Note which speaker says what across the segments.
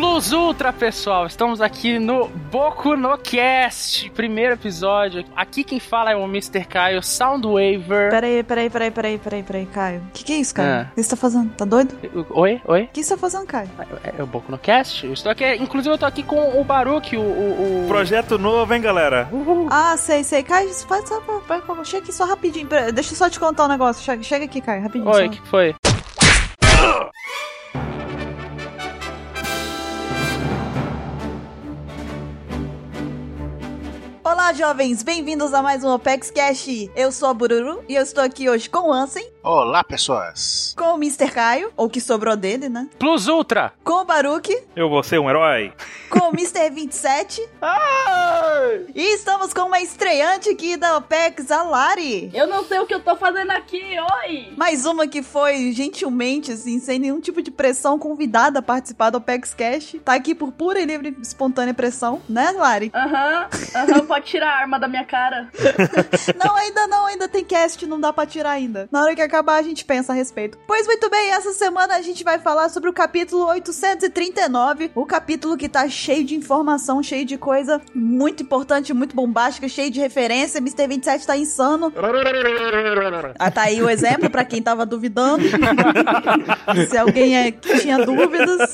Speaker 1: Os Ultra, pessoal, estamos aqui no Boku no Cast, primeiro episódio. Aqui quem fala é o Mr. Caio Soundwaver.
Speaker 2: Peraí, peraí, peraí, peraí, peraí, peraí, Caio. Que que é isso, Caio?
Speaker 1: Ah.
Speaker 2: O que você tá fazendo? Tá doido?
Speaker 1: Oi, oi?
Speaker 2: O que você tá fazendo, Caio?
Speaker 1: É o Boku no Cast? Eu estou aqui, inclusive eu tô aqui com o Baruque, o. o, o...
Speaker 3: Projeto novo, hein, galera?
Speaker 1: Uhul.
Speaker 2: Ah, sei, sei. Caio, faz só, pra- pra- pra- chega aqui só rapidinho. Pera- Deixa eu só te contar um negócio. Chega, chega aqui, Caio, rapidinho.
Speaker 1: Oi, o
Speaker 2: só.
Speaker 1: que foi?
Speaker 2: Olá, jovens. Bem-vindos a mais um Opex Cash. Eu sou a Bururu e eu estou aqui hoje com o Ansem,
Speaker 4: Olá, pessoas!
Speaker 2: com o Mr. Caio, ou o que sobrou dele, né?
Speaker 1: Plus Ultra!
Speaker 2: Com o Baruque,
Speaker 3: Eu vou ser um herói.
Speaker 2: com o Mr. 27. E estamos com uma estreante aqui da Opex, a Lari.
Speaker 5: Eu não sei o que eu tô fazendo aqui, oi!
Speaker 2: Mais uma que foi gentilmente, assim, sem nenhum tipo de pressão, convidada a participar do Opex Cash. Tá aqui por pura e livre espontânea pressão, né, Lari?
Speaker 5: Aham, aham, pode tirar a arma da minha cara.
Speaker 2: não, ainda não, ainda tem cast, não dá pra tirar ainda. Na hora que acabar, a gente pensa a respeito. Pois muito bem, essa semana a gente vai falar sobre o capítulo 839, o capítulo que tá cheio de informação, cheio de coisa muito importante, muito bombástica, cheio de referência. Mr. 27 tá insano. Ah, tá aí o exemplo pra quem tava duvidando. Se alguém é, que tinha dúvidas.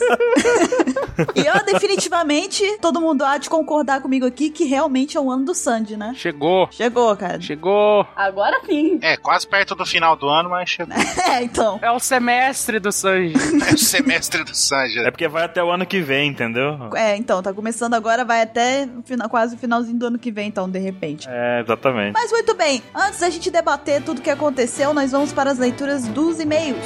Speaker 2: e eu, definitivamente, todo mundo há de concordar comigo aqui que realmente é o ano do Sandy, né?
Speaker 1: Chegou!
Speaker 2: Chegou, cara.
Speaker 1: Chegou!
Speaker 5: Agora sim.
Speaker 4: É, quase perto do final do ano, mas chegou
Speaker 2: É, então.
Speaker 1: É o semestre do Sanji.
Speaker 4: é o semestre do Sanji.
Speaker 3: É porque vai até o ano que vem, entendeu?
Speaker 2: É, então, tá começando agora, vai até o final- quase o finalzinho do ano que vem, então, de repente.
Speaker 3: É, exatamente.
Speaker 2: Mas muito bem, antes da gente debater tudo que aconteceu, nós vamos para as leituras dos e-mails.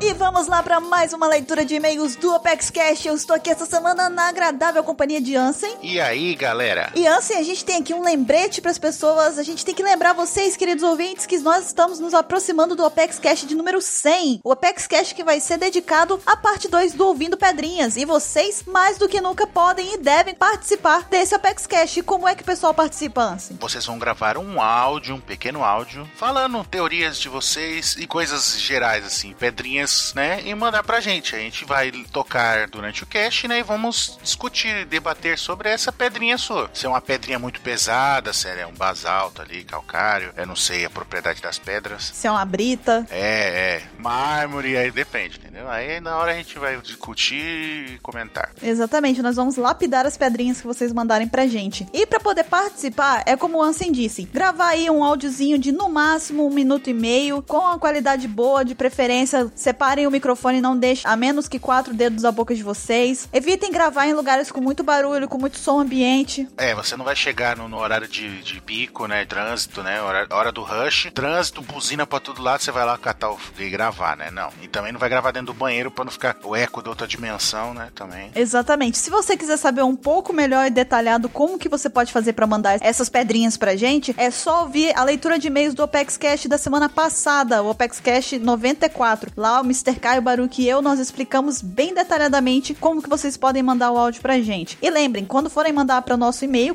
Speaker 2: E vamos lá para mais uma leitura de e-mails do Opex Cash. Eu estou aqui essa semana na agradável companhia de Ansem.
Speaker 4: E aí, galera?
Speaker 2: E Ansem, a gente tem aqui um lembrete para as pessoas. A gente tem que lembrar vocês, queridos ouvintes, que nós estamos nos aproximando do Apex Cash de número 100. O Apex Cash que vai ser dedicado à parte 2 do Ouvindo Pedrinhas. E vocês, mais do que nunca, podem e devem participar desse Apex Cash. E Como é que o pessoal participa, Ansem?
Speaker 4: Vocês vão gravar um áudio, um pequeno áudio, falando teorias de vocês e coisas gerais, assim, pedrinhas, né? E mandar pra gente. A gente vai tocar durante o cast, né? E vamos discutir, debater sobre essa pedrinha sua. Se é uma pedrinha muito pesada, se é um basalto ali, calcário, eu não sei a propriedade das pedras.
Speaker 2: Se é uma brita.
Speaker 4: É, é. Mármore, aí depende, entendeu? Aí na hora a gente vai discutir e comentar.
Speaker 2: Exatamente, nós vamos lapidar as pedrinhas que vocês mandarem pra gente. E pra poder participar, é como o Ansem disse, gravar aí um áudiozinho de no máximo um minuto e meio, com a qualidade boa, de preferência, separem o microfone, não deixem a menos que quatro dedos da boca de vocês. Evitem gravar em lugares com muito barulho, com muito som ambiente.
Speaker 4: É, você não vai chegar no, no horário de, de pico, né? Trânsito, né? Hora, hora do rush. Trânsito, buzina pra todo lado, você vai lá catar o, e gravar, né? Não. E também não vai gravar dentro do banheiro pra não ficar o eco da outra dimensão, né? Também.
Speaker 2: Exatamente. Se você quiser saber um pouco melhor e detalhado como que você pode fazer pra mandar essas pedrinhas pra gente, é só ouvir a leitura de e-mails do Opex Cash da semana passada, o Opex Cash 94. Lá o Mr. Caio Baruque e eu nós explicamos bem detalhadamente como que vocês podem mandar o áudio pra gente. E lembrem, quando forem mandar para o nosso e-mail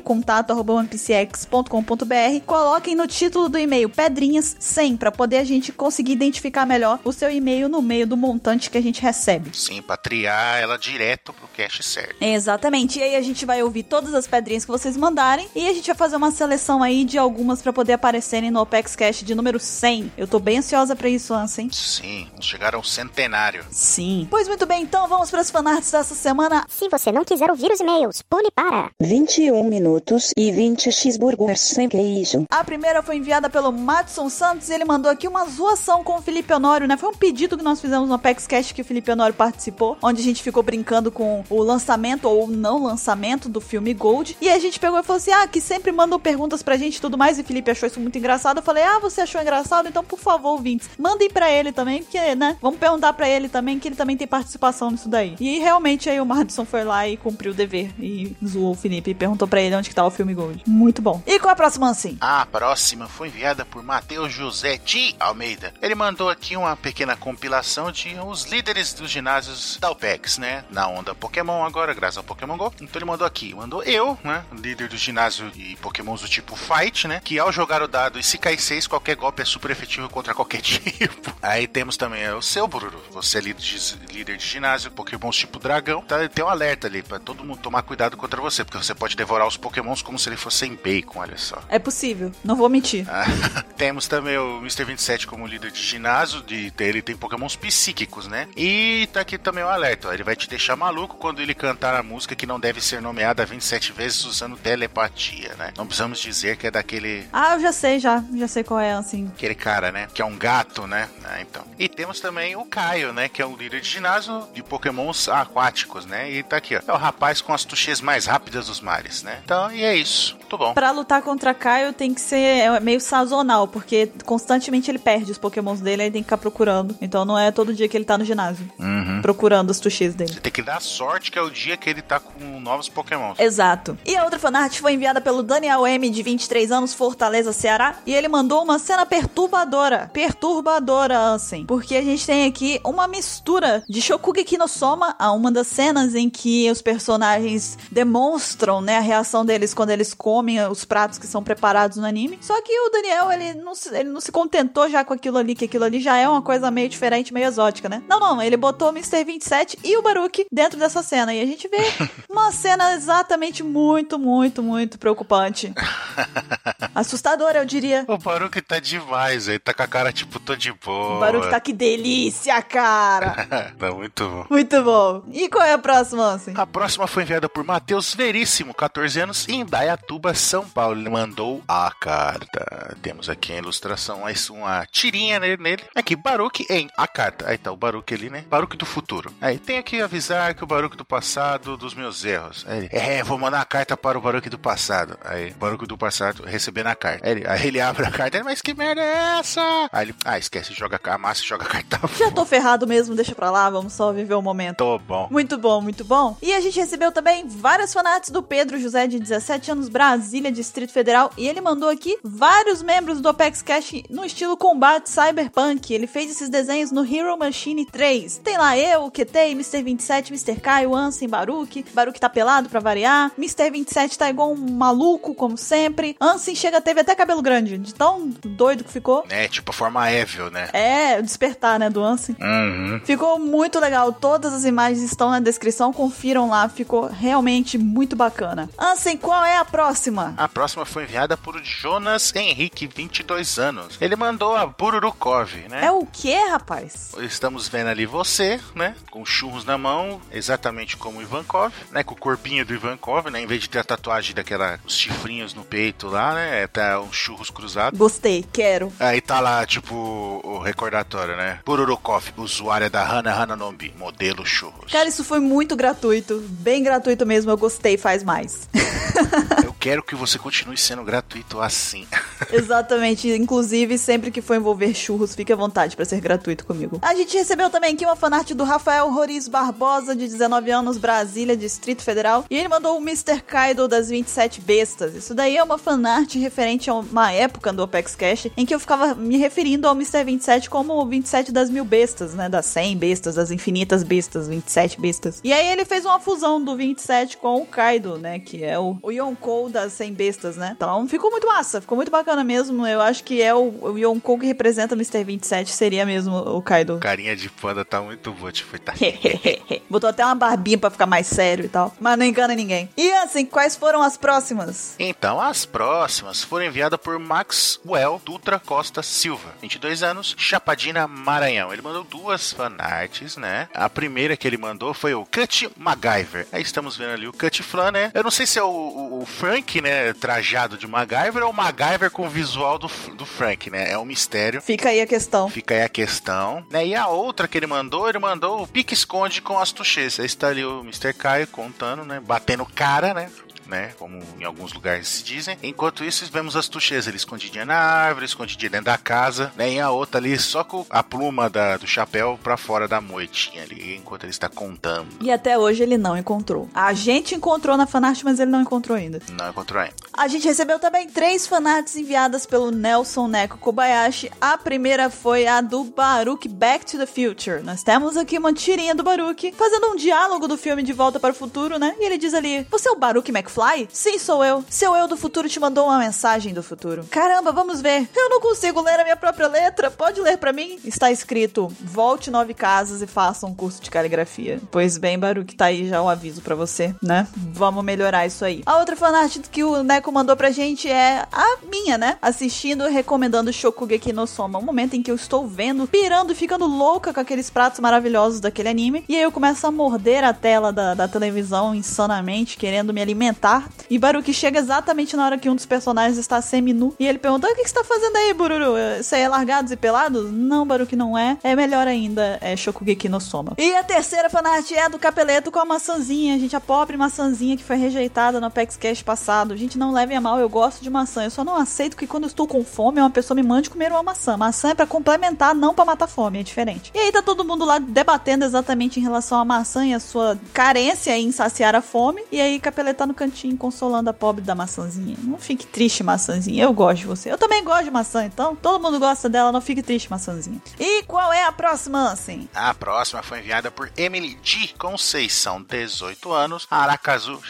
Speaker 2: contato@onepcx.com.br, coloquem no título do e-mail pedrinhas 100 pra poder a gente conseguir identificar melhor o seu e-mail no meio do montante que a gente recebe.
Speaker 4: Sim, pra triar ela direto pro cache certo.
Speaker 2: Exatamente. E aí a gente vai ouvir todas as pedrinhas que vocês mandarem e a gente vai fazer uma seleção aí de algumas pra poder aparecerem no Opex Cash de número 100. Eu tô bem ansiosa pra isso, Ansem.
Speaker 4: Sim, chegaram ao centenário.
Speaker 2: Sim. Pois muito bem, então vamos para as fanarts dessa semana.
Speaker 6: Se você não quiser ouvir os e-mails, pule para.
Speaker 7: 21 minutos e 20 cheeseburgers sem queijo.
Speaker 2: A primeira foi enviada pelo Matson Santos e ele mandou aqui uma zoação com o Felipe Honório, né? Foi um pedido que nós fizemos no Apex Cash que o Felipe Honório participou, onde a gente ficou brincando com o lançamento ou não lançamento do filme Gold. E a gente pegou e falou assim: ah, que sempre mandam perguntas pra gente e tudo mais. E o Felipe achou isso muito engraçado. Eu falei: ah, você achou engraçado? Então, por favor, ouvintes, mandem pra ele também, porque, né? Vamos Vamos perguntar pra ele também, que ele também tem participação nisso daí. E realmente aí o Madison foi lá e cumpriu o dever. E zoou o Felipe e perguntou pra ele onde que tá o filme Gold. Muito bom. E qual a próxima, assim?
Speaker 4: A próxima foi enviada por Matheus José de Almeida. Ele mandou aqui uma pequena compilação de os líderes dos ginásios da UPEX, né? Na onda Pokémon agora, graças ao Pokémon GO. Então ele mandou aqui, mandou eu, né? Líder do ginásio de Pokémons do tipo Fight, né? Que ao jogar o dado e se cair 6, qualquer golpe é super efetivo contra qualquer tipo. Aí temos também o seu, Bururu. Você é líder de, líder de ginásio, Pokémons tipo dragão. Tá, tem um alerta ali pra todo mundo tomar cuidado contra você, porque você pode devorar os Pokémons como se eles fossem bacon, olha só.
Speaker 2: É possível, não vou mentir.
Speaker 4: Temos também o Mr. 27 como líder de ginásio, de, ele tem pokémons psíquicos, né? E tá aqui também o alerta, ó, ele vai te deixar maluco quando ele cantar a música que não deve ser nomeada 27 vezes usando telepatia, né? Não precisamos dizer que é daquele...
Speaker 2: Ah, eu já sei, já. Já sei qual é, assim.
Speaker 4: Aquele cara, né? Que é um gato, né? Ah, então. E temos também o Caio, né? Que é um líder de ginásio de pokémons aquáticos, né? E tá aqui, ó. É o rapaz com as tuxês mais rápidas dos mares, né? Então, e é isso. Muito bom.
Speaker 2: Pra lutar contra Caio tem que ser é, meio sazonal, porque constantemente ele perde os pokémons dele, aí tem que ficar procurando. Então não é todo dia que ele tá no ginásio,
Speaker 4: Uhum.
Speaker 2: procurando os tuxês dele.
Speaker 4: Você tem que dar sorte que é o dia que ele tá com novos pokémons.
Speaker 2: Exato. E a outra fanart foi enviada pelo Daniel M, de 23 anos, Fortaleza, Ceará. E ele mandou uma cena perturbadora. Perturbadora, assim. Porque a gente tem aqui uma mistura de Shokugeki no Soma a uma das cenas em que os personagens demonstram, né, a reação deles quando eles comem eh, os pratos que são preparados no anime. Só que o Daniel, ele não se, ele não se contentou já com aquilo ali, que aquilo ali já é uma coisa meio diferente, meio exótica, né? Não, não. Ele botou o Mr. 27 e o Baruki dentro dessa cena. E a gente vê uma cena exatamente muito, muito, muito preocupante. Assustadora, eu diria.
Speaker 4: O Baruque tá demais, ele tá com a cara tipo, tô de boa.
Speaker 2: O Baruque tá que delícia, cara.
Speaker 4: tá muito bom.
Speaker 2: Muito bom. E qual é a próxima, assim?
Speaker 4: A próxima foi enviada por Matheus Veríssimo, 14 anos, em Dayatuba, São Paulo. Ele mandou a carta. Temos aqui a ilustração, mais uma tirinha nele. nele. Aqui, Baruque em a carta. Aí tá o Baruque ali, né? Baruque do futuro. Aí tem que avisar que o Baruque do passado dos meus erros. Aí ele, é, vou mandar a carta para o Baruque do passado. Aí, Baruque do passado recebendo a carta. Aí ele, aí ele abre a carta, ele, mas que merda é essa? Aí ele, ah, esquece, joga a massa e joga a carta.
Speaker 2: Já tô ferrado mesmo, deixa pra lá, vamos só viver o momento.
Speaker 4: Tô bom.
Speaker 2: Muito bom, muito bom. E a gente recebeu também várias fanarts do Pedro José, de 17 anos, Brasília, Distrito Federal. E ele mandou aqui vários membros do Apex Cash no estilo combate cyberpunk. Ele fez esses desenhos no Hero Machine 3. Tem lá eu, o QT, Mr. 27, Mr. Caio, Ansem, Baruque. Baruque tá pelado pra variar. Mr. 27 tá igual um maluco, como sempre. Ansem chega, teve até cabelo grande, de tão doido que ficou.
Speaker 4: É, tipo a forma evil, né?
Speaker 2: É, o despertar, né, do Ansem.
Speaker 4: Uhum.
Speaker 2: Ficou muito legal. Todas as imagens estão na descrição. Confiram lá. Ficou realmente muito bacana. Ansem, qual é a próxima?
Speaker 4: A próxima foi enviada por Jonas Henrique, 22 anos. Ele mandou a Bururukov, né?
Speaker 2: É o que, rapaz?
Speaker 4: Estamos vendo ali você, né? Com churros na mão, exatamente como o Ivankov, né? Com o corpinho do Ivankov, né? Em vez de ter a tatuagem daquela, os chifrinhos no peito lá, né? É, Tá uns churros cruzados.
Speaker 2: Gostei, quero.
Speaker 4: Aí tá lá, tipo, o recordatório, né? Bururukov, usuária da Hana Hananombi, modelo churros.
Speaker 2: Cara, isso foi muito gratuito. Bem gratuito mesmo. Eu gostei, faz mais.
Speaker 4: Eu quero que você continue sendo gratuito assim.
Speaker 2: Exatamente. Inclusive, sempre que for envolver churros, fique à vontade pra ser gratuito comigo. A gente recebeu também aqui uma fanart do Rafael Roriz Barbosa, de 19 anos, Brasília, Distrito Federal. E ele mandou o Mr. Kaido das 27 Bestas. Isso daí é uma fanart referente a uma época do Apex Cash em que eu ficava me referindo ao Mr. 27 como o 27 das mil bestas, né? Das 100 bestas, das infinitas bestas, 27 bestas. E aí ele fez uma fusão do 27 com o Kaido, né? Que é o, o Yonkou das 100 bestas, né? Então ficou muito massa, ficou muito bacana mesmo. Eu acho que é o, o Yonkou que representa o Mr. 27, seria mesmo o Kaido.
Speaker 4: Carinha de panda tá muito boa, tipo, tá.
Speaker 2: Botou até uma barbinha pra ficar mais sério e tal. Mas não engana ninguém. E assim, quais foram as próximas?
Speaker 4: Então, as próximas foram enviadas por Maxwell Dutra Costa Silva, 22 anos, Chapadina, Maranhão. Ele mandou duas fanarts, né? A primeira que ele mandou foi o Cut MacGyver. Aí estamos vendo ali o Cut Flan, né? Eu não sei se é o, o- o Frank, né, trajado de MacGyver ou o MacGyver com o visual do, do Frank, né? É um mistério.
Speaker 2: Fica aí a questão.
Speaker 4: Fica aí a questão. Né? E a outra que ele mandou, ele mandou o pique-esconde com as tuxês. Aí está ali o Mr. Caio contando, né? Batendo cara, né? né? Como em alguns lugares se dizem. Enquanto isso, vemos as tuxês ali escondidinha na árvore, escondidinha dentro da casa, né? E a outra ali só com a pluma da- do chapéu pra fora da moitinha ali, enquanto ele está contando.
Speaker 2: E até hoje ele não encontrou. A gente encontrou na fanart, mas ele não encontrou ainda.
Speaker 4: Não encontrou ainda.
Speaker 2: A gente recebeu também três fanarts enviadas pelo Nelson Neko Kobayashi. A primeira foi a do Baruch Back to the Future. Nós temos aqui uma tirinha do Baruch fazendo um diálogo do filme De Volta para o Futuro, né? E ele diz ali: Você é o Baruch McFly? Sim, sou eu. Seu eu do futuro te mandou uma mensagem do futuro. Caramba, vamos ver. Eu não consigo ler a minha própria letra. Pode ler pra mim? Está escrito: Volte nove casas e faça um curso de caligrafia. Pois bem, Baruch, tá aí já o aviso pra você, né? Vamos melhorar isso aí. A outra fanart que o Neko mandou pra gente é a minha, né? Assistindo, e recomendando Shokugeki no Soma. Um momento em que eu estou vendo, pirando, e ficando louca com aqueles pratos maravilhosos daquele anime. E aí eu começo a morder a tela da, da televisão insanamente, querendo me alimentar. E Baruki chega exatamente na hora que um dos personagens está semi-nu. E ele pergunta: O que que você tá fazendo aí, Bururu? Eh, Você é largados e pelados? Não, Baruki não é. É melhor ainda, é Shokugeki no Soma. E a terceira fanart é a do Capeleto com a maçãzinha, gente. A pobre maçãzinha que foi rejeitada no Apex Cash passado. Gente, não levem a mal, eu gosto de maçã. Eu só não aceito que quando eu estou com fome, uma pessoa me mande comer uma maçã. Maçã é pra complementar, não pra matar fome, é diferente. E aí tá todo mundo lá debatendo exatamente em relação à maçã e a sua carência em saciar a fome. E aí Capeleto tá no cantinho consolando a pobre da maçãzinha. Não fique triste, maçãzinha. Eu gosto de você. Eu também gosto de maçã, então todo mundo gosta dela, não fique triste, maçãzinha. E qual é a próxima, Ansem?
Speaker 4: A próxima foi enviada por Emily G. Conceição, 18 anos, Aracaju,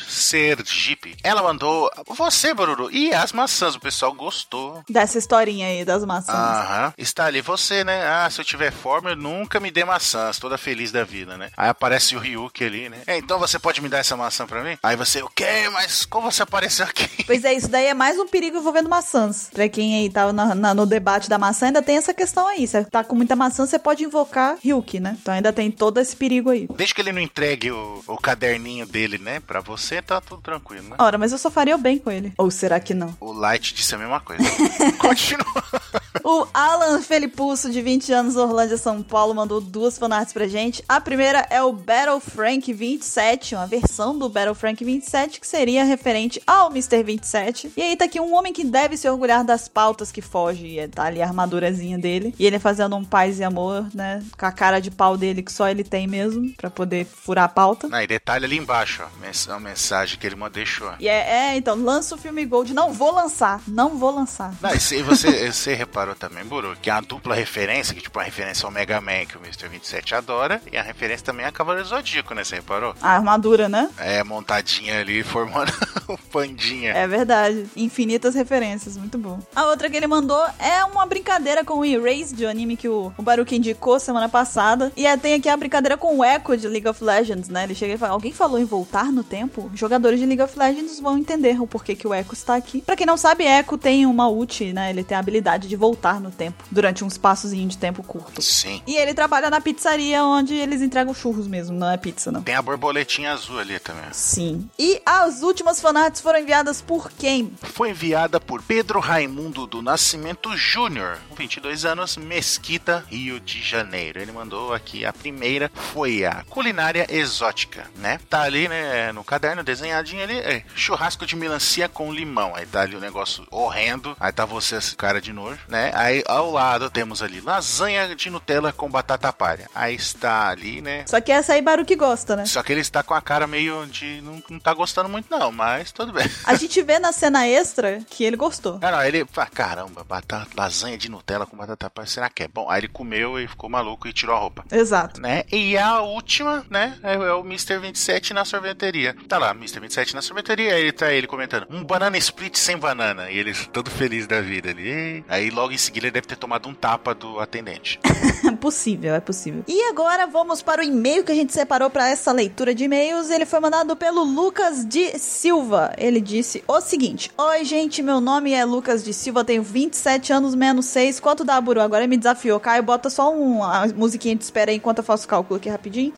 Speaker 4: Sergipe. Ela mandou você, Bururu, e as maçãs. O pessoal gostou.
Speaker 2: Dessa historinha aí das maçãs.
Speaker 4: Aham. Está ali você, né? Ah, se eu tiver fome, eu nunca me dê maçãs. Toda feliz da vida, né? Aí aparece o Ryuk ali, né? "É, então você pode me dar essa maçã pra mim? Aí você, o quê? Mas como você apareceu aqui?
Speaker 2: Pois é, isso daí é mais um perigo envolvendo maçãs. Pra quem aí tava na- na- no debate da maçã, ainda tem essa questão aí. Você tá com muita maçã, você pode invocar Ryuk, né? Então ainda tem todo esse perigo aí.
Speaker 4: Desde que ele não entregue o, o caderninho dele, né? Pra você, tá tudo tranquilo, né?
Speaker 2: Ora, mas eu só faria o bem com ele. Ou será que não?
Speaker 4: O Light disse a mesma coisa. Continua.
Speaker 2: O Alan Felipulso, de 20 anos, Orlândia, São Paulo, mandou duas fanarts pra gente. A primeira é o Battle Frank 27, uma versão do Battle Frank 27, que seria referente ao Mr. 27. E aí tá aqui um homem que deve se orgulhar das pautas que foge, e tá ali a armadurazinha dele. E ele é fazendo um paz e amor, né, com a cara de pau dele que só ele tem mesmo, pra poder furar a pauta.
Speaker 4: Não, e detalhe ali embaixo, ó. mens- A mensagem que ele mandou deixou.
Speaker 2: E é, é, então, lança o filme Gold. Não vou lançar, não vou lançar.
Speaker 4: Não, e se- e você, você reparou também, Buru, que é uma dupla referência, que tipo, a referência ao Mega Man que o Mr. 27 adora, e a referência também é a Cavaleiro Zodíaco, né? Você reparou?
Speaker 2: A armadura, né?
Speaker 4: É, montadinha ali, formando um pandinha.
Speaker 2: É verdade. Infinitas referências, muito bom. A outra que ele mandou é uma brincadeira com o Erase de um anime que o, o Baruque indicou semana passada. E é, tem aqui a brincadeira com o Echo de League of Legends, né? Ele chega e fala: Alguém falou em voltar no tempo? Jogadores de League of Legends vão entender o porquê que o Echo está aqui. Pra quem não sabe, Echo tem uma ult, né? Ele tem a habilidade de voltar no tempo durante um espaçozinho de tempo curto.
Speaker 4: Sim.
Speaker 2: E ele trabalha na pizzaria onde eles entregam churros mesmo, não é pizza, não.
Speaker 4: Tem a borboletinha azul ali também.
Speaker 2: Sim. E as últimas fanarts foram enviadas por quem?
Speaker 4: Foi enviada por Pedro Raimundo do Nascimento Júnior, 22 anos, Mesquita, Rio de Janeiro. Ele mandou aqui a primeira, foi a culinária exótica, né? Tá ali, né, no caderno desenhadinho ali, é, churrasco de melancia com limão. Aí tá ali o negócio horrendo, aí tá você, esse cara de nojo, né? Aí ao lado temos ali lasanha de Nutella com batata palha. Aí está ali, né?
Speaker 2: Só que essa aí Baruque gosta, né?
Speaker 4: Só que ele está com a cara meio de. Não, não tá gostando muito, não, mas tudo bem.
Speaker 2: A gente vê na cena extra que ele gostou.
Speaker 4: Ah, não, ele fala, caramba, batata, lasanha de Nutella com batata palha, será que é bom? Aí ele comeu e ficou maluco e tirou a roupa.
Speaker 2: Exato.
Speaker 4: Né? E a última, né, é, é o Mr. 27 na sorveteria. Tá lá, Mr. 27 na sorveteria, aí ele tá ele comentando, um banana split sem banana. E ele todo feliz da vida ali. "Ei". Aí logo em seguida ele deve ter tomado um tapa do atendente.
Speaker 2: É possível, é possível. E agora vamos para o e-mail que a gente separou para essa leitura de e-mails. Ele foi mandado pelo Lucas de Silva. Ele disse o seguinte: Oi, gente, meu nome é Lucas de Silva, tenho 27 anos menos 6. Quanto dá, Buru? Agora me desafiou. Caio, bota só uma musiquinha de espera aí enquanto eu faço o cálculo aqui rapidinho.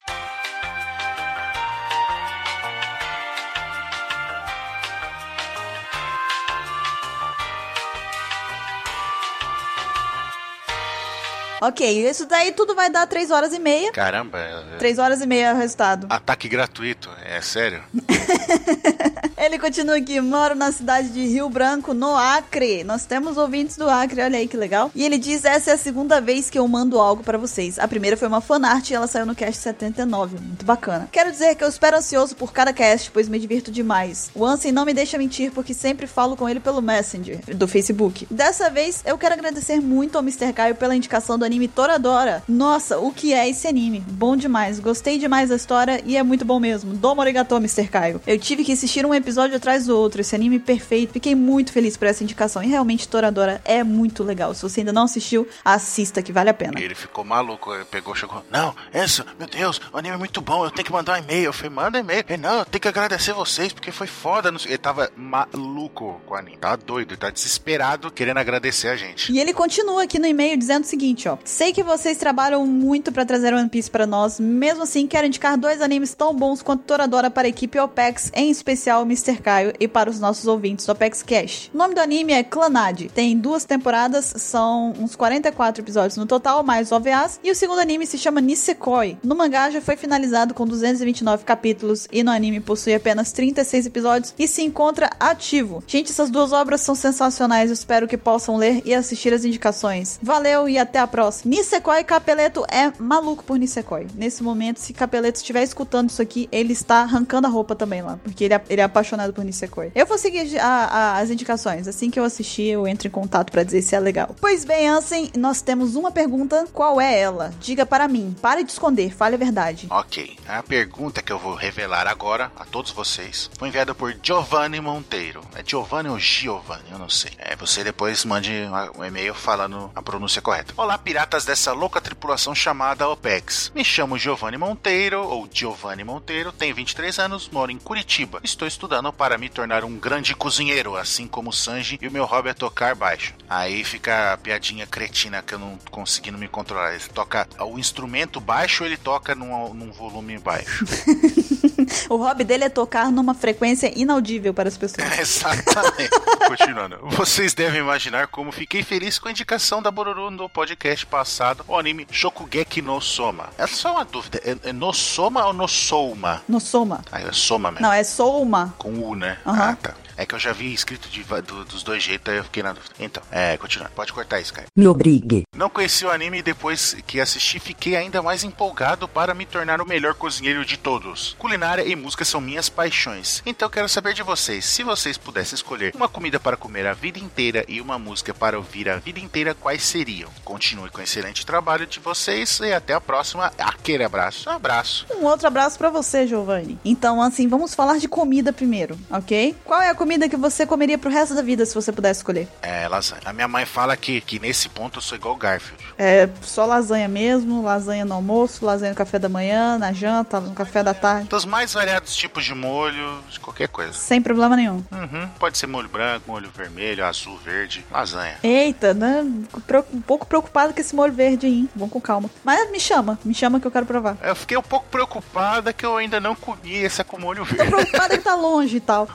Speaker 2: Ok, isso daí tudo vai dar 3 horas e meia.
Speaker 4: Caramba, é-
Speaker 2: 3 horas e meia é o resultado.
Speaker 4: ataque gratuito, é sério?
Speaker 2: Ele continua aqui, moro na cidade de Rio Branco, no Acre. Nós temos ouvintes do Acre, olha aí que legal. E ele diz: essa é a segunda vez que eu mando algo pra vocês. A primeira foi uma fanart e ela saiu no cast 79. Muito bacana. Quero dizer que eu espero ansioso por cada cast, pois me divirto demais. O Ansem não me deixa mentir, porque sempre falo com ele pelo Messenger do Facebook. Dessa vez, eu quero agradecer muito ao Mr. Caio pela indicação do anime Toradora. Nossa, o que é esse anime? Bom demais, gostei demais da história e é muito bom mesmo. Domo arigato, Mr. Caio. Eu tive que assistir um episódio atrás do outro, esse anime perfeito. Fiquei muito feliz por essa indicação e realmente Toradora é muito legal. Se você ainda não assistiu, assista que vale a pena.
Speaker 4: E ele ficou maluco, ele pegou, chegou. Não, isso, meu Deus, o anime é muito bom, eu tenho que mandar um e-mail. Eu falei, manda e-mail. Ele, não, eu tenho que agradecer vocês, porque foi foda. não sei- Ele tava maluco com o anime, tava doido, ele tava desesperado querendo agradecer a gente.
Speaker 2: E ele continua aqui no e-mail dizendo o seguinte, ó: "Sei que vocês trabalham muito pra trazer One Piece pra nós, mesmo assim quero indicar dois animes tão bons quanto Toradora para a equipe OPEX, em especial o Mr. Caio e para os nossos ouvintes do OPEX Cash. O nome do anime é Clanade. Tem duas temporadas, são uns 44 episódios no total, mais OVAs, e o segundo anime se chama Nisekoi. No mangá já foi finalizado com 229 capítulos e no anime possui apenas 36 episódios e se encontra ativo. Gente, essas duas obras são sensacionais, eu espero que possam ler e assistir as indicações. Valeu e até a próxima. Nisekoi Capeleto é maluco por Nisekoi. Nesse momento, se Capeleto estiver escutando isso aqui, ele está arrancando a roupa também lá, porque ele é, ele é apaixonado por Nisekoi. Eu vou seguir a- a- as indicações. Assim que eu assistir, eu entro em contato pra dizer se é legal. Pois bem, Ansem, nós temos uma pergunta. Qual é ela? Diga para mim. Pare de esconder, fale a verdade.
Speaker 4: Ok, a pergunta que eu vou revelar agora a todos vocês foi enviada por Giovanni Monteiro. É Giovanni ou Giovanni? Eu não sei. É, você depois mande uma- um e-mail falando a pronúncia correta. Olá, piratas dessa louca tripulação chamada OPEX. Me chamo Giovanni Monteiro, ou Giovanni Monteiro, tenho 23 anos, moro em Curitiba. Estou estudando para me tornar um grande cozinheiro, assim como o Sanji, e o meu hobby é tocar baixo. Aí fica a piadinha cretina que eu não conseguindo me controlar. Ele toca o instrumento baixo, ele toca num, num volume baixo.
Speaker 2: O hobby dele é tocar numa frequência inaudível para as pessoas.
Speaker 4: Exatamente. Continuando. Vocês devem imaginar como fiquei feliz com a indicação da Bororo no podcast passado, o anime Shokugeki no Soma. É só uma dúvida, é, é no Soma ou no Souma?
Speaker 2: No Soma.
Speaker 4: Ah, é Soma mesmo.
Speaker 2: Não, é Souma.
Speaker 4: Com U, né?
Speaker 2: Aham.
Speaker 4: Ah, tá. É que eu já vi escrito de va- do- dos dois jeitos, aí eu fiquei na dúvida. Então, é, continuando. Pode cortar isso, cara.
Speaker 8: Me obrigue.
Speaker 4: Não conheci o anime e depois que assisti, fiquei ainda mais empolgado para me tornar o melhor cozinheiro de todos. Culinária e música são minhas paixões. Então quero saber de vocês, se vocês pudessem escolher uma comida para comer a vida inteira e uma música para ouvir a vida inteira, quais seriam? Continue com o excelente trabalho de vocês e até a próxima. Aquele abraço. Abraço.
Speaker 2: Um outro abraço pra você, Giovanni. Então, assim, vamos falar de comida primeiro, ok? Qual é a comida que você comeria pro resto da vida se você pudesse escolher?
Speaker 4: É, lasanha. A minha mãe fala que, que nesse ponto eu sou igual o Garfield.
Speaker 2: É só lasanha mesmo, lasanha no almoço, lasanha no café da manhã, na janta, no café da tarde.
Speaker 4: Dos mais variados tipos de molho, de qualquer coisa.
Speaker 2: Sem problema nenhum.
Speaker 4: Uhum. Pode ser molho branco, molho vermelho, azul, verde, lasanha.
Speaker 2: Eita, né? Pro- Um pouco preocupado com esse molho verde, aí, hein? Vamos com calma. Mas me chama, me chama que eu quero provar.
Speaker 4: Eu fiquei um pouco preocupada que eu ainda não comi essa com molho
Speaker 2: Tô
Speaker 4: verde.
Speaker 2: preocupada que tá longe e tal.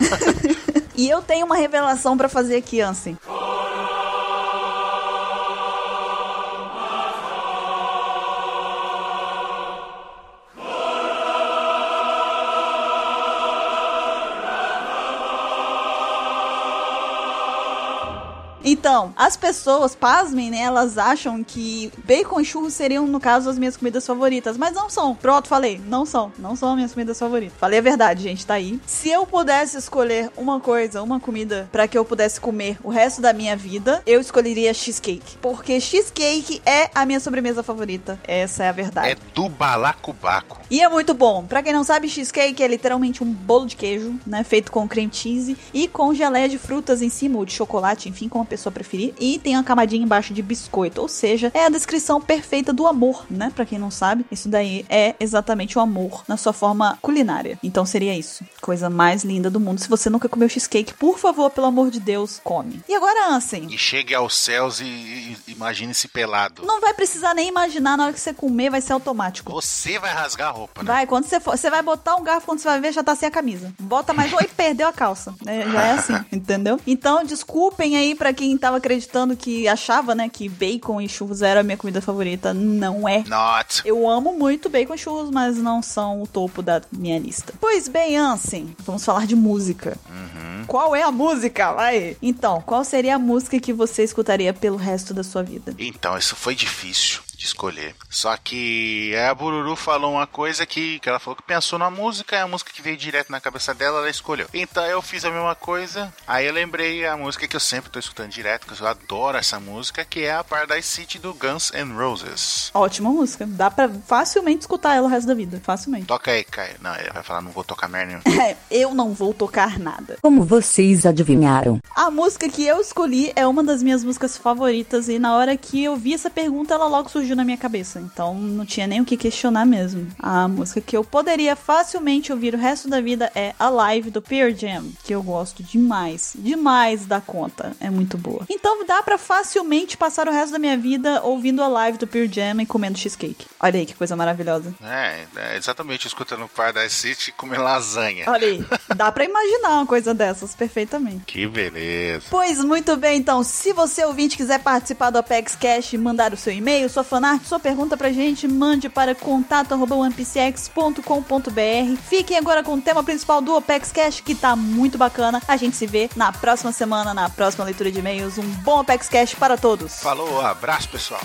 Speaker 2: e eu tenho uma revelação pra fazer aqui, Ansem. Então, as pessoas, pasmem, né? Elas acham que bacon e churros seriam, no caso, as minhas comidas favoritas. Mas não são. Pronto, falei. Não são. Não são as minhas comidas favoritas. Falei a verdade, gente. Tá aí. Se eu pudesse escolher uma coisa, uma comida, pra que eu pudesse comer o resto da minha vida, eu escolheria cheesecake. Porque cheesecake é a minha sobremesa favorita. Essa é a verdade.
Speaker 4: É do balacobaco.
Speaker 2: E é muito bom. Pra quem não sabe, cheesecake é literalmente um bolo de queijo, né? Feito com creme cheese e com geleia de frutas em cima, ou de chocolate, enfim, como a pessoa preferir. E tem uma camadinha embaixo de biscoito. Ou seja, é a descrição perfeita do amor, né? Pra quem não sabe, isso daí é exatamente o amor na sua forma culinária. Então seria isso. Coisa mais linda do mundo. Se você nunca comeu cheesecake, por favor, pelo amor de Deus, come. E agora, Ansem,
Speaker 4: E chegue aos céus e, e- imagine-se pelado.
Speaker 2: não vai precisar nem imaginar na hora que você comer, vai ser automático.
Speaker 4: Você vai rasgar a roupa, né?
Speaker 2: Vai, quando você for. Você vai botar um garfo, quando você vai ver, já tá é sem a camisa. Bota mais um e perdeu a calça. né? já é assim, entendeu? Então, desculpem aí pra quem tava acreditando que achava, né, que bacon e churros era a minha comida favorita. Não é.
Speaker 4: Not.
Speaker 2: Eu amo muito bacon e churros, mas não são o topo da minha lista. Pois bem, Ansem, vamos falar de música. Qual é a música? Vai! Então, qual seria a música que você escutaria pelo resto da sua vida?
Speaker 4: Então, isso foi difícil de escolher. Só que é, a Bururu falou uma coisa que, que ela falou que pensou na música, é a música que veio direto na cabeça dela, ela escolheu. Então eu fiz a mesma coisa, aí eu lembrei a música que eu sempre tô escutando direto, que eu adoro essa música, que é a Paradise City do Guns N' Roses.
Speaker 2: Ótima música. Dá pra facilmente escutar ela o resto da vida. Facilmente.
Speaker 4: Toca aí, Caio. Não, ele vai falar, não vou tocar merda nenhuma.
Speaker 2: É, eu não vou tocar nada.
Speaker 8: Como vocês adivinharam?
Speaker 2: A música que eu escolhi é uma das minhas músicas favoritas e na hora que eu vi essa pergunta ela logo surgiu na minha cabeça, então não tinha nem o que questionar mesmo. A música que eu poderia facilmente ouvir o resto da vida é Alive do Pearl Jam, que eu gosto demais, demais da conta, é muito boa. Então dá pra facilmente passar o resto da minha vida ouvindo Alive do Pearl Jam e comendo cheesecake. Olha aí que coisa maravilhosa.
Speaker 4: É, é, exatamente, escutando Paradise City e comer lasanha.
Speaker 2: Olha aí, dá pra imaginar uma coisa dessas perfeitamente.
Speaker 4: Que beleza.
Speaker 2: Pois muito bem, então, se você ouvinte quiser participar do Apex Cash, mandar o seu e-mail, sua fanart, sua pergunta pra gente, mande para contato@onepcx.com.br. Fiquem agora com o tema principal do Apex Cash, que tá muito bacana. A gente se vê na próxima semana, na próxima leitura de e-mails. Um bom Apex Cash para todos.
Speaker 4: Falou, abraço, pessoal.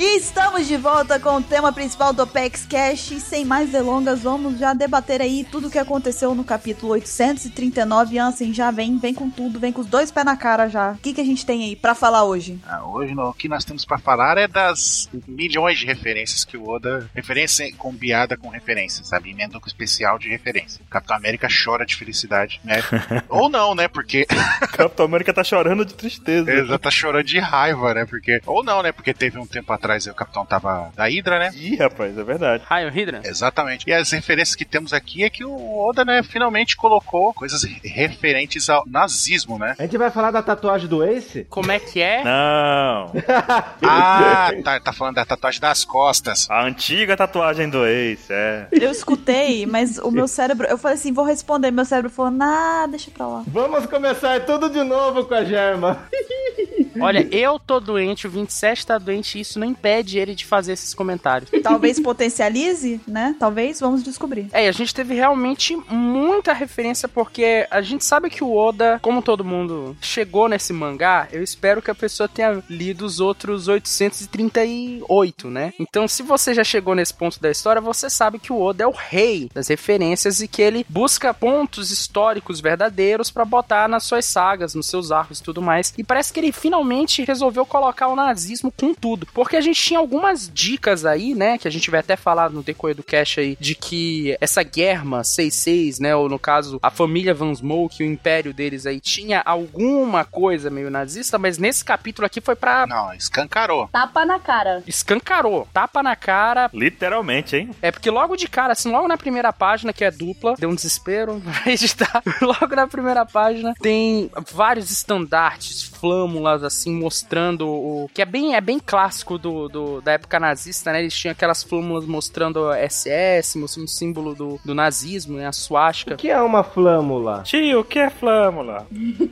Speaker 2: E estamos de volta com o tema principal do Apex Cash. E sem mais delongas, vamos já debater aí tudo o que aconteceu no capítulo 839. Ansem, já vem, vem com tudo, vem com os dois pés na cara já. O que, que a gente tem aí pra falar hoje?
Speaker 4: Ah, hoje não, o que nós temos pra falar é das milhões de referências que o Oda. Referência combinada com referência, sabe? Emenda um especial de referência. O Capitão América chora de felicidade, né? Ou não, né? Porque.
Speaker 3: Capitão América tá chorando de tristeza.
Speaker 4: Ela tá chorando de raiva, né? Porque. Ou não, né? Porque teve um tempo atrás aí o Capitão tava da Hydra, né?
Speaker 3: Ih, rapaz, é verdade.
Speaker 1: Raio Hydra?
Speaker 4: Exatamente. E as referências que temos aqui é que o Oda, né, finalmente colocou coisas re- referentes ao nazismo, né?
Speaker 9: A gente vai falar da tatuagem do Ace?
Speaker 1: Como é que é?
Speaker 3: Não.
Speaker 4: Ah, tá, tá falando da tatuagem das costas. Ah,
Speaker 3: A antiga tatuagem do ex, é.
Speaker 2: Eu escutei, mas o meu cérebro. Eu falei assim, vou responder. Meu cérebro falou, nah, deixa pra lá.
Speaker 9: Vamos começar tudo de novo com a Germa.
Speaker 1: Olha, eu tô doente, o 27 tá doente e isso não impede ele de fazer esses comentários.
Speaker 2: Talvez potencialize, né? Talvez, vamos descobrir.
Speaker 1: É, e a gente teve realmente muita referência, porque a gente sabe que o Oda, como todo mundo, chegou nesse mangá. Eu espero que a pessoa tenha lido os outros 838, né? Então, se você já chegou nesse ponto da história, você sabe que o Oda é o rei das referências e que ele busca pontos históricos verdadeiros pra botar tá nas suas sagas, nos seus arcos e tudo mais. E parece que ele finalmente resolveu colocar o nazismo com tudo. Porque a gente tinha algumas dicas aí, né? Que a gente vai até falar no decorrer do cast aí, de que essa guerra 66, né? Ou no caso, a família Van Smoke, o império deles aí, tinha alguma coisa meio nazista, mas nesse capítulo aqui foi pra.
Speaker 4: Não, escancarou.
Speaker 5: Tapa na cara.
Speaker 1: Escancarou, tapa na cara.
Speaker 3: Literalmente, hein?
Speaker 1: É porque logo de cara, assim, logo na primeira página, que é dupla, deu um desespero pra editar. logo na primeira página tem vários estandartes, flâmulas, assim, mostrando o. Que é bem, é bem clássico do, do- da época nazista, né? Eles tinham aquelas flâmulas mostrando a SS, mostrando o símbolo do, do nazismo, né? A
Speaker 9: O
Speaker 1: suástica.
Speaker 9: que é uma flâmula?
Speaker 3: Tio, o que é flâmula?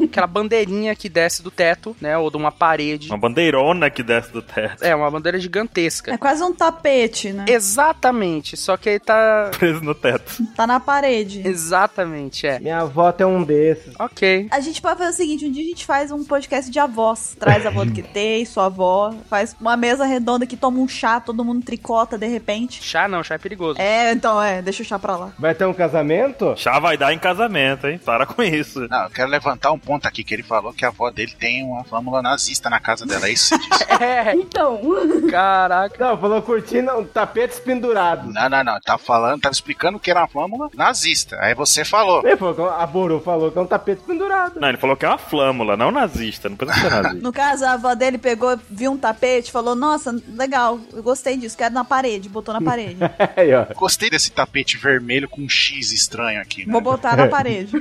Speaker 1: aquela bandeirinha que desce do teto, né? Ou de uma parede.
Speaker 3: Uma bandeirona que desce do teto.
Speaker 1: É, uma bandeira gigantesca.
Speaker 2: É quase um tapete, né?
Speaker 1: Exatamente, só que aí tá.
Speaker 3: Preso no teto.
Speaker 2: Tá na parede.
Speaker 1: Exatamente, é.
Speaker 9: Minha avó tem um desses.
Speaker 1: Ok.
Speaker 2: A gente pode fazer o seguinte: um dia a gente faz um podcast de avós. Traz a avó do que tem, sua avó. Faz uma mesa redonda que toma um chá, todo mundo tricota de repente.
Speaker 1: Chá não, chá é perigoso.
Speaker 2: É, então é, deixa o chá pra lá.
Speaker 9: Vai ter um casamento?
Speaker 3: Chá vai dar em casamento, hein? Para com isso.
Speaker 4: Não, eu quero levantar um ponto aqui que ele falou que a avó dele tem uma flâmula nazista na casa dela. É isso? que diz.
Speaker 1: É,
Speaker 5: Então,
Speaker 1: caraca.
Speaker 9: Não, falou é um cortina, tapetes pendurados.
Speaker 4: não, não, não. Tá falando, tá explicando que era uma flâmula nazista. Aí você falou.
Speaker 9: Ele falou que- a Boru falou que é um tapete pendurado.
Speaker 3: Não, ele falou que é uma flâmula, não nazista. Não precisa ser
Speaker 1: sabe?
Speaker 2: No caso, a avó dele pegou, viu um tapete, falou: Nossa, legal, eu gostei disso, quero na parede, botou na parede.
Speaker 9: Aí, ó.
Speaker 4: Gostei desse tapete vermelho com um X estranho aqui, né?
Speaker 2: Vou botar na parede.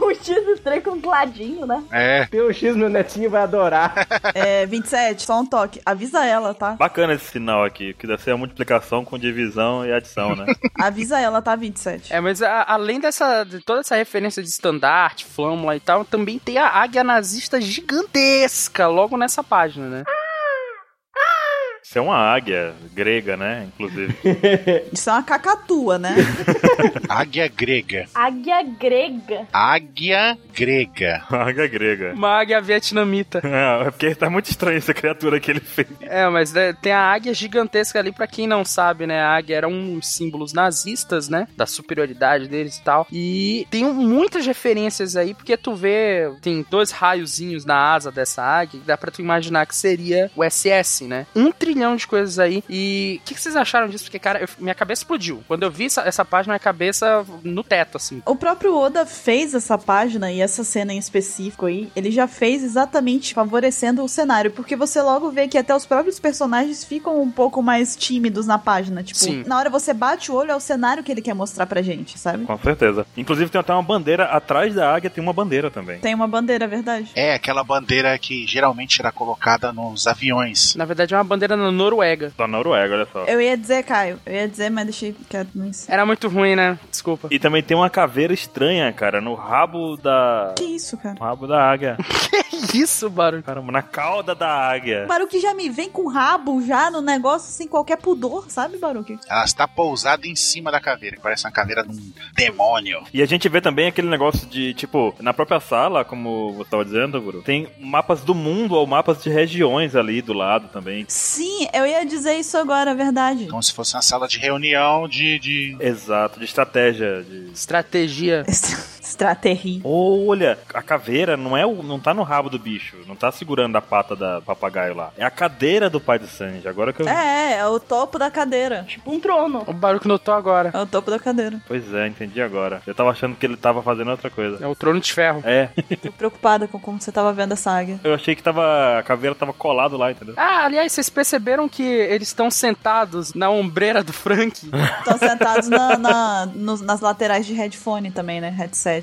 Speaker 5: O X estranho com um ladinho, né?
Speaker 4: É,
Speaker 9: Tem um X, meu netinho vai adorar.
Speaker 2: É, 27, só um toque. Avisa ela, tá?
Speaker 3: Bacana esse sinal aqui, que deve ser a multiplicação com divisão e adição, né?
Speaker 2: Avisa ela, tá, 27.
Speaker 1: É, mas a- além dessa, de toda essa referência de estandarte, flâmula e tal, também tem a águia nazista gigantesca logo nessa página, né?
Speaker 3: Isso é uma águia grega, né? Inclusive.
Speaker 2: Isso é uma cacatua, né?
Speaker 4: águia grega.
Speaker 5: Águia grega.
Speaker 4: Águia grega.
Speaker 3: Uma águia grega.
Speaker 1: Uma águia vietnamita.
Speaker 3: É, é porque tá muito estranho essa criatura que ele fez.
Speaker 1: É, mas né, tem a águia gigantesca ali, pra quem não sabe, né? A águia era um dos símbolos nazistas, né? Da superioridade deles e tal. E tem um- muitas referências aí, porque tu vê, tem dois raiozinhos na asa dessa águia, que dá pra tu imaginar que seria o SS, né? Um trilhão de coisas aí. E o que, que vocês acharam disso? Porque, cara, eu- minha cabeça explodiu. Quando eu vi essa, essa página, minha cabeça no teto, assim.
Speaker 2: O próprio Oda fez essa página e essa cena em específico aí, ele já fez exatamente favorecendo o cenário, porque você logo vê que até os próprios personagens ficam um pouco mais tímidos na página, tipo,
Speaker 1: Sim.
Speaker 2: na hora você bate o olho é o cenário que ele quer mostrar pra gente, sabe?
Speaker 3: Com certeza. Inclusive tem até uma bandeira atrás da águia, tem uma bandeira também.
Speaker 2: Tem uma bandeira, é verdade?
Speaker 4: É aquela bandeira que geralmente era colocada nos aviões.
Speaker 1: Na verdade, é uma bandeira na Noruega.
Speaker 3: Da Noruega, olha só.
Speaker 2: Eu ia dizer, Caio, eu ia dizer, mas deixei quieto nisso.
Speaker 1: Era muito ruim, né? Desculpa.
Speaker 3: E também tem uma caveira estranha, cara, no rabo da.
Speaker 2: Que isso, cara?
Speaker 3: No rabo da águia.
Speaker 1: Isso, barulho.
Speaker 3: Caramba, na cauda da águia.
Speaker 2: Baruque já me vem com rabo já no negócio sem qualquer pudor, sabe, Baruque?
Speaker 4: Ela está pousada em cima da caveira, que parece uma caveira de um demônio.
Speaker 3: E a gente vê também aquele negócio de, tipo, na própria sala, como você tava dizendo, Bruno, tem mapas do mundo ou mapas de regiões ali do lado também.
Speaker 2: Sim, eu ia dizer isso agora, é verdade.
Speaker 4: Como se fosse uma sala de reunião de. de...
Speaker 3: Exato, de estratégia. De...
Speaker 1: Estratégia.
Speaker 2: Estra- Estratégia.
Speaker 3: Oh, olha, a caveira não é o, não tá no rabo do bicho, não tá segurando a pata da papagaio lá. É a cadeira do pai do Sanji, agora que eu...
Speaker 2: É, é o topo da cadeira.
Speaker 5: Tipo um trono.
Speaker 1: O barulho que notou agora.
Speaker 2: É o topo da cadeira.
Speaker 3: Pois é, entendi agora. Eu tava achando que ele tava fazendo outra coisa.
Speaker 1: É o trono de ferro.
Speaker 3: É,
Speaker 2: Tô preocupada com como você tava vendo essa águia.
Speaker 3: eu achei que tava a caveira tava colado lá, entendeu?
Speaker 1: Ah, aliás, vocês perceberam que eles estão sentados na ombreira do Frank?
Speaker 2: Estão sentados na- na- nos- nas laterais de headphone também, né? Headset.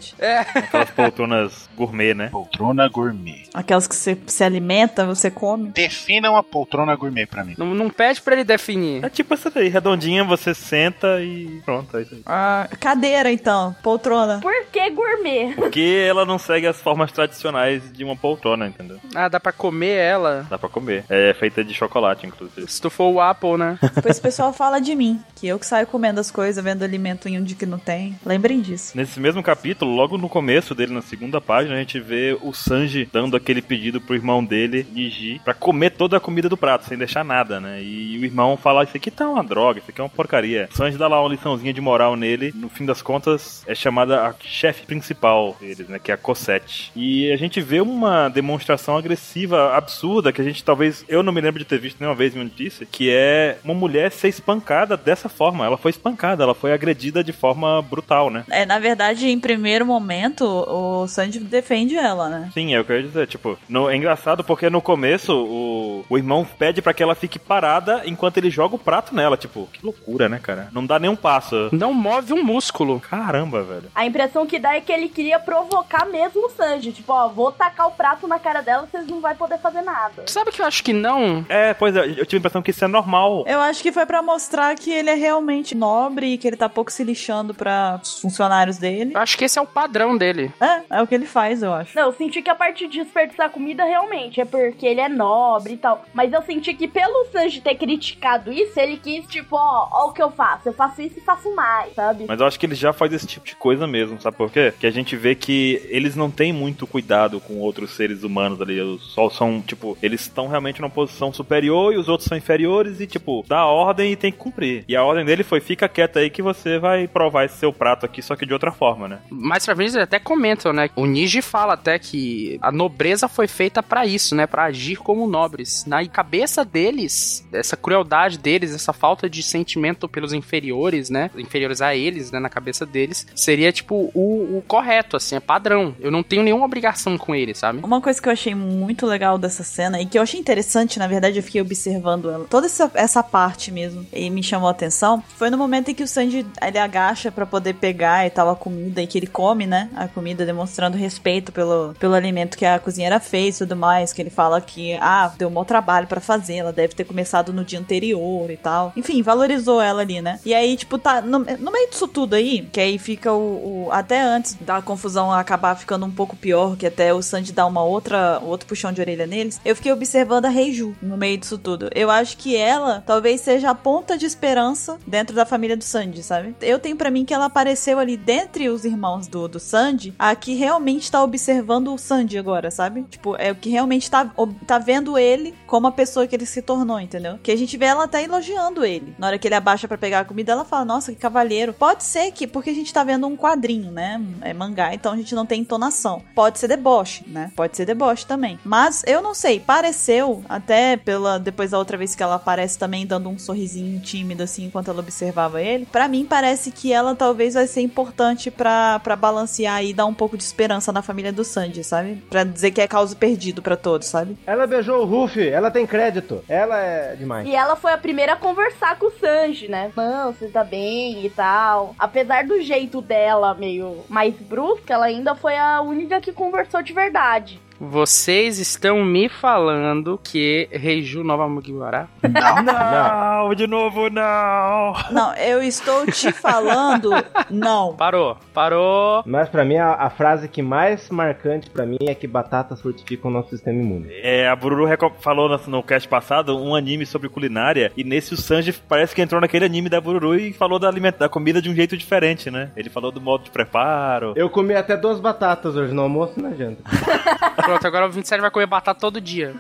Speaker 3: Aquelas poltronas gourmet, né?
Speaker 4: Poltrona gourmet.
Speaker 2: Aquelas que você se alimenta, você come.
Speaker 4: Definam a poltrona gourmet pra mim.
Speaker 1: não, não pede pra ele definir.
Speaker 3: É tipo essa daí, redondinha, você senta e pronto, é isso aí.
Speaker 2: Ah, cadeira, então. Poltrona.
Speaker 5: Por que gourmet?
Speaker 3: Porque ela não segue as formas tradicionais de uma poltrona, entendeu?
Speaker 1: Ah, dá pra comer ela.
Speaker 3: Dá pra comer. É feita de chocolate, inclusive.
Speaker 1: Se tu for o Apple, né?
Speaker 2: Depois o pessoal fala de mim, que eu que saio comendo as coisas, vendo alimento em onde que não tem. Lembrem disso.
Speaker 3: Nesse mesmo capítulo, logo no começo dele, na segunda página, a gente vê o Sanji dando aquele pedido pro irmão dele, Niji, pra comer toda a comida do prato, sem deixar nada, né? E o irmão fala: Isso aqui tá uma droga, isso aqui é uma porcaria. O Sanji dá lá uma liçãozinha de moral nele. No fim das contas, é chamada a chefe principal deles, né? Que é a Cosette. E a gente vê uma demonstração agressiva, absurda, que a gente talvez. Eu não me lembro de ter visto nenhuma vez em uma notícia, que é uma mulher ser espancada dessa forma. Ela foi espancada, ela foi agredida de forma brutal, né?
Speaker 2: É, na verdade, em primeiro momento, o Sandy defende ela, né?
Speaker 3: Sim, é o que eu ia dizer. Tipo, no- é engraçado porque no começo o, o irmão pede pra que ela fique parada enquanto ele joga o prato nela. Tipo, que loucura, né, cara? Não dá nem um passo.
Speaker 1: Não move um músculo.
Speaker 3: Caramba, velho.
Speaker 5: A impressão que dá é que ele queria provocar mesmo o Sanji. Tipo, ó, vou tacar o prato na cara dela, vocês não vão poder fazer nada.
Speaker 1: Tu sabe que eu acho que não?
Speaker 3: É, pois é, eu tive a impressão que isso é normal.
Speaker 2: Eu acho que foi pra mostrar que ele é realmente nobre e que ele tá pouco se lixando pra os funcionários dele.
Speaker 1: Eu acho que esse é o padrão dele.
Speaker 2: É, é o que ele faz, eu acho.
Speaker 5: Não, eu senti que a parte de desperdiçar comida realmente é porque ele é nobre e tal. Mas eu senti que pelo Sanji ter criticado isso, ele quis, tipo, ó, ó o que eu faço. Eu faço isso e faço mais, sabe?
Speaker 3: Mas eu acho que ele já faz esse tipo de coisa mesmo, sabe por quê? Que a gente vê que eles não têm muito cuidado com outros seres humanos ali. Eles Só são, tipo, eles estão realmente numa posição superior e os outros são inferiores e, tipo, dá a ordem e tem que cumprir. E a ordem dele foi: fica quieto aí que você vai provar esse seu prato aqui, só que de outra forma, né?
Speaker 1: Mais pra frente eles até comentam, né? O Niji fala até que a nobreza foi feita pra isso, né? Pra agir como nobres. Na cabeça deles, essa crueldade deles, essa falta de sentimento pelos inferiores, né? Inferiores a eles, né? Na cabeça deles, seria tipo o, o correto, assim, é padrão. Eu não tenho nenhuma obrigação com eles, sabe?
Speaker 2: Uma coisa que eu achei muito legal dessa cena e que eu achei interessante, na verdade, eu fiquei observando ela. Toda essa, essa parte mesmo e me chamou a atenção. Foi no momento em que o Sanji ele agacha pra poder pegar e tal a comida e que ele come, né? A comida demonstrando respeito pelo, pelo alimento que a cozinheira fez e tudo mais. Que ele fala que, ah, deu um mau trabalho pra fazer, ela deve ter começado no dia anterior e tal. Enfim, valorizou ela ali, né? E aí, tipo, tá no, no meio disso tudo aí, que aí fica o, o- Até antes da confusão acabar ficando um pouco pior, que até o Sandy dá uma outra, um outro puxão de orelha neles, eu fiquei observando a Reiju no meio disso tudo. Eu acho que ela talvez seja a ponta de esperança dentro da família do Sandy, sabe? Eu tenho pra mim que ela apareceu ali dentre os irmãos do, do Sandy, a que realmente tá observando o Sandy agora, sabe? Tipo, é o que realmente tá, ob- tá vendo ele como a pessoa que ele se tornou, entendeu? Que a gente vê ela até elogiando ele. Na hora que ele abaixa pra pegar a comida, ela fala: Nossa, que cavalheiro. Pode ser que, porque a gente tá vendo um quadrinho, né? É mangá, então a gente não tem entonação. Pode ser deboche, né? Pode ser deboche também. Mas eu não sei, pareceu, até pela. Depois da outra vez que ela aparece também, dando um sorrisinho tímido, assim, enquanto ela observava ele. Pra mim, parece que ela talvez vai ser importante pra, pra balancear e dar um pouco de esperança na família do Sandy, sabe? Pra dizer que é causa perdido pra todos, sabe?
Speaker 9: Ela beijou o Ruffy, ela tem crédito. Ela é demais.
Speaker 5: E ela foi a primeira a conversar com o Sanji, né? Não, você tá bem e tal. Apesar do jeito dela meio mais brusca, ela ainda foi a única que conversou de verdade.
Speaker 1: Vocês estão me falando que Reiju Nova Mugiwara
Speaker 3: Não, de novo, não!
Speaker 2: Não, eu estou te falando, não.
Speaker 1: parou, parou.
Speaker 9: Mas pra mim, a, a frase que mais marcante pra mim é que batatas fortificam o nosso sistema imune.
Speaker 3: É, a Bururu reco- falou no, no cast passado um anime sobre culinária, e nesse o Sanji parece que entrou naquele anime da Bururu e falou da, aliment- da comida de um jeito diferente, né? Ele falou do modo de preparo.
Speaker 9: Eu comi até duas batatas hoje no almoço né, e na janta.
Speaker 1: Pronto, agora o 27 vai comer batata todo dia.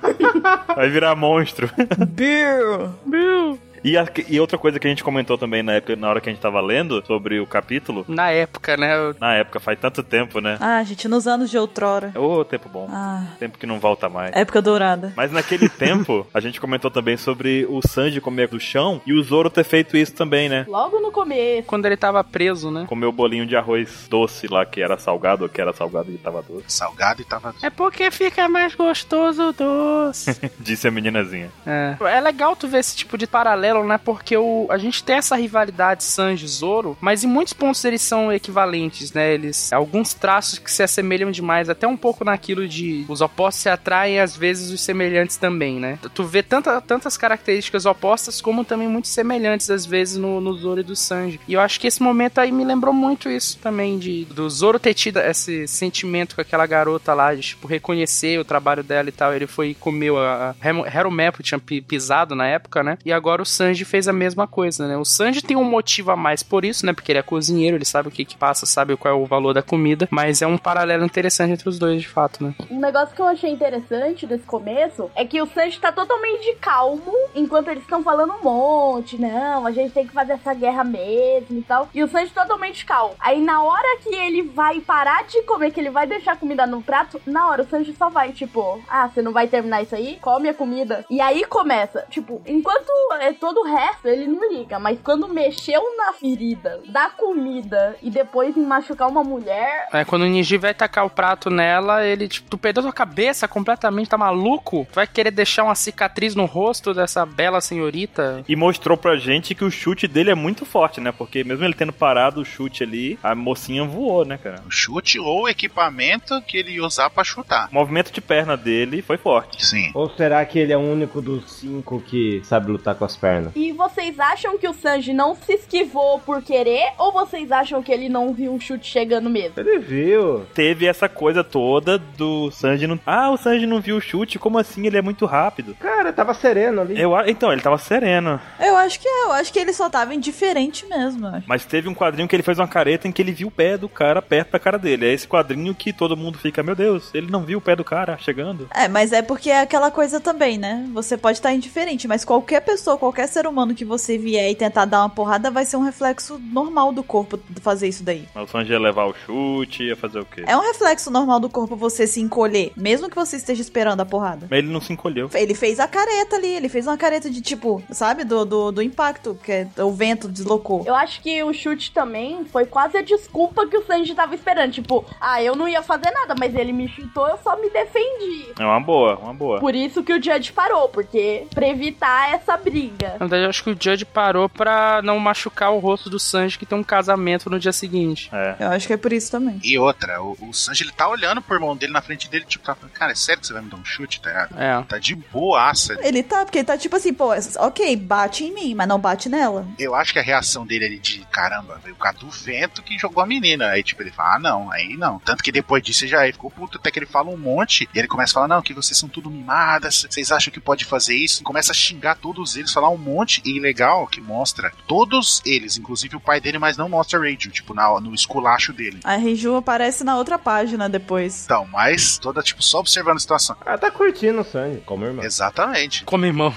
Speaker 3: Vai virar monstro.
Speaker 2: Bill.
Speaker 3: E, a- e outra coisa que a gente comentou também na, época, na hora que a gente tava lendo sobre o capítulo,
Speaker 1: Na época, né? eu-
Speaker 3: na época, faz tanto tempo, né?
Speaker 2: Ah, gente, nos anos de outrora.
Speaker 3: Ô, tempo bom.
Speaker 2: Ah,
Speaker 3: Tempo que não volta mais.
Speaker 2: época dourada.
Speaker 3: Mas naquele tempo, a gente comentou também sobre o Sanji comer do chão e o Zoro ter feito isso também, né?
Speaker 5: Logo no começo.
Speaker 1: Quando ele tava preso, né?
Speaker 3: Comeu o bolinho de arroz doce lá, que era salgado, ou que era salgado e tava doce.
Speaker 4: Salgado e tava.
Speaker 1: É porque fica mais gostoso o doce.
Speaker 3: Disse a meninazinha.
Speaker 1: É. É legal tu ver esse tipo de paralelo, né? Porque o, a gente tem essa rivalidade Sanji-Zoro, mas em muitos pontos eles são equivalentes, né? Eles. Alguns traços que se assemelham demais, até um pouco naquilo de os opostos se atraem, às vezes os semelhantes também, né? Tu vê tanta, tantas características opostas, como também muito semelhantes, às vezes, no, no Zoro e do Sanji. E eu acho que esse momento aí me lembrou muito isso também, de do Zoro ter tido esse sentimento com aquela garota lá, de tipo, reconhecer o trabalho dela e tal. Ele foi e comeu a. a Hero- Hero Map tinha pi- pisado na época, né? E agora o Sanji fez a mesma coisa, né? O Sanji tem um motivo a mais por isso, né? Porque ele é cozinheiro, ele sabe o que que passa, sabe qual é o valor da comida. Mas é um paralelo interessante entre os dois, de fato, né?
Speaker 5: Um negócio que eu achei interessante desse começo é que o Sanji tá totalmente calmo enquanto eles estão falando um monte, não, a gente tem que fazer essa guerra mesmo e tal. E o Sanji totalmente calmo. Aí na hora que ele vai parar de comer, que ele vai deixar a comida no prato, na hora o Sanji só vai, tipo, ah, você não vai terminar isso aí? Come a comida. E aí começa, tipo, enquanto é todo o resto, ele não liga, mas quando mexeu na ferida da comida e depois em machucar uma mulher,
Speaker 1: É, quando o Niji vai tacar o prato nela, ele, tipo, tu perdeu tua cabeça completamente, tá maluco? Tu vai querer deixar uma cicatriz no rosto dessa bela senhorita?
Speaker 3: E mostrou pra gente que o chute dele é muito forte, né? Porque mesmo ele tendo parado o chute ali, a mocinha voou, né, cara?
Speaker 4: O chute ou o equipamento que ele ia usar pra chutar.
Speaker 3: O movimento de perna dele foi forte.
Speaker 4: Sim.
Speaker 9: Ou será que ele é o único dos cinco que sabe lutar com as pernas?
Speaker 5: E vocês acham que o Sanji não se esquivou por querer? Ou vocês acham que ele não viu o chute chegando mesmo?
Speaker 9: Ele viu.
Speaker 3: Teve essa coisa toda do Sanji não. Ah, o Sanji não viu o chute? Como assim? Ele é muito rápido.
Speaker 9: Cara, tava sereno ali.
Speaker 3: Eu, a- então, ele tava sereno.
Speaker 2: Eu acho que é, eu acho que ele só tava indiferente mesmo. eu acho.
Speaker 3: Mas teve um quadrinho que ele fez uma careta em que ele viu o pé do cara perto da cara dele. É esse quadrinho que todo mundo fica, meu Deus, ele não viu o pé do cara chegando.
Speaker 2: É, mas é porque é aquela coisa também, né? Você pode estar indiferente, mas tá qualquer pessoa, qualquer qualquer ser humano que você vier e tentar dar uma porrada, vai ser um reflexo normal do corpo fazer isso daí.
Speaker 3: Mas o Sanji ia levar o chute, ia fazer o quê?
Speaker 2: É um reflexo normal do corpo você se encolher, mesmo que você esteja esperando a porrada.
Speaker 3: Mas ele não se encolheu.
Speaker 2: Ele fez a careta ali, ele fez uma careta de tipo, sabe, do, do, do impacto, que é- o vento deslocou.
Speaker 5: Eu acho que o chute também foi quase a desculpa que o Sanji tava esperando. Tipo, ah, eu não ia fazer nada, mas ele me chutou, eu só me defendi.
Speaker 3: É uma boa, uma boa.
Speaker 5: Por isso que o Judge parou, porque pra evitar essa briga.
Speaker 1: Na verdade, eu acho que o Judge parou pra não machucar o rosto do Sanji que tem um casamento no dia seguinte.
Speaker 3: É.
Speaker 2: Eu acho que é por isso também.
Speaker 4: E outra, o, o Sanji ele tá olhando pro irmão dele na frente dele, tipo, tá falando, cara, é sério que você vai me dar um chute, tá ligado?
Speaker 1: É.
Speaker 4: Tá de boaça.
Speaker 2: Ele tá, porque ele tá tipo assim, pô, ok, bate em mim, mas não bate nela.
Speaker 4: Eu acho que a reação dele ali de caramba, veio por causa do vento que jogou a menina. Aí, tipo, ele fala, ah, não, aí não. Tanto que depois disso ele já ele ficou puto, até que ele fala um monte. E ele começa a falar, não, que vocês são tudo mimadas, vocês acham que pode fazer isso. Começa a xingar todos eles, falar um monte. E legal que mostra todos eles, inclusive o pai dele, mas não mostra Radio, tipo, na, no esculacho dele.
Speaker 2: A Reiju aparece na outra página depois.
Speaker 4: Então, mas toda, tipo, só observando a situação.
Speaker 9: Ah, tá curtindo o Sanji, como irmão.
Speaker 4: Exatamente.
Speaker 1: Como irmão.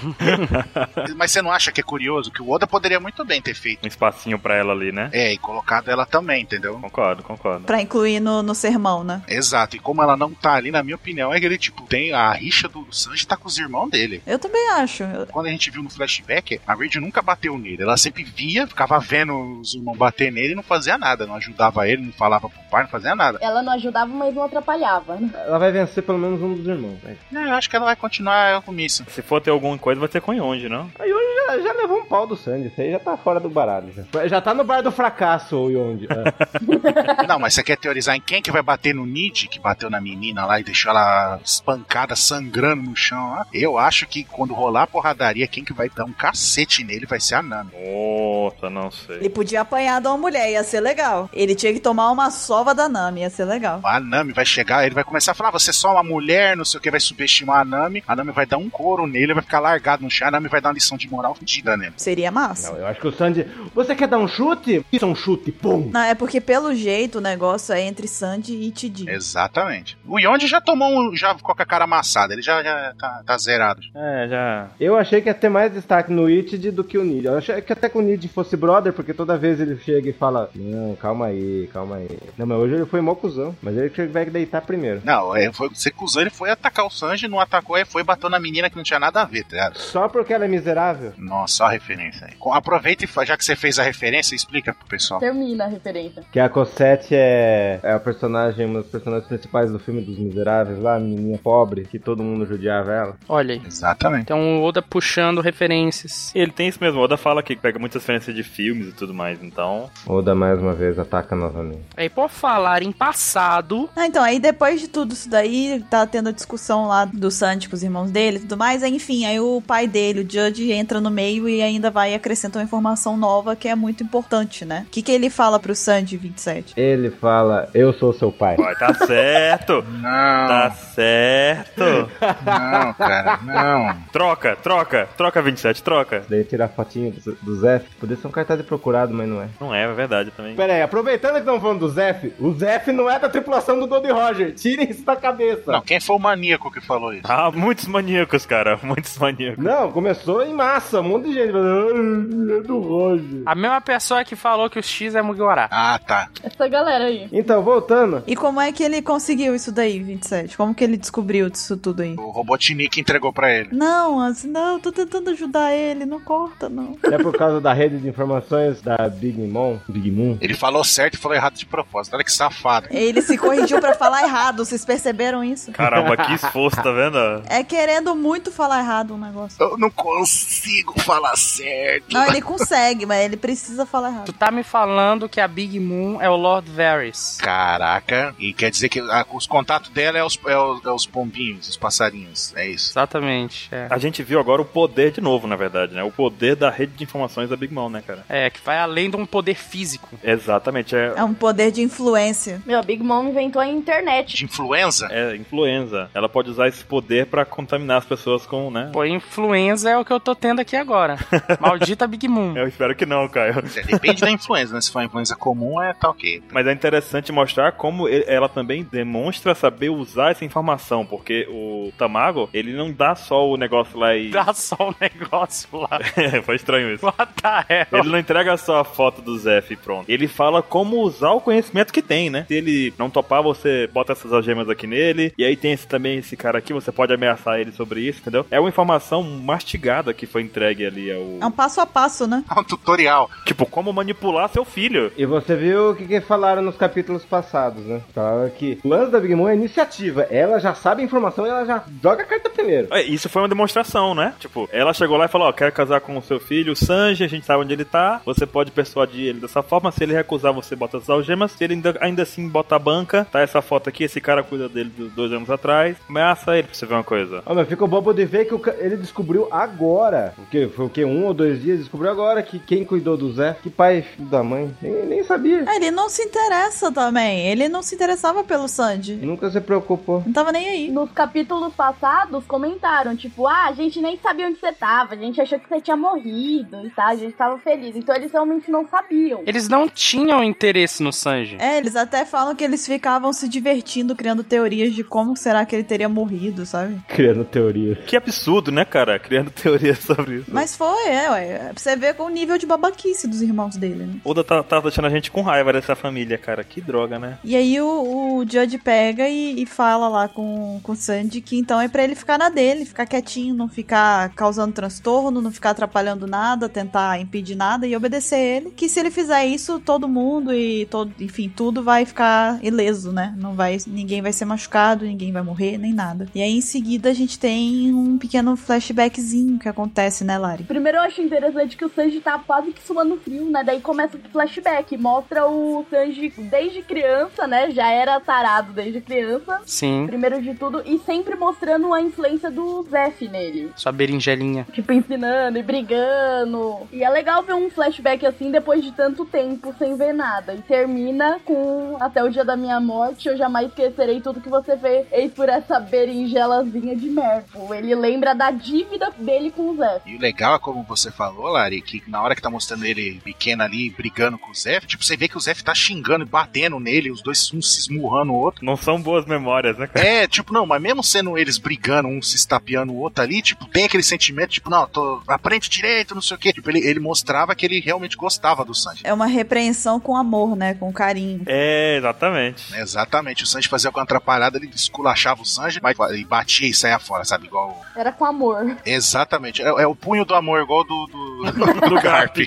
Speaker 4: Mas você não acha que é curioso que o Oda poderia muito bem ter feito?
Speaker 3: Um espacinho pra ela ali, né?
Speaker 4: É, e colocado ela também, entendeu?
Speaker 3: Concordo, concordo.
Speaker 2: Pra incluir no, no sermão, né?
Speaker 4: Exato, e como ela não tá ali, na minha opinião, é que ele, tipo, tem a rixa do Sanji tá com os irmãos dele.
Speaker 2: Eu também acho. Eu-
Speaker 4: Quando a gente viu no flashback, a Raid nunca bateu nele. Ela sempre via, ficava vendo os irmãos bater nele e não fazia nada. Não ajudava ele, não falava pro pai, não fazia nada.
Speaker 5: Ela não ajudava, mas não atrapalhava. né?
Speaker 9: Ela vai vencer pelo menos um dos irmãos. né?
Speaker 4: Não, eu acho que ela vai continuar com isso.
Speaker 3: Se for ter alguma coisa, vai ser com o Yonji, não?
Speaker 9: Aí hoje já, já levou um pau do Sanji, isso aí já tá fora do baralho. Já, já tá no bar do fracasso, o Yonji. É.
Speaker 4: Não, mas você quer teorizar em quem que vai bater no Nid, que bateu na menina lá e deixou ela espancada, sangrando no chão lá? Eu acho que quando rolar a porradaria, quem que vai dar um cacete nele vai ser a Nami.
Speaker 3: Nossa, não sei.
Speaker 2: Ele podia apanhar de uma mulher, ia ser legal. Ele tinha que tomar uma sova da Nami, ia ser legal.
Speaker 4: A Nami um vai chegar, ele vai começar a falar, "Ah, você é só uma mulher, não sei o que, vai subestimar a Nami. A Nami vai dar um couro nele, vai ficar largado no chão, a Nami vai dar uma lição de moral fodida nele.
Speaker 2: Seria massa.
Speaker 9: Não, eu acho que o Sanji. Você quer dar um chute? Isso é um chute, pum!
Speaker 2: Não, é porque pelo jeito o negócio é entre Sandy e Tidin.
Speaker 4: Exatamente. O Yonji já tomou um, já ficou com a cara amassada, ele já, já tá, tá zerado.
Speaker 3: É, já.
Speaker 9: Eu achei que ia ter mais destaque no Itid do que o Nid. Eu achei que até que o Nid fosse brother, porque toda vez ele chega e fala: Não, calma aí, calma aí. Não, mas hoje ele foi mó cuzão. Mas ele que vai deitar primeiro.
Speaker 4: Não, é, foi, você cuzão, ele foi atacar o Sanji, não atacou, aí foi e bateu na menina que não tinha nada a ver, tá ligado?
Speaker 9: Só porque ela é miserável?
Speaker 4: Nossa, só a referência aí. Com- Aproveita e fa- já que você fez a referência, explica pro pessoal.
Speaker 5: Termina a referência.
Speaker 9: Que a Cosette é, é a personagem, uma das personagens principais do filme dos Miseráveis lá, a menininha pobre, que todo mundo judiava ela.
Speaker 1: Olha aí.
Speaker 4: Exatamente.
Speaker 1: Então o Oda puxando referências.
Speaker 3: Ele tem isso mesmo, o Oda fala que pega muitas referências de filmes e tudo mais, então.
Speaker 9: Oda mais uma vez ataca novamente.
Speaker 1: Aí, por falar em passado,
Speaker 2: Ah, então, aí depois de tudo isso daí, tá tendo a discussão lá do Sandy com os irmãos dele e tudo mais. Aí, enfim, aí o pai dele, o Judge, entra no meio e ainda vai e acrescenta uma informação nova que é muito importante, né? O que, que ele fala pro Sandy 27?
Speaker 9: Ele fala: Eu sou seu pai.
Speaker 3: Vai, tá certo!
Speaker 4: Não,
Speaker 3: Tá certo!
Speaker 4: não, cara, não.
Speaker 3: Troca, troca, troca 27, troca.
Speaker 9: Daí tirar a fotinho do, do Zef. Poderia ser um cartaz de procurado, mas não é.
Speaker 3: Não é, é verdade também.
Speaker 9: Pera aí, aproveitando que estão falando do Zef, o Zef não é da tripulação do Gold Roger. Tirem isso da cabeça.
Speaker 4: Não, quem foi o maníaco que falou isso?
Speaker 3: Ah, muitos maníacos, cara, muitos maníacos.
Speaker 9: Não, começou em massa, um monte de gente falando, "Ah, é do Roger.
Speaker 1: a mesma pessoa que falou que o X é Mugiwara.
Speaker 4: Ah, tá.
Speaker 5: Essa galera aí.
Speaker 9: Então, voltando,
Speaker 2: E como é que ele conseguiu isso daí, 27? Como que ele descobriu disso tudo aí?
Speaker 4: O Robotnik entregou pra ele.
Speaker 2: Não, assim, não, tô tentando ajudar ele, não corta, não.
Speaker 9: é por causa da rede de informações da Big Mom. Big Moon.
Speaker 4: Ele falou certo e falou errado de propósito. Olha que safado.
Speaker 2: Ele se corrigiu pra falar errado, vocês perceberam isso?
Speaker 3: Caramba, que esforço, tá vendo?
Speaker 2: É querendo muito falar errado um negócio.
Speaker 4: Eu não consigo falar certo.
Speaker 2: Não, ele consegue, mas ele precisa falar
Speaker 1: Tu
Speaker 2: errado.
Speaker 1: tá me falando que a Big Moon é o Lord Varys.
Speaker 4: Caraca. E quer dizer que a- os contatos dela é os, é, os, é os pombinhos, os passarinhos. É isso.
Speaker 1: Exatamente, é.
Speaker 3: A gente viu agora o poder de novo, na verdade, né? O poder da rede de informações da Big Mom, né, cara?
Speaker 1: É, que vai além de um poder físico.
Speaker 3: Exatamente, é,
Speaker 2: É um poder de influência.
Speaker 5: Meu, a Big Mom inventou a internet.
Speaker 4: De influenza?
Speaker 3: é influenza. Ela pode usar esse poder pra contaminar as pessoas com, né?
Speaker 1: Pô, influenza é o que eu tô tendo aqui agora. Maldita Big Moon.
Speaker 3: Eu espero que não, Caio.
Speaker 4: É, Depende da influenza, né? Se for uma influenza comum, é tá ok.
Speaker 3: Mas é interessante mostrar como e- ela também demonstra saber usar essa informação, porque o Tamago, ele não dá só o negócio lá e...
Speaker 1: Dá só um negócio lá.
Speaker 3: É, Foi estranho isso.
Speaker 1: What the hell?
Speaker 3: Ele não entrega só a foto do Zef e pronto. Ele fala como usar o conhecimento que tem, né? Se ele não topar, você bota essas algemas aqui nele. E aí tem esse, também esse cara aqui, você pode ameaçar ele sobre isso, entendeu? É uma informação mastigada que foi entregue ali ao.
Speaker 2: É um passo a passo, né?
Speaker 4: É um tutorial.
Speaker 3: Tipo, como manipular seu filho.
Speaker 9: E você viu o que, que falaram nos capítulos passados, né? Falaram que o lance da Big Mom é iniciativa. Ela já sabe a informação e ela já joga a carta primeiro.
Speaker 3: É, Isso foi uma demonstração, né? Tipo, ela chegou lá e falou: Ó, quero casar com o seu filho, o Sanji, a gente sabe onde ele tá. Você pode persuadir ele dessa forma. Se ele recusar, você bota as algemas. Se ele ainda, ainda assim bota a banca, tá essa foto aqui. Esse cara cuida dele dos dois anos atrás. Ameaça ele pra você ver uma coisa.
Speaker 9: Ó, mas ficou bobo de ver que o ca- ele descobriu agora. O que? Foi o que? Um ou dois dias? Descobriu agora que quem cuidou do Zé? Que pai filho da mãe? Nem, nem sabia.
Speaker 2: Ah, Ele não se interessa também. Ele não se interessava pelo Sandy.
Speaker 9: Nunca se preocupou.
Speaker 2: Não tava nem aí.
Speaker 5: Nos capítulos passados, comentaram, tipo, ah, a gente nem sabia onde você tava, a gente achou que você tinha morrido e tal, a gente tava feliz. Então eles realmente não sabiam.
Speaker 1: Eles não tinham interesse no Sanji.
Speaker 2: É, eles até falam que eles ficavam se divertindo, criando teorias de como será que ele teria morrido, sabe?
Speaker 9: Criando teoria.
Speaker 3: Que absurdo, né, cara? Criando teorias sobre isso.
Speaker 2: Mas foi, é, ué. É Pra você ver com o nível de babaquice dos irmãos dele, né?
Speaker 3: Oda tá, tá deixando a gente com raiva dessa família, cara. Que droga, né?
Speaker 2: E aí o, o Judge pega e, e fala lá com, com o Sandy que então é pra ele ficar na dele, ficar quietinho, não ficar causando transtorno, não ficar atrapalhando nada, tentar impedir nada e obedecer ele. Que se ele fizer isso, todo mundo e todo, enfim, tudo vai ficar ileso, né? Não vai, ninguém vai ser machucado, ninguém vai morrer, nem nada. E aí em seguida a gente tem um pequeno flashbackzinho que acontece, né, Lari?
Speaker 5: Primeiro eu acho interessante que o Sanji tá quase que suando frio, né? Daí começa o flashback, mostra o Sanji desde criança, né? Já era tarado desde criança.
Speaker 1: Sim,
Speaker 5: Primeiro de tudo, e sempre mostrando a influência do Zef nele.
Speaker 1: sua berinjelinha.
Speaker 5: Tipo, ensinando e brigando. E é legal ver um flashback assim depois de tanto tempo sem ver nada. E termina com Até o dia da minha morte, eu jamais esquecerei tudo que você fez por essa berinjelazinha de merda. Ele lembra da dívida dele com o Zef.
Speaker 4: E o legal é como você falou, Lari, que na hora que tá mostrando ele pequeno ali, brigando com o Zef, tipo, você vê que o Zef tá xingando e batendo nele, os dois um se esmurrando o outro.
Speaker 3: Não são boas memórias, né, cara?
Speaker 4: É, tipo, não, mas mesmo sendo eles brigando, um se estapeando o outro ali, tipo, tem aquele sentimento, tipo, não, tô aprende direito, não sei o quê. Tipo, ele, ele mostrava que ele realmente gostava do Sanji.
Speaker 2: É uma repreensão com amor, né? Com carinho.
Speaker 3: É, exatamente.
Speaker 4: Exatamente, o Sanji fazia alguma atrapalhada, ele esculachava o Sanji, mas e batia e saia fora, sabe? Igual.
Speaker 5: Era com amor.
Speaker 4: Exatamente, é, é o punho do amor, igual do. do... do Garp.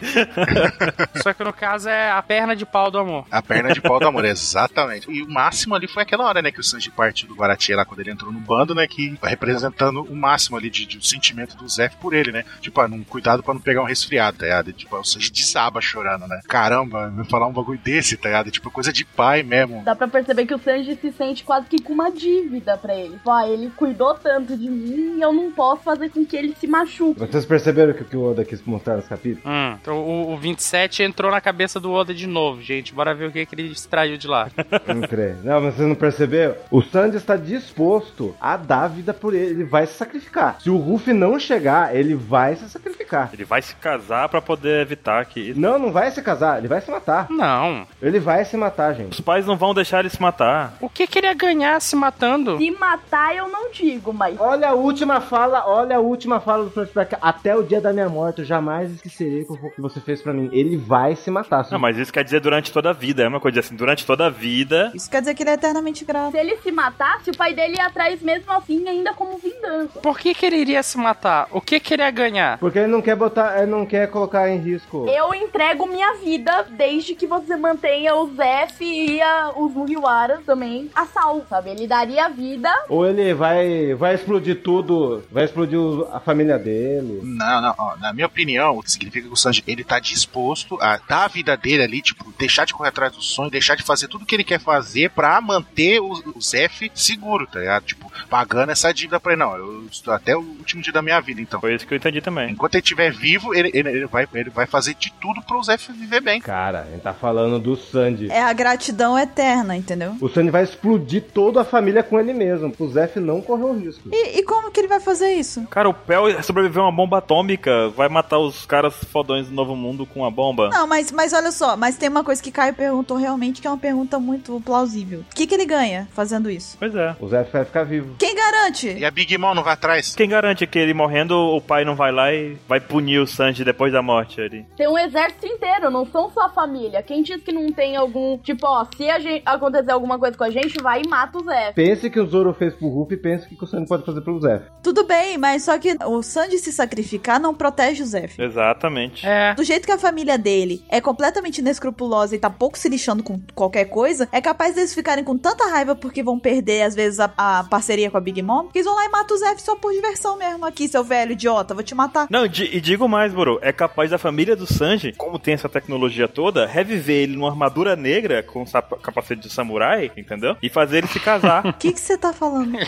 Speaker 1: Só que no caso é a perna de pau do amor.
Speaker 4: A perna de pau do amor, exatamente. E o máximo ali foi aquela hora, né, que o Sanji partiu do Guaraty lá quando ele entrou no bando, né, que vai representando o máximo ali de, de um sentimento do Zef por ele, né? Tipo, ah, não, cuidado pra não pegar um resfriado, tá ligado? E, Tipo, o Sanji desaba chorando, né? Caramba, me falar um bagulho desse, tá ligado? Tipo, coisa de pai mesmo.
Speaker 5: Dá pra perceber que o Sanji se sente quase que com uma dívida pra ele. Pô, ele cuidou tanto de mim e eu não posso fazer com que ele se machuque.
Speaker 9: Vocês perceberam o que, que o Oda quis mostrar nos capítulos?
Speaker 1: Hum, então o, o 27 entrou na cabeça do Oda de novo, gente. Bora ver o que, que ele extraiu de lá.
Speaker 9: Entre. Não, mas vocês não perceberam? O Sandy está disposto a dar a vida por ele. Ele vai se sacrificar. Se o Ruffy não chegar, ele vai se sacrificar.
Speaker 3: Ele vai se casar pra poder evitar que.
Speaker 9: Não, não vai se casar. Ele vai se matar.
Speaker 1: Não.
Speaker 9: Ele vai se matar, gente.
Speaker 3: Os pais não vão deixar ele se matar.
Speaker 1: O que, que ele ia ganhar se matando?
Speaker 5: Se matar, eu não digo, mas
Speaker 9: Olha a última fala, olha a última fala do flashback. Até o dia da minha morte, eu jamais esquecerei o que você fez pra mim. Ele vai se matar.
Speaker 3: Não, mas isso quer dizer durante toda a vida. É uma coisa assim, durante toda a vida.
Speaker 2: Isso quer dizer que ele é eternamente grato.
Speaker 5: se ele se matasse, o pai dele ia atrás mesmo assim, ainda como vingança.
Speaker 1: Por que, que ele iria se matar? O que, que ele ia ganhar?
Speaker 9: Porque ele não quer botar, ele não quer colocar em risco.
Speaker 5: Eu entrego minha vida desde que você mantenha o Zef e a- os Mugiwara também a salvo, sabe? Ele daria a vida.
Speaker 9: Ou ele vai, vai explodir tudo, vai explodir o- a família dele.
Speaker 4: Não, não, ó, na minha opinião, união, significa que o Sanji ele tá disposto a dar a vida dele ali, tipo, deixar de correr atrás do sonho, deixar de fazer tudo que ele quer fazer pra manter o, o Zef seguro, tá ligado? Tipo, pagando essa dívida pra ele. Não, eu estou até o último dia da minha vida, então.
Speaker 3: Foi isso que eu entendi também.
Speaker 4: Enquanto ele estiver vivo, ele, ele, ele vai, ele vai fazer de tudo pro Zef viver bem.
Speaker 9: Cara, a gente tá falando do Sandy.
Speaker 2: É a gratidão eterna, entendeu?
Speaker 9: O Sandy vai explodir toda a família com ele mesmo. O Zef não correu risco.
Speaker 2: E, e como que ele vai fazer isso?
Speaker 3: Cara, o Pel sobreviveu a uma bomba atômica, vai matar os caras fodões do Novo Mundo com a bomba.
Speaker 2: Não, mas, mas olha só, mas tem uma coisa que Caio perguntou realmente que é uma pergunta muito plausível. O que, que ele ganha fazendo isso?
Speaker 3: Pois é.
Speaker 9: O Zef vai ficar vivo.
Speaker 2: Quem garante?
Speaker 4: E a Big Mom não vai atrás?
Speaker 3: Quem garante que ele morrendo, o pai não vai lá e vai punir o Sanji depois da morte ali?
Speaker 5: Tem um exército inteiro, não são só a família. Quem diz que não tem algum. Tipo, ó, se a gente- acontecer alguma coisa com a gente, vai e mata o Zé.
Speaker 9: Pense que o Zoro fez pro Ruff e pense que o Sandy pode fazer pro Zef.
Speaker 2: Tudo bem, mas só que o Sandy se sacrificar não protege o Zef.
Speaker 3: Exatamente.
Speaker 1: É.
Speaker 2: Do jeito que a família dele é completamente inescrupulosa e tá pouco se lixando com qualquer coisa, é capaz deles ficarem com tanta raiva porque vão perder, às vezes, a, a parceria com a Big Mom, que eles vão lá e matam o Zef só por diversão mesmo aqui, seu velho idiota, vou te matar.
Speaker 3: Não, di- e digo mais, Buru, é capaz da família do Sanji, como tem essa tecnologia toda, reviver ele numa armadura negra com sap- capacete de samurai, entendeu? E fazer ele se casar.
Speaker 2: O que que você tá falando?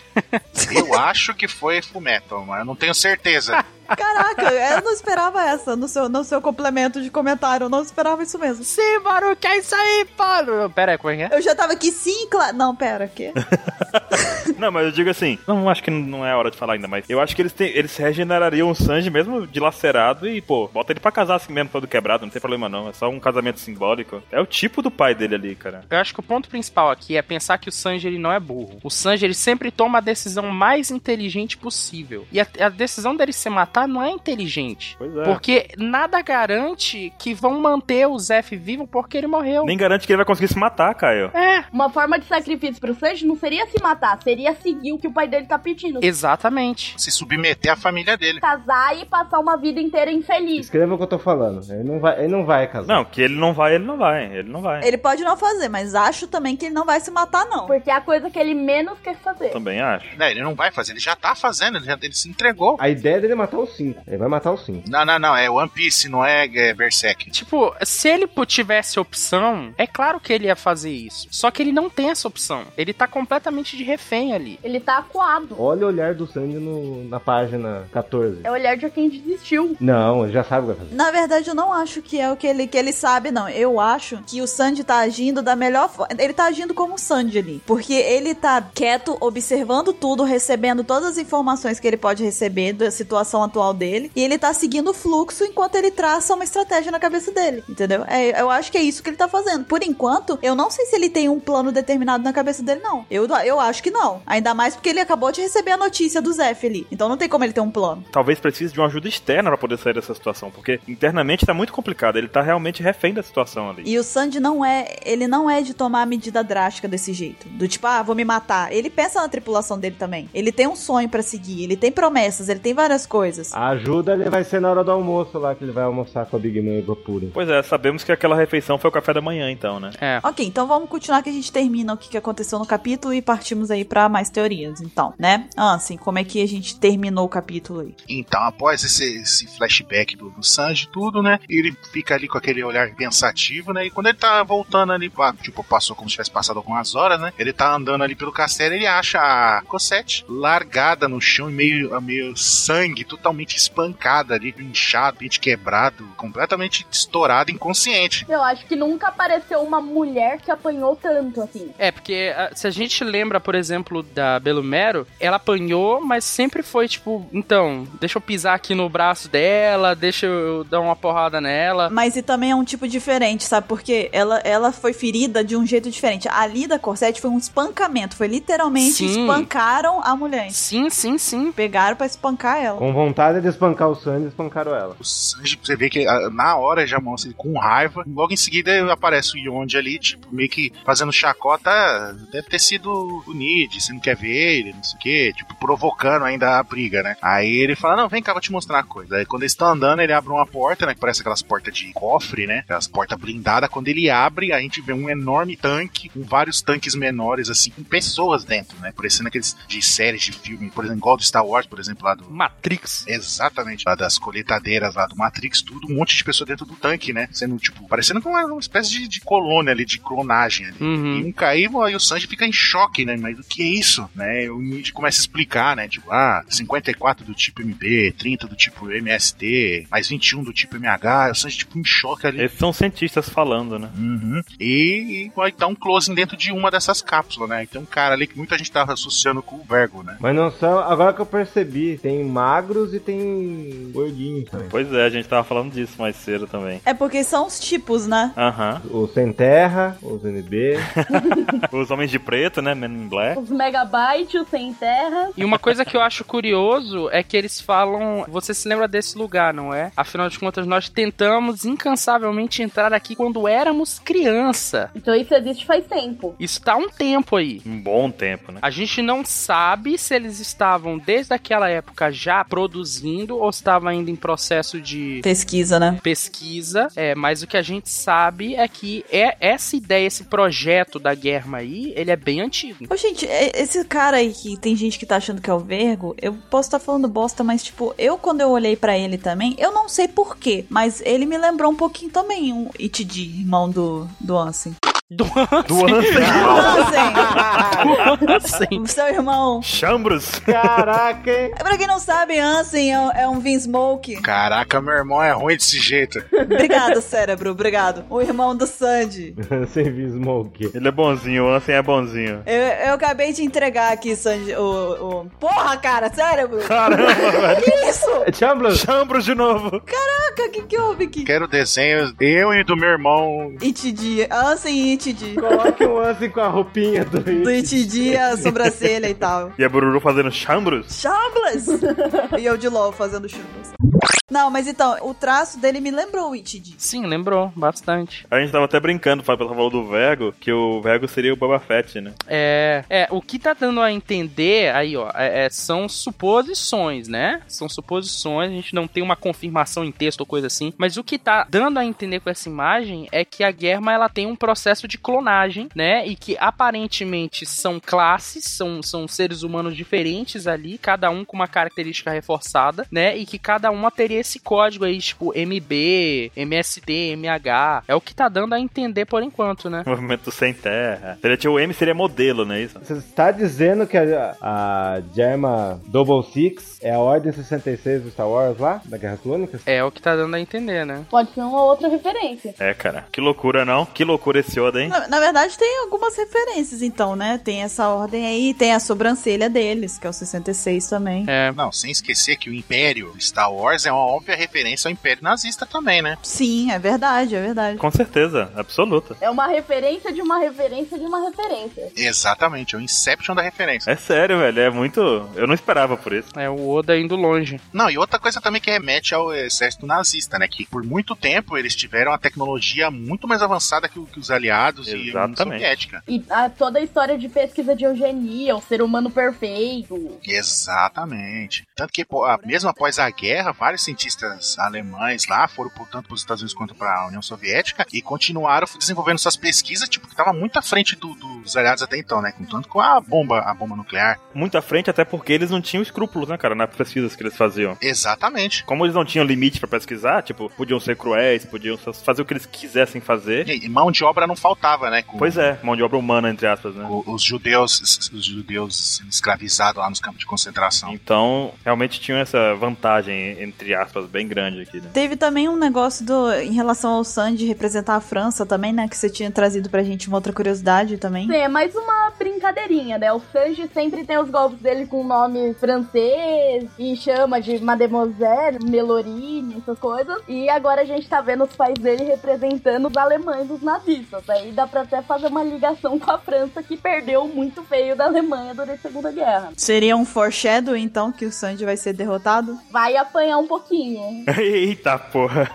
Speaker 4: Eu acho que foi Fullmetal, mas eu não tenho certeza.
Speaker 2: Caraca, eu não esperava essa no seu, no seu complemento de comentário, eu não esperava isso mesmo.
Speaker 1: Sim, Baru, que é isso aí, mano? Pera aí, como é que é?
Speaker 2: Eu já tava aqui, sim, claro. Não, pera, o quê?
Speaker 3: não, mas eu digo assim, não acho que não é hora de falar ainda, mas eu acho que eles, têm, eles regenerariam o Sanji mesmo dilacerado e, pô, bota ele pra casar assim mesmo, todo quebrado, não tem problema não, é só um casamento simbólico. É o tipo do pai dele ali, cara.
Speaker 1: Eu acho que o ponto principal aqui é pensar que o Sanji ele não é burro. O Sanji ele sempre toma a decisão mais inteligente possível. E a, a decisão dele se matar não é inteligente.
Speaker 3: Pois é.
Speaker 1: Porque nada garante que vão manter o Zef vivo porque ele morreu.
Speaker 3: Nem garante que ele vai conseguir se matar, Caio.
Speaker 1: É,
Speaker 5: Uma forma de sacrifício pro Sanji não seria se matar, seria seguir o que o pai dele tá pedindo.
Speaker 1: exatamente.
Speaker 4: Se submeter à família dele.
Speaker 5: Casar e passar uma vida inteira infeliz.
Speaker 9: Escreva o que eu tô falando. Ele não vai, ele não vai casar.
Speaker 3: Não, que ele não vai, ele não vai, ele não vai.
Speaker 2: Ele pode não fazer, mas acho também que ele não vai se matar, não.
Speaker 5: Porque é a coisa que ele menos quer fazer.
Speaker 3: Também acho.
Speaker 4: Não, ele não vai fazer, ele já tá fazendo, ele, já, ele se entregou.
Speaker 9: A ideia dele é matar os cinco. Ele vai matar os cinco.
Speaker 4: Não, não, não, é One Piece, não é, é Berserk.
Speaker 1: Tipo, se ele pu- tivesse opção, é claro que ele ia fazer isso. Só que ele não tem essa opção. Ele tá completamente de refém ali.
Speaker 5: Ele tá acuado.
Speaker 9: Olha o olhar do Sandy no- na página 14.
Speaker 5: É o olhar de quem desistiu.
Speaker 9: Não, ele já sabe o que vai fazer.
Speaker 2: Na verdade, eu não acho que é o que ele, que ele sabe, não. Eu acho que o Sandy tá agindo da melhor forma. Ele tá agindo como o Sandy ali. Porque ele tá quieto, observando tudo, recebendo todas as informações que ele pode receber da situação atual dele. E ele tá seguindo o fluxo enquanto ele traça uma estratégia na cabeça dele. Entendeu? É, eu acho que é isso que ele tá fazendo. Por enquanto, eu não sei se ele tem um plano determinado na cabeça dele, não. Eu, eu acho que não. Ainda mais porque ele acabou de receber a notícia do Zef ali. Então não tem como ele ter um plano.
Speaker 3: Talvez precise de uma ajuda externa pra poder sair dessa situação, porque internamente tá muito complicado, ele tá realmente refém da situação ali.
Speaker 2: E o Sandy não é, ele não é de tomar a medida drástica desse jeito, do tipo, ah, vou me matar. Ele pensa na tripulação dele também. Ele tem um sonho pra seguir, ele tem promessas, ele tem várias coisas.
Speaker 9: A ajuda ele vai ser na hora do almoço lá, que ele vai almoçar com a Big Mom e Gopuri.
Speaker 3: Pois é, sabemos que aquela refeição foi o café da manhã, então, né?
Speaker 1: É.
Speaker 2: Ok, então vamos continuar que a gente termina o que, que aconteceu no capítulo e partimos aí pra mais teorias, então, né? Ansem, como é que a gente terminou o capítulo aí?
Speaker 4: Então, após esse, esse flashback do, do Sanji e tudo, né? Ele fica ali com aquele olhar pensativo, né? E quando ele tá voltando ali, pra- tipo, passou como se tivesse passado algumas horas, né? Ele tá andando ali pelo castelo ele acha a Cosette largada no chão e meio, meio sangue, totalmente espancada ali, inchado, dente quebrado, completamente estourado, inconsciente.
Speaker 5: Eu acho que nunca apareceu uma mulher que apanhou tanto assim.
Speaker 1: É, porque ah, se a gente lembra, por exemplo, da Belumero, ela apanhou, mas sempre foi tipo, então, deixa eu pisar aqui no braço dela, deixa eu dar uma porrada nela.
Speaker 2: Mas e também é um tipo diferente, sabe? Porque ela, ela foi ferida de um jeito diferente. Ali da Corsete foi um espancamento, foi literalmente
Speaker 1: Sim.
Speaker 2: espancaram a mulher.
Speaker 1: Sim, sim, sim.
Speaker 2: Pegaram pra espancar ela.
Speaker 9: Com vontade de espancar o Sandy, espancaram ela.
Speaker 4: O Sanji, você vê que ah, na hora já mostra ele com raiva. Logo em seguida aparece o Yonde ali, tipo, meio que fazendo chacota. "Ah, Deve ter sido o Nid, você não quer ver ele, não sei o quê, tipo, provocando ainda a briga, né? Aí ele fala, não, vem cá, vou te mostrar uma coisa. Aí quando eles estão andando, ele abre uma porta, né? Que parece aquelas portas de cofre, né? Aquelas portas blindadas. Quando ele abre, a gente vê um enorme tanque, com vários tanques menores, assim, com pessoas dentro, né? Parecendo aqueles de séries de filme, por exemplo, igual do Star Wars, por exemplo, lá do,
Speaker 1: Matrix.
Speaker 4: Exatamente, lá das colheitadeiras lá do Matrix, tudo, um monte de pessoa dentro do tanque, né? Sendo, tipo, parecendo com uma, uma espécie de, de colônia ali, de clonagem ali. E
Speaker 1: Uhum.
Speaker 4: um caiu, aí o Sanji fica em choque, né? Mas o que é isso? Né? E O Nid começa a explicar, né? Tipo, ah, 54 do tipo MB, 30 do tipo MST, mais 21 do tipo MH. O Sanji, tipo, em choque ali.
Speaker 3: Esses são cientistas falando, né?
Speaker 4: Uhum. E vai dar um close dentro de uma dessas cápsulas, né? E tem um cara ali que muita gente tava associando com o Vergo, né?
Speaker 9: Mas não são. Agora que eu percebi, tem magros e tem gordinhos também.
Speaker 3: Pois é, a gente tava falando disso mais cedo também.
Speaker 2: É porque são os tipos, né?
Speaker 3: Aham.
Speaker 9: Os sem terra, os NB.
Speaker 3: Os homens de preto, né? Men in Black.
Speaker 5: Os megabytes sem terra.
Speaker 1: E uma coisa que eu acho curioso é que eles falam. Você se lembra desse lugar, não é? Afinal de contas, nós tentamos incansavelmente entrar aqui quando éramos criança.
Speaker 5: Então isso existe faz tempo.
Speaker 1: Isso tá há um tempo aí.
Speaker 3: Um bom tempo, né?
Speaker 1: A gente não sabe se eles estavam desde aquela época já produzindo ou estava ainda em processo de
Speaker 2: Pesquisa, né?
Speaker 1: pesquisa, é, mas o que a gente sabe é que é essa ideia, esse projeto da Guerra aí, ele é bem antigo.
Speaker 2: Ô, gente, é- esse cara aí que tem gente que tá achando que é o Vergo, eu posso estar falando bosta, mas, tipo, eu quando eu olhei pra ele também, eu não sei porquê, mas ele me lembrou um pouquinho também um It de irmão do, do Ansem.
Speaker 1: Do
Speaker 3: Do Ansem.
Speaker 2: Ansem,
Speaker 1: Ansem.
Speaker 2: o seu irmão.
Speaker 3: Chambros.
Speaker 9: Caraca, hein?
Speaker 2: Pra quem não sabe, Ansem é, um- é um Vinsmoke.
Speaker 4: Caraca, meu irmão é ruim desse jeito.
Speaker 2: Obrigado, cérebro, obrigado. O irmão do Sandy.
Speaker 9: Sem vir smoke.
Speaker 3: Ele é bonzinho, o Ansem é bonzinho.
Speaker 2: Eu, eu acabei de entregar aqui, Sanji. O, o- Porra, cara, cérebro!
Speaker 3: Caramba, velho.
Speaker 2: Que isso?
Speaker 9: Chamblas,
Speaker 3: Chambros de novo.
Speaker 2: Caraca, que que houve aqui?
Speaker 4: Quero desenhos eu e do meu irmão.
Speaker 2: Itidi, Ansem e Itidi.
Speaker 9: coloque um Ansem com a roupinha do
Speaker 2: Do
Speaker 9: It.
Speaker 2: Itidi, a sobrancelha e tal.
Speaker 3: E a Bururu fazendo chambros?
Speaker 2: Chamblas! e eu de LOL fazendo chamblas. Não, mas então, o traço dele me lembrou o Itidi.
Speaker 1: Sim, lembrou bastante.
Speaker 3: A gente tava até brincando, o pessoal falou do Vergo, que o Vergo seria o Boba Fett, né?
Speaker 1: É, é, o que tá dando a entender aí, ó, é- é, são suposições, né? São suposições, a gente não tem uma confirmação em texto ou coisa assim, mas o que tá dando a entender com essa imagem é que a Guerra ela tem um processo de clonagem, né? E que aparentemente são classes, são, são seres humanos diferentes ali, cada um com uma característica reforçada, né? E que cada uma teria esse código aí, tipo MB, MST, MH. É o que tá dando a entender por enquanto, né?
Speaker 3: Movimento sem terra. Seria tipo, o M seria modelo, né? Isso?
Speaker 9: Você está dizendo que a, a Germa Double Six é a Ordem 66 do Star Wars lá? Da Guerra Clônica?
Speaker 1: É o que tá dando a entender, né?
Speaker 5: Pode ser uma outra referência.
Speaker 3: É, cara. Que loucura, não? Que loucura esse Oda, hein?
Speaker 2: Na, na verdade, tem algumas referências, então, né? Tem essa ordem aí, tem a sobrancelha deles, que é o 66 também.
Speaker 1: É,
Speaker 4: Não, sem esquecer que o Império Star Wars é uma óbvia referência ao Império Nazista também, né?
Speaker 2: Sim, é verdade, é verdade.
Speaker 3: Com certeza, absoluta.
Speaker 5: É uma referência de uma referência de uma referência.
Speaker 4: Exatamente, é o Inception da referência.
Speaker 3: É sério, velho. É muito. Eu não esperava por isso.
Speaker 1: é o Oda indo longe.
Speaker 4: Não, e outra coisa também que remete ao exército nazista, né? Que por muito tempo eles tiveram uma tecnologia muito mais avançada que, o- que os aliados e a União
Speaker 3: Exatamente.
Speaker 4: Soviética.
Speaker 5: E a- toda a história de pesquisa de eugenia, o ser humano perfeito.
Speaker 4: Exatamente. Tanto que, pô, a- mesmo após a guerra, vários cientistas alemães lá foram, portanto, para os Estados Unidos quanto para a União Soviética e continuaram desenvolvendo suas pesquisas, tipo, que estava muito à frente do- dos aliados até então, né? Tanto com a bomba, a bomba nuclear.
Speaker 3: Muito à frente, até porque eles não tinham escrúpulos, né, cara, nas pesquisas que eles faziam.
Speaker 4: Exatamente.
Speaker 3: Como eles não tinham limite pra pesquisar, tipo, podiam ser cruéis, podiam fazer o que eles quisessem fazer.
Speaker 4: E mão de obra não faltava, né? Com
Speaker 3: Pois é, mão de obra humana, entre aspas, né?
Speaker 4: o- os judeus, os judeus sendo escravizados lá nos campos de concentração.
Speaker 3: Então, realmente tinham essa vantagem, entre aspas, bem grande aqui, né?
Speaker 2: Teve também um negócio do em relação ao Sandy representar a França também, né? Que você tinha trazido pra gente uma outra curiosidade também.
Speaker 5: Sim, é mais uma brincadeirinha, né? O Sanji sempre tem os golpes dele com nome francês e chama de Mademoiselle, Melorine, essas coisas. E agora a gente tá vendo os pais dele representando os alemães, os nazistas. Aí dá pra até fazer uma ligação com a França que perdeu muito feio da Alemanha durante a Segunda Guerra.
Speaker 2: Seria um foreshadow, então, que o Sandy vai ser derrotado?
Speaker 5: Vai apanhar um pouquinho.
Speaker 3: Eita porra!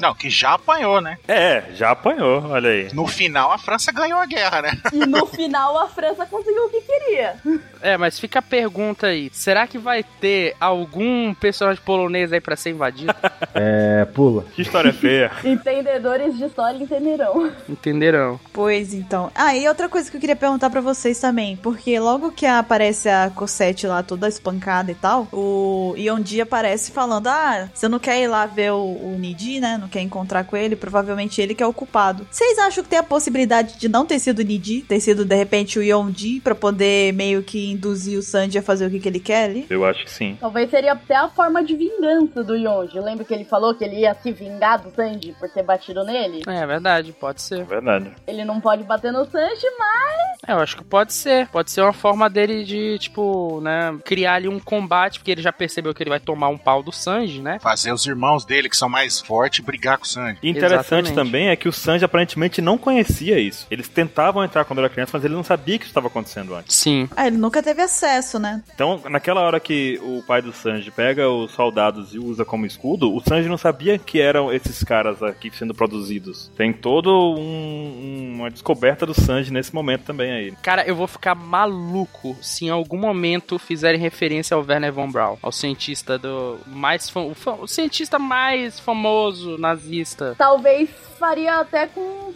Speaker 4: Não, que já apanhou, né?
Speaker 3: É, já apanhou, olha aí.
Speaker 4: No final, a França ganhou a guerra, né?
Speaker 5: E no final a França conseguiu o que queria.
Speaker 1: É, mas fica a pergunta aí. Será que vai ter algum personagem polonês aí pra ser invadido?
Speaker 9: É, pula.
Speaker 3: Que história feia.
Speaker 5: Entendedores de história entenderão.
Speaker 1: Entenderão.
Speaker 2: Pois então. Ah, e outra coisa que eu queria perguntar pra vocês também, porque logo que aparece a Cosette lá toda espancada e tal, o Yondi aparece falando: Ah, você não quer ir lá ver o, o Nidi, né? Não quer encontrar com ele, provavelmente ele que é o culpado. Vocês acham que tem a possibilidade de não ter sido o Nidi, ter sido de repente o Yondi pra poder meio que induzir o Sanji a fazer o que, que ele quer ali?
Speaker 3: Eu acho que sim.
Speaker 5: Talvez seria até a forma de vingança do Yonji. Lembra que ele falou que ele ia se vingar do Sanji por ter batido nele?
Speaker 1: É verdade, pode ser.
Speaker 3: Verdade.
Speaker 5: Ele não pode bater no Sanji, mas
Speaker 1: É, eu acho que pode ser. Pode ser uma forma dele de, tipo, né, criar ali um combate, porque ele já percebeu que ele vai tomar um pau do Sanji, né?
Speaker 4: Fazer os irmãos dele, que são mais fortes, brigar com o Sanji.
Speaker 3: E Interessante
Speaker 1: Exatamente.
Speaker 3: também é que o Sanji aparentemente não conhecia isso. Eles tentavam entrar quando era criança, mas ele não sabia que isso estava acontecendo antes.
Speaker 1: Sim.
Speaker 2: Ah, ele nunca teve acesso, né?
Speaker 3: Então, naquela hora que o pai do Sanji pega os soldados e usa como escudo, o Sanji não sabia que eram esses caras aqui sendo produzidos. Tem todo um- uma descoberta do Sanji nesse momento também aí.
Speaker 1: Cara, eu vou ficar maluco se em algum momento fizerem referência ao Werner von Braun, ao cientista do mais fam... o, fa- o cientista mais famoso nazista.
Speaker 5: talvez faria até com um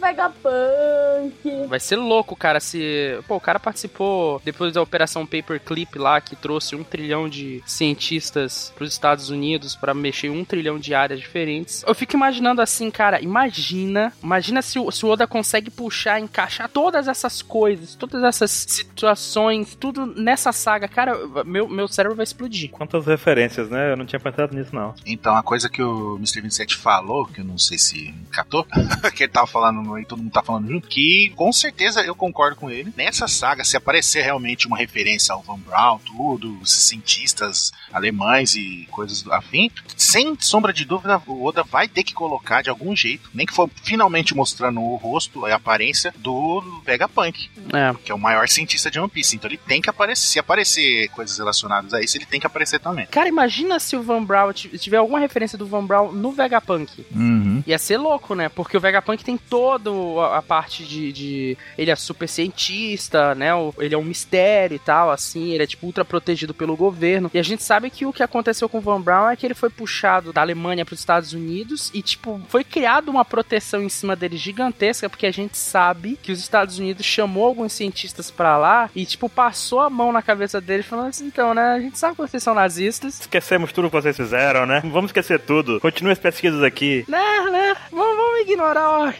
Speaker 5: Vegapunk.
Speaker 1: Vai ser louco, cara, se, pô, o cara participou depois da operação Paperclip lá que trouxe um trilhão de cientistas pros Estados Unidos pra mexer em um trilhão de áreas diferentes. Eu fico imaginando assim, cara, imagina, imagina se o, se o Oda consegue puxar, encaixar todas essas coisas, todas essas situações, tudo nessa saga, cara, eu- meu, meu cérebro vai explodir.
Speaker 3: Quantas referências, né? Eu não tinha pensado nisso, não.
Speaker 4: Então, a coisa que o Mr. 27 falou, que eu não sei se catou, que ele tava falando no- e todo mundo tá falando junto, que com certeza eu concordo com ele. Nessa saga, se aparecer realmente uma referência ao Van Braun, tudo, esses cientistas alemães e coisas do afim, sem sombra de dúvida, o Oda vai ter que colocar de algum jeito, nem que for finalmente mostrando o rosto, a aparência do Vegapunk,
Speaker 1: É.
Speaker 4: que é o maior cientista de One Piece. Então ele tem que aparecer. Se aparecer coisas relacionadas a isso, ele tem que aparecer também.
Speaker 1: Cara, imagina se o Van Braun t- tiver alguma referência do Van Braun no Vegapunk.
Speaker 4: Uhum.
Speaker 1: Ia ser louco, né? Porque o Vegapunk tem toda a- a parte de, de- Ele é super cientista, né? O- Ele é um mistério e tal, assim. Ele é, tipo, ultra protegido pelo governo. E a gente sabe que o que aconteceu com o Von Braun é que ele foi puxado da Alemanha para os Estados Unidos e, tipo, foi criada uma proteção em cima dele gigantesca, porque a gente sabe que os Estados Unidos chamou alguns cientistas pra lá e, tipo, passou a mão na cabeça dele falando assim: então, né? A gente sabe que vocês são nazistas.
Speaker 3: Esquecemos tudo que vocês fizeram, né? Não Vamos esquecer tudo. Continue as pesquisas aqui.
Speaker 1: Né, né? Vamos, vamos ignorar, ó,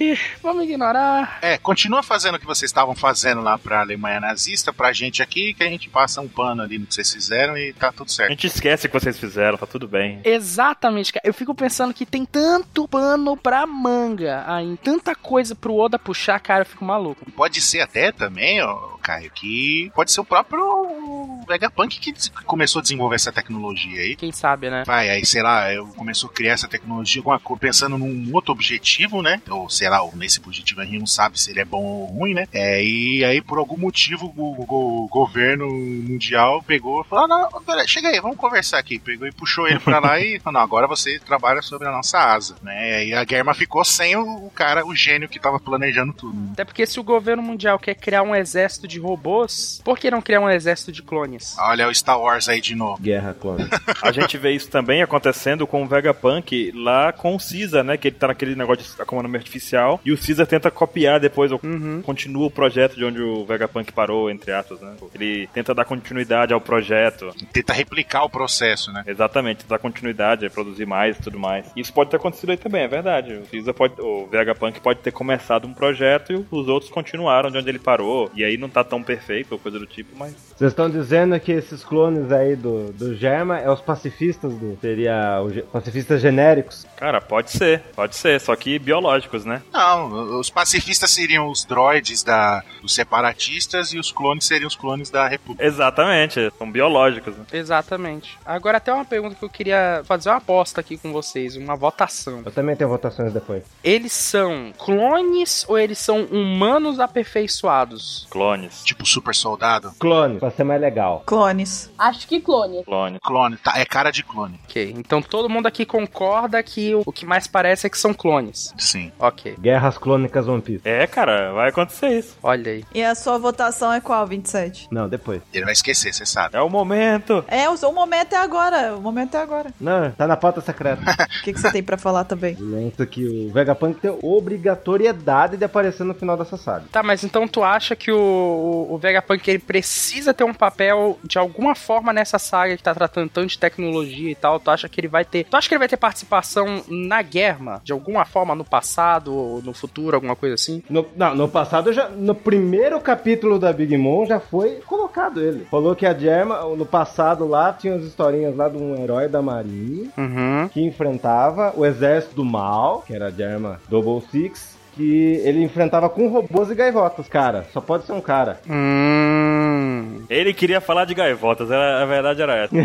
Speaker 1: vamos ignorar.
Speaker 4: É, continua fazendo o que vocês estavam fazendo lá pra Alemanha nazista, pra gente aqui, que a gente passa um pano ali no que vocês fizeram e tá tudo
Speaker 3: A
Speaker 4: certo.
Speaker 3: gente esquece o que vocês fizeram, tá tudo bem.
Speaker 1: Exatamente, cara. Eu fico pensando que tem tanto pano pra manga aí, tanta coisa pro Oda puxar, cara, eu fico maluco.
Speaker 4: Pode ser até também, ó, Caio, que pode ser o próprio Vegapunk que des- começou a desenvolver essa tecnologia aí.
Speaker 1: Quem sabe, né?
Speaker 4: Vai, aí, sei lá, eu começou a criar essa tecnologia alguma co- pensando num outro objetivo, né? Ou sei lá, ou nesse objetivo a gente não sabe se ele é bom ou ruim, né? É, e aí, por algum motivo, o, go- governo mundial pegou e falou: ah, não, pera, chega aí, vamos conversar aqui. Pegou e puxou ele pra lá e falou: não, agora você trabalha sobre a nossa asa, né? E a Germa ficou sem o, o cara, o gênio que tava planejando tudo.
Speaker 1: Até porque se o governo mundial quer criar um exército de robôs, por que não criar um exército de clones?
Speaker 4: Olha o Star Wars aí de novo.
Speaker 9: Guerra clone.
Speaker 3: A gente vê isso também acontecendo com o Vegapunk lá com o Caesar, né? Que ele tá naquele negócio de comando artificial. E o Caesar tenta copiar depois, ou
Speaker 1: Uhum.
Speaker 3: continua o projeto de onde o Vegapunk parou, entre aspas, né? Ele tenta dar continuidade ao projeto.
Speaker 4: Tenta replicar o processo, né?
Speaker 3: Exatamente, dar continuidade, produzir mais e tudo mais. Isso pode ter acontecido aí também, é verdade. O Caesar pode, o Vegapunk pode ter começado um projeto e os outros continuaram de onde ele parou. E aí não tá tão perfeito ou coisa do tipo, mas
Speaker 9: Vocês estão dizendo que esses clones aí do, do Germa é os pacifistas do. Seria os ge- pacifistas genéricos?
Speaker 3: Cara, pode ser, pode ser, só que biológicos, né?
Speaker 4: Não, os pacifistas seriam os droids da, dos separatistas e os clones seriam os clones da República.
Speaker 3: Exatamente, são biológicos, né?
Speaker 1: Exatamente. Agora até uma pergunta que eu queria fazer uma aposta aqui com vocês, uma votação.
Speaker 9: Eu também tenho votações depois.
Speaker 1: Eles são clones ou eles são humanos aperfeiçoados?
Speaker 3: Clones.
Speaker 4: Tipo super soldado.
Speaker 9: Clone, pra ser mais legal.
Speaker 2: Clones.
Speaker 5: Acho que clone.
Speaker 3: Clone.
Speaker 4: Clone, tá, é cara de clone.
Speaker 1: Ok, então todo mundo aqui concorda que o o que mais parece é que são clones.
Speaker 4: Sim.
Speaker 1: Ok,
Speaker 9: Guerras clônicas One Piece.
Speaker 3: É, cara, vai acontecer isso.
Speaker 1: olha aí.
Speaker 2: E a sua votação é qual, 27?
Speaker 9: Não, depois.
Speaker 4: Ele vai esquecer, você sabe.
Speaker 3: É o momento.
Speaker 2: É, o, o momento é agora. O momento é agora.
Speaker 9: Não, tá na pauta secreta.
Speaker 2: O que, que você tem pra falar também?
Speaker 9: Lento que o Vegapunk tem obrigatoriedade de aparecer no final dessa saga.
Speaker 1: Tá, mas então tu acha que o, o, o Vegapunk ele precisa ter um papel de alguma forma nessa saga que tá tratando tanto de tecnologia e tal? Tu acha que ele vai ter. Tu acha que ele vai ter participação na guerra? De alguma forma, no passado ou no futuro, alguma coisa assim?
Speaker 9: No, não, no passado já. No primeiro capítulo da Big Mom já foi colocado ele. Falou que a Germa, no passado lá, tinha as historinhas lá de um herói da marinha
Speaker 1: Uhum.
Speaker 9: que enfrentava o exército do mal, que era a Germa Double Six. Que ele enfrentava com robôs e gaivotas, cara. Só pode ser um cara.
Speaker 1: Hum.
Speaker 3: Ele queria falar de gaivotas, era, a verdade era essa.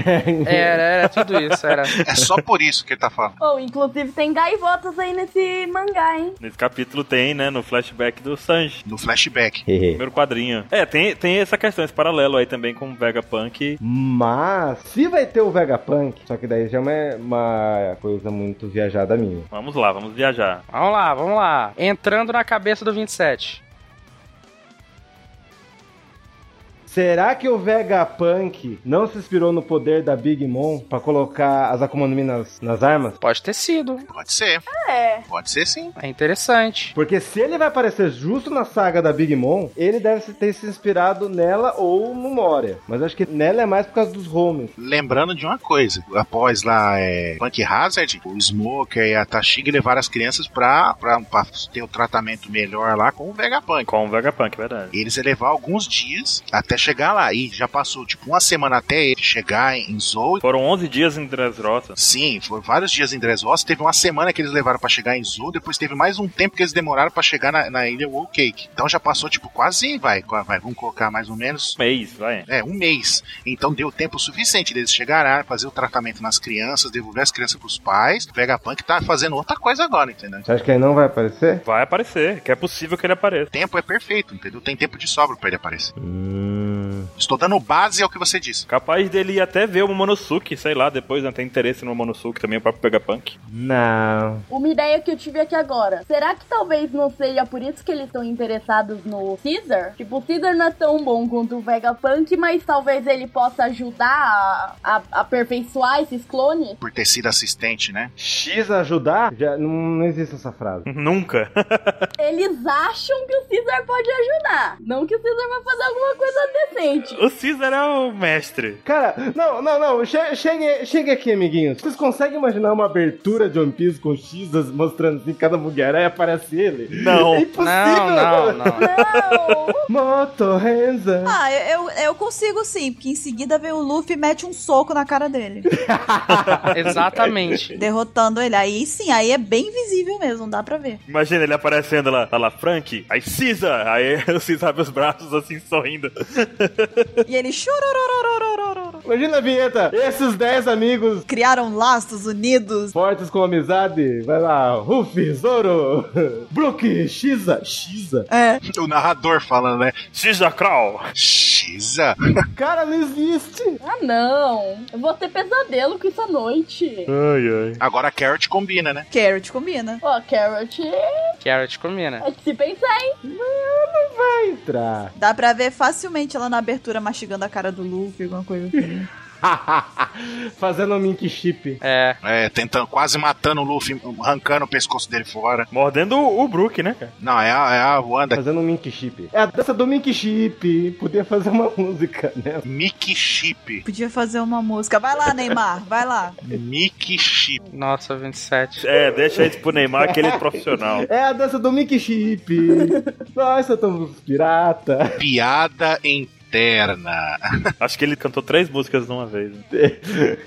Speaker 1: Era, era tudo isso, era.
Speaker 4: É só por isso que ele tá falando.
Speaker 5: Ou, inclusive, tem gaivotas aí nesse mangá, hein?
Speaker 3: Nesse capítulo tem, né, no flashback do Sanji.
Speaker 4: No flashback.
Speaker 3: Primeiro quadrinho. É, tem, tem essa questão, esse paralelo aí também com o Vegapunk.
Speaker 9: Mas, se vai ter o Vegapunk, só que daí já é uma- uma coisa muito viajada minha.
Speaker 3: Vamos lá, vamos viajar.
Speaker 1: Vamos lá, vamos lá. Entrando na cabeça do 27.
Speaker 9: Será que o Vegapunk não se inspirou no poder da Big Mom pra colocar as Akuma no Mi nas, nas armas?
Speaker 1: Pode ter sido.
Speaker 4: Pode ser.
Speaker 5: É.
Speaker 4: Pode ser sim.
Speaker 1: É interessante.
Speaker 9: Porque se ele vai aparecer justo na saga da Big Mom, ele deve ter se inspirado nela ou no Moria. Mas acho que nela é mais por causa dos homens.
Speaker 4: Lembrando de uma coisa, após lá é, Punk Hazard, o Smoker e a Tashig levaram as crianças pra, pra, pra ter o tratamento melhor lá com o Vegapunk.
Speaker 3: Com o Vegapunk, é verdade.
Speaker 4: Eles iam levar alguns dias até chegar lá. E já passou tipo uma semana até ele chegar em Zoe.
Speaker 3: Foram 11 dias em Dressrosa.
Speaker 4: Sim, foram vários dias em Dressrosa. Teve uma semana que eles levaram pra chegar em Zou, depois teve mais um tempo que eles demoraram pra chegar na, na ilha Wall Cake. Então já passou tipo quase, vai, qua- vai, vamos colocar mais ou menos.
Speaker 3: Mês, vai.
Speaker 4: É, um mês. Então deu tempo suficiente deles chegarem, fazer o tratamento nas crianças, devolver as crianças pros pais. O Vegapunk tá fazendo outra coisa agora, entendeu? Então,
Speaker 9: Você acha que ele não vai aparecer?
Speaker 3: Vai aparecer, que é possível que ele apareça.
Speaker 4: O tempo é perfeito, entendeu? Tem tempo de sobra pra ele aparecer.
Speaker 9: Hum.
Speaker 4: Estou dando base ao que você disse.
Speaker 3: Capaz dele ir até ver o Momonosuke, sei lá, depois, né? Tem interesse no Momonosuke também, o próprio Vegapunk.
Speaker 9: Não.
Speaker 5: Uma ideia que eu tive aqui agora. Será que talvez não seja por isso que eles estão interessados no Caesar? Tipo, o Caesar não é tão bom quanto o Vegapunk, mas talvez ele possa ajudar a, a- a aperfeiçoar esses clones?
Speaker 4: Por ter sido assistente, né?
Speaker 9: X ajudar? Já, não, não existe essa frase.
Speaker 3: Nunca.
Speaker 5: Eles acham que o Caesar pode ajudar. Não que o Caesar vai fazer alguma coisa decente.
Speaker 3: o Caesar é o mestre.
Speaker 9: Cara, não, não, não. Che- Chegue, chegue aqui, amiguinhos. Vocês conseguem imaginar uma abertura de One Piece com X mostrando assim cada mulher? aparece ele?
Speaker 3: Não.
Speaker 9: É impossível.
Speaker 1: Não, não, não.
Speaker 5: Não!
Speaker 9: Moto Renza.
Speaker 2: Ah, eu, eu- eu consigo sim, porque em seguida vem o Luffy e mete um soco na cara dele,
Speaker 1: Exatamente.
Speaker 2: derrotando ele. Aí sim, aí é bem visível mesmo, dá pra ver.
Speaker 3: Imagina ele aparecendo lá, tá lá, Frank, aí Caesar, aí o Caesar abre os braços assim, sorrindo.
Speaker 2: E ele chorororororororororo.
Speaker 9: Imagina a vinheta. Esses 10 amigos
Speaker 2: Criaram laços unidos.
Speaker 9: fortes com amizade. Vai lá. Ruffy, Zoro, Brook, Shiza. Shiza.
Speaker 2: É.
Speaker 4: O narrador falando, né?
Speaker 3: Caesar Crawl!
Speaker 4: Xiza.
Speaker 9: Cara, não existe.
Speaker 5: Ah, não! Eu vou ter pesadelo com isso à noite.
Speaker 3: Ai, ai.
Speaker 4: Agora a Carrot combina, né?
Speaker 2: Carrot combina.
Speaker 5: Ó, Carrot,
Speaker 1: Carrot combina.
Speaker 5: é de se pensar, hein?
Speaker 9: Vai entrar.
Speaker 2: Dá pra ver facilmente ela na abertura mastigando a cara do Luffy, alguma coisa assim.
Speaker 9: Fazendo um mink chip.
Speaker 1: É,
Speaker 4: É, tentando, quase matando o Luffy, arrancando o pescoço dele fora.
Speaker 3: Mordendo o o Brook, né, cara?
Speaker 4: Não, é a, é a Wanda.
Speaker 9: Fazendo um mink chip. É a dança do mink chip. Podia fazer uma música, né?
Speaker 4: Mickey Chip.
Speaker 2: Podia fazer uma música. Vai lá, Neymar, vai lá.
Speaker 4: Mickey Chip.
Speaker 1: nossa, 27.
Speaker 3: É, deixa isso pro Neymar que ele é profissional.
Speaker 9: É a dança do mink chip. Nossa, estamos pirata.
Speaker 4: Piada em eterna.
Speaker 3: Acho que ele cantou três músicas de uma vez. né?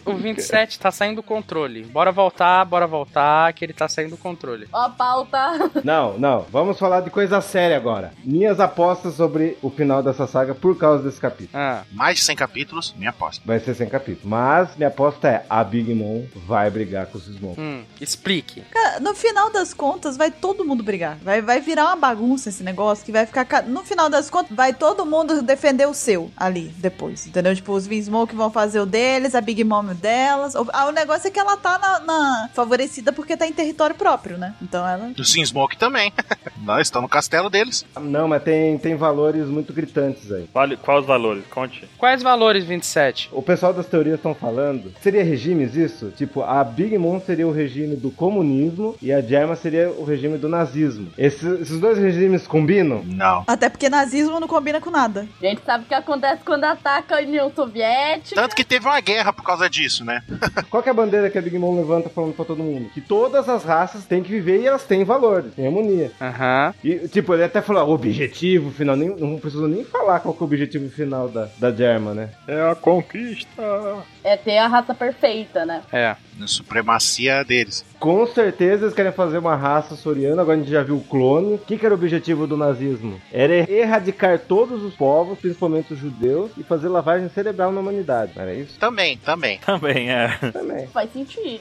Speaker 1: O 27 tá saindo do controle. Bora voltar, bora voltar, que ele tá saindo do controle.
Speaker 5: Ó, a pauta.
Speaker 9: Não, não. Vamos falar de coisa séria agora. Minhas apostas sobre o final dessa saga por causa desse capítulo.
Speaker 1: Ah,
Speaker 4: Mais de 100 capítulos, minha aposta.
Speaker 9: Vai ser sem capítulo. Mas minha aposta é: a Big Mom vai brigar com os Smokes.
Speaker 1: hum, explique.
Speaker 2: Cara, É, no final das contas, vai todo mundo brigar. Vai, vai virar uma bagunça esse negócio que vai ficar. ca- No final das contas, vai todo mundo defender o seu ali depois. Entendeu? Tipo, os Vinsmoke vão fazer o deles, a Big Mom o delas. O, ah, o negócio é que ela tá na, na- favorecida porque tá em território próprio, né? Então ela.
Speaker 4: Do Sin Smoke também. Nós estamos no castelo deles.
Speaker 9: Não, mas tem, tem valores muito gritantes aí.
Speaker 3: Vale, quais os valores? Conte.
Speaker 1: Quais valores, 27?
Speaker 9: O pessoal das teorias estão falando. Seria regimes isso? Tipo, a Big Mom seria o regime do comunismo e a Germa seria o regime do nazismo. Esse- esses dois regimes combinam?
Speaker 4: Não.
Speaker 2: Até porque nazismo não combina com nada.
Speaker 5: A gente sabe o que acontece quando ataca a União Soviética.
Speaker 4: Tanto que teve uma guerra por causa disso, né?
Speaker 9: Qual que é a bandeira que a Big Mom levanta falando pra todo mundo? Que todas as raças têm que viver e elas têm valores, têm harmonia.
Speaker 1: Aham.
Speaker 9: E, tipo, ele até falou, "Ah, objetivo final, nem, não preciso nem falar qual que é o objetivo final da, da Germa, né?
Speaker 3: É a conquista.
Speaker 5: É ter a raça perfeita, né?
Speaker 1: É.
Speaker 4: Na supremacia deles.
Speaker 9: Com certeza eles querem fazer uma raça soriana, agora a gente já viu o clone. O que, que era o objetivo do nazismo? Era erradicar todos os povos, principalmente os judeus, e fazer lavagem cerebral na humanidade. Era isso?
Speaker 4: Também, também.
Speaker 3: Também é.
Speaker 9: Também.
Speaker 5: Faz sentido.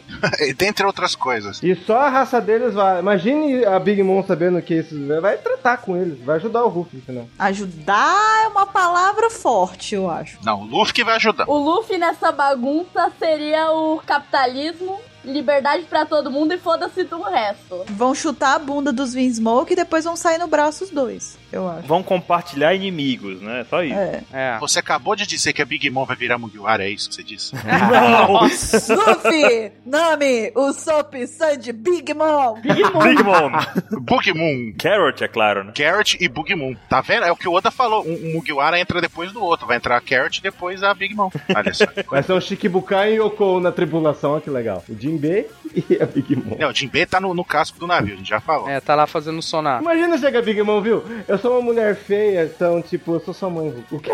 Speaker 4: Dentre outras coisas.
Speaker 9: E só a raça deles vai. Imagine a Big Mom sabendo que esses. Vai tratar com eles, vai ajudar o Hulk no final.
Speaker 2: Ajudar é uma palavra forte, eu acho.
Speaker 4: Não, o Luffy que vai ajudar.
Speaker 5: O Luffy nessa bagunça seria o capitalismo, liberdade pra todo mundo e foda-se do resto.
Speaker 2: Vão chutar a bunda dos Vinsmoke e depois vão sair no braço os dois, eu acho.
Speaker 3: Vão compartilhar inimigos, né? Só isso.
Speaker 2: É.
Speaker 1: É.
Speaker 4: Você acabou de dizer que a Big Mom vai virar Mugiwara, é isso que você disse?
Speaker 2: Luffy, Nami, Usopp, Sandy, Big Mom.
Speaker 3: Big Mom. Big Mom.
Speaker 4: Bug Moon.
Speaker 3: Carrot, é claro, né?
Speaker 4: Carrot e Bug Moon. Tá vendo? É o que o Oda falou. Um, um Mugiwara entra depois do outro. Vai entrar a Carrot e depois a Big Mom. Olha só.
Speaker 9: Vai ser o Shikibukai e Yoko na tribulação, olha que legal. O Jinbei e a Big Mom.
Speaker 4: Não, o Jinbei tá no, no casco do navio, a gente já falou.
Speaker 1: É, tá lá fazendo sonar.
Speaker 9: Imagina chega a Big Mom, viu? Eu sou uma mulher feia, então, tipo, eu sou sua mãe. Hulk. O quê?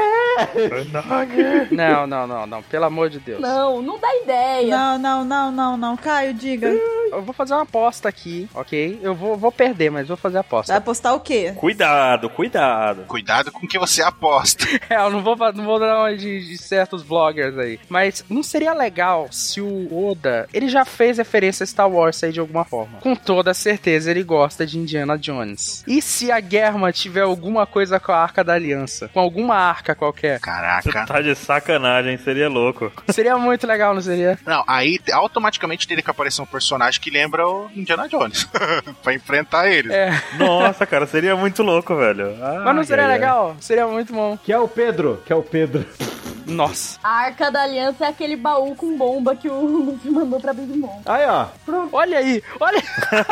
Speaker 1: Não, não, não, não. Pelo amor de Deus.
Speaker 5: Não, não dá ideia.
Speaker 2: Não, não, não, não, não. Caio, diga.
Speaker 1: Eu vou fazer uma aposta aqui, ok? Eu vou, vou perder, mas vou fazer a
Speaker 2: Vai
Speaker 1: aposta.
Speaker 2: apostar o quê?
Speaker 3: Cuidado, cuidado.
Speaker 4: Cuidado com o que você aposta.
Speaker 1: É, eu não vou, fa- não vou dar uma de, de certos vloggers aí. Mas não seria legal se o Oda. Ele já fez referência a Star Wars aí de alguma forma. Com toda certeza ele gosta de Indiana Jones. E se a Germa tiver alguma coisa com a arca da aliança? Com alguma arca qualquer?
Speaker 3: Você
Speaker 4: Caraca.
Speaker 3: tá de sacanagem, seria louco.
Speaker 1: Seria muito legal, não seria?
Speaker 4: Não, aí te- automaticamente teria que aparecer um personagem que lembra o Indiana Jones. pra enfrentar ele.
Speaker 1: É.
Speaker 3: Nossa, cara, seria muito louco, velho. Ah,
Speaker 1: Mas não seria
Speaker 3: ai, ai.
Speaker 1: legal? Seria muito bom.
Speaker 9: Que é o Pedro, que é o Pedro.
Speaker 1: Nossa.
Speaker 5: A Arca da Aliança é aquele baú com bomba que o Luffy mandou pra Big Mom.
Speaker 9: Aí, ó.
Speaker 1: Olha aí, olha.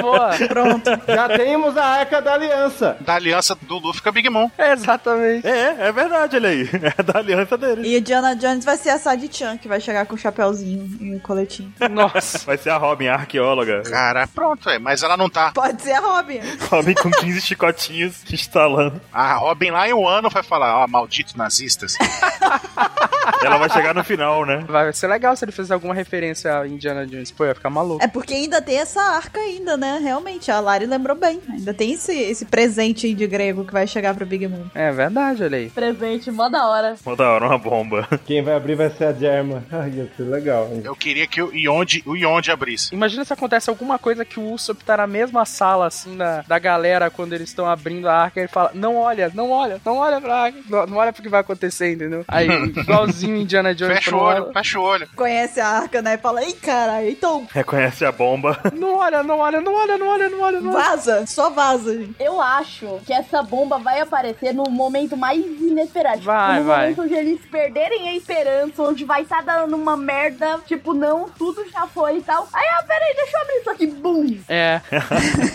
Speaker 1: Boa.
Speaker 2: Pronto.
Speaker 9: Já temos a Arca da Aliança.
Speaker 4: Da aliança do Luffy com a Big Mom.
Speaker 1: É, exatamente.
Speaker 3: É, é verdade, olha aí. É da aliança dele.
Speaker 2: E o Diana Jones vai ser a Sadie Chan, que vai chegar com o chapéuzinho e o coletinho.
Speaker 1: Nossa.
Speaker 3: Vai ser a Robin, a arqueóloga.
Speaker 4: Cara, pronto, é, mas ela não tá.
Speaker 2: Pode ser a Robin.
Speaker 3: Robin com 15 chicotinhos instalando.
Speaker 4: A Robin lá em um ano vai falar, ó, malditos nazistas.
Speaker 3: Ela vai chegar no final, né?
Speaker 1: Vai ser legal se ele fizer alguma referência a Indiana Jones. Pô, eu ia ficar maluco.
Speaker 2: É porque ainda tem essa arca ainda, né? Realmente, a Lari lembrou bem. Ainda tem esse, esse presente aí de grego que vai chegar pro Big Mom.
Speaker 1: É verdade, olha aí.
Speaker 5: Presente, mó da hora.
Speaker 3: Mó da hora, uma bomba.
Speaker 9: Quem vai abrir vai ser a Germa. Ai, ia ser legal. hein?
Speaker 4: Eu queria que o Yonde, o Yonde abrisse.
Speaker 1: Imagina se acontece alguma coisa que o Usopp tá na mesma sala, assim, da, da galera, quando eles estão abrindo a arca, ele fala, não olha, não olha, não olha pra arca, não, não olha pro que vai acontecer, entendeu? Aí, igualzinho Indiana Jones.
Speaker 4: Fecha o
Speaker 1: não
Speaker 4: olho,
Speaker 1: olha.
Speaker 4: fecha o olho.
Speaker 2: Conhece a arca, né? E fala, ei, caralho, então
Speaker 3: Reconhece a bomba.
Speaker 1: Não olha, não olha, não olha, não olha, não olha, não olha.
Speaker 2: vaza. Só vaza, gente.
Speaker 5: Eu acho que essa bomba vai aparecer no momento mais inesperado. Tipo,
Speaker 1: Vai,
Speaker 5: no
Speaker 1: vai.
Speaker 5: momento onde eles perderem a esperança, onde vai estar dando uma merda, tipo, não, tudo já foi e tal. Aí, ah, peraí, deixa eu abrir isso aqui, bum!
Speaker 1: É,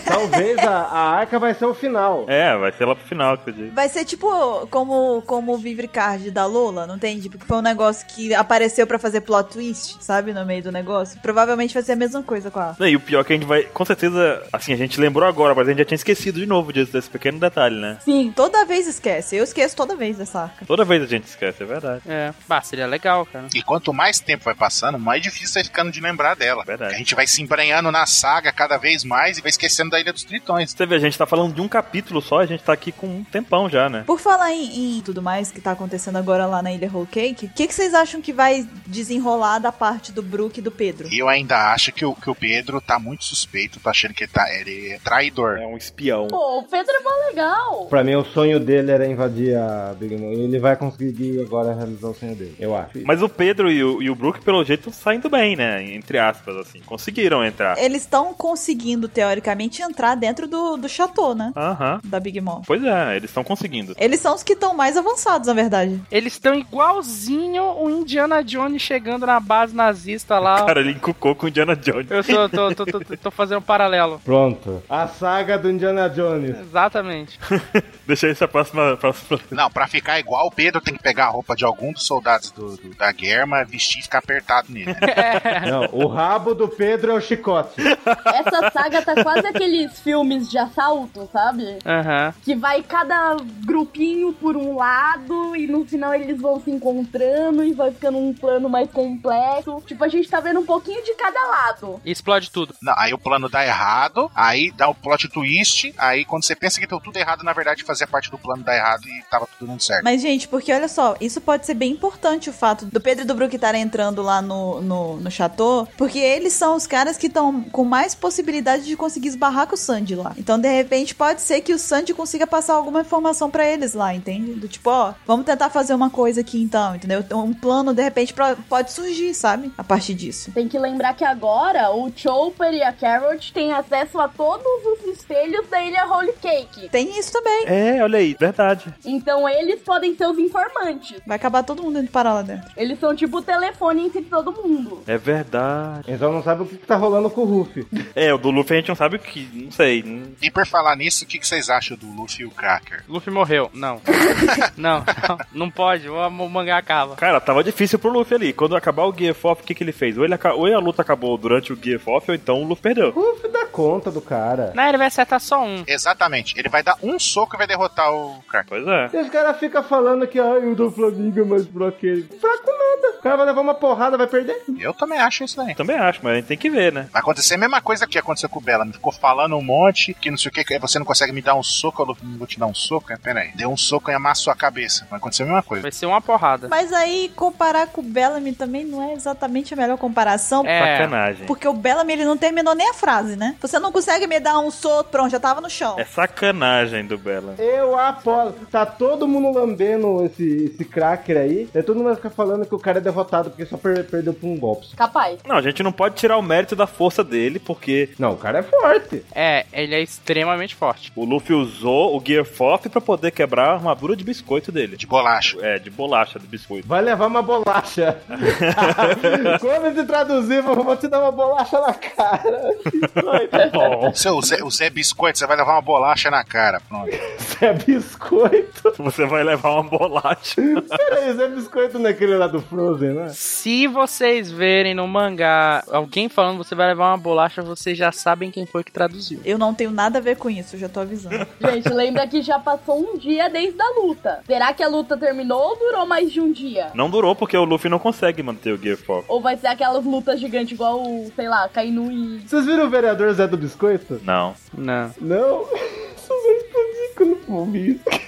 Speaker 9: Talvez a, a Arca vai ser o final.
Speaker 3: É, vai ser lá pro final, que eu digo.
Speaker 2: Vai ser tipo como, como o Vivre Card da Lola, não tem? Tipo, que foi um negócio que apareceu pra fazer plot twist, sabe? No meio do negócio. Provavelmente vai ser a mesma coisa com a.
Speaker 3: Não, E o pior é que a gente vai, com certeza, assim, a gente lembrou agora, mas a gente já tinha esquecido de novo disso, desse pequeno detalhe, né?
Speaker 2: Sim. Toda vez esquece. Eu esqueço toda vez dessa arca.
Speaker 3: Toda vez a gente esquece, é verdade.
Speaker 1: É, bah, seria legal, cara.
Speaker 4: E quanto mais tempo vai passando, mais difícil vai ficando de lembrar dela.
Speaker 3: Verdade.
Speaker 4: A gente vai se embranhando na saga cada vez mais e vai esquecendo da Ilha dos Tritões.
Speaker 3: Você vê, a gente tá falando de um capítulo só, a gente tá aqui com um tempão já, né?
Speaker 2: Por falar em, em tudo mais que tá acontecendo agora lá na Ilha Whole Cake, o que, que vocês acham que vai desenrolar da parte do Brook e do Pedro?
Speaker 4: Eu ainda acho que o, que o Pedro tá muito suspeito, tô achando que ele, tá, ele é traidor.
Speaker 3: É um espião.
Speaker 5: Pô, o Pedro é mó legal.
Speaker 9: Pra mim, o sonho dele era invadir a Big Mom. E ele vai conseguir agora realizar o sonho dele, eu acho.
Speaker 3: Mas o Pedro e o, e o Brook, pelo jeito, saindo bem, né? Entre aspas, assim. Conseguiram entrar.
Speaker 2: Eles estão conseguindo, teoricamente, entrar dentro do, do chateau, né?
Speaker 3: Aham.
Speaker 2: Da Big Mom.
Speaker 3: Pois é, eles estão conseguindo.
Speaker 2: Eles são os que estão mais avançados, na verdade.
Speaker 1: Eles estão igualzinho o Indiana Jones chegando na base nazista lá.
Speaker 3: Cara, ele encucou com o Indiana Jones.
Speaker 1: Eu sou- tô, tô, tô, tô, tô fazendo um paralelo.
Speaker 9: Pronto. A saga do Indiana Jones.
Speaker 1: Exatamente.
Speaker 3: Deixa isso a próxima, próxima.
Speaker 4: Não, pra ficar igual o Pedro tem que pegar a roupa de algum dos soldados do, do- da Guerma, vestir e ficar apertado nele. né?
Speaker 9: Não, o rabo do Pedro é o chicote.
Speaker 5: Essa saga tá quase aqueles filmes de assalto, sabe?
Speaker 1: Aham.
Speaker 5: Que vai cada grupinho por um lado e no final eles vão se encontrando e vai ficando um plano mais complexo. Tipo, a gente tá vendo um pouquinho de cada lado.
Speaker 1: E explode tudo.
Speaker 4: Não, aí o plano dá errado, aí dá o plot twist, aí quando você pensa que deu tudo errado, na verdade fazia parte do plano dar errado e tava tudo dando certo.
Speaker 2: Mas, gente, porque olha só, isso pode ser bem importante o fato do Pedro e do Brook estarem entrando lá no, no, no Chateau, porque eles são os caras que estão com mais possibilidade de conseguir esbarrar com o Sandy lá. Então, de repente, pode ser que o Sandy consiga passar alguma informação pra eles lá, entende? Do tipo, ó, vamos tentar fazer uma coisa aqui então, entendeu? Então, Um plano, de repente, pra- pode surgir, sabe? A partir disso.
Speaker 5: Tem que lembrar que agora o Chopper e a Carrot têm acesso a todos os espelhos da Ilha Holy Cake.
Speaker 2: Tem isso também.
Speaker 3: É, olha aí, verdade.
Speaker 5: Então eles podem ser os informantes.
Speaker 2: Vai acabar todo mundo indo parar lá dentro.
Speaker 5: Eles são tipo o telefone entre todo mundo.
Speaker 3: É verdade.
Speaker 9: Então não sabe o que, que tá rolando com o Ruffy.
Speaker 3: É, o do Luffy a gente não sabe o que. Não sei. não-
Speaker 4: E por falar nisso, o que, que vocês acham do Luffy e o Cracker?
Speaker 1: Luffy morreu. Não. não, não. Não pode. O, o mangá acaba.
Speaker 3: Cara, tava difícil pro Luffy ali. Quando acabar o Gear Off, o que, que ele fez? Ou, ele aca- ou a luta acabou durante o Gear Off, ou então o Luffy perdeu.
Speaker 9: Ruffy dá conta do cara.
Speaker 1: Não, ele vai acertar só um.
Speaker 4: Exatamente, ele vai dar um soco e vai derrotar o Cracker.
Speaker 3: Pois é.
Speaker 9: E os caras ficam falando que, ai, eu dou Flamengo é mais pro aquele. Fraco nada. O cara vai levar uma porrada, vai perder.
Speaker 4: Eu também acho isso daí.
Speaker 3: Também acho, mas a gente tem que ver, né?
Speaker 4: Vai acontecer a mesma coisa que aconteceu com o Bella. Me ficou falando um monte que não sei o que, que você não consegue me dar um soco, eu não vou te dar um soco. É, Pera aí, deu um soco e amassou a cabeça. Vai acontecer a mesma coisa.
Speaker 1: Vai ser uma porrada.
Speaker 2: Mas aí, comparar com o Bellamy também não é exatamente a melhor comparação,
Speaker 1: É.
Speaker 3: Sacanagem.
Speaker 2: Porque o Bellamy ele não terminou nem a frase, né? Você não consegue me dar um soco, pronto, já tava no chão.
Speaker 3: É sacanagem do Bella.
Speaker 9: Eu aposto. Tá todo mundo lambendo esse, esse cracker aí. Aí todo mundo vai ficar falando que o cara é derrotado porque só per- perdeu por um golpe.
Speaker 5: Capaz.
Speaker 3: Não, a gente não pode tirar o mérito da força dele, porque
Speaker 9: Não, o cara é forte.
Speaker 1: É, ele é extremamente forte.
Speaker 3: o Luffy usou o Gear Foff pra poder quebrar a armadura de biscoito dele.
Speaker 4: De bolacha.
Speaker 3: É, de bolacha de biscoito.
Speaker 9: Vai levar uma bolacha. Quando te traduzir, eu vou te dar uma bolacha na cara. Ai, tá bom.
Speaker 4: Seu Zé, o Zé Biscoito, você vai levar uma bolacha na cara. Pronto.
Speaker 9: Zé é Biscoito.
Speaker 3: Você vai levar uma bolacha.
Speaker 9: Peraí, Zé Biscoito não é aquele lá do Frozen, né?
Speaker 1: Se vocês verem no mangá alguém falando você vai levar uma bolacha, vocês já sabem quem foi que traduziu.
Speaker 2: Eu não tenho nada a ver com isso, eu já tô avisando.
Speaker 5: Gente, lembra que já passou um dia desde a luta. Será que a luta terminou ou durou mais de um dia?
Speaker 3: Não durou porque o Luffy não consegue manter o Gear Foff.
Speaker 5: Ou vai ser aquelas lutas gigantes igual, sei lá, Kainu e.
Speaker 9: Vocês viram o vereador Zé do Biscoito?
Speaker 3: Não.
Speaker 1: Não.
Speaker 9: Não. é Vocês vão explodir quando for ouvir isso.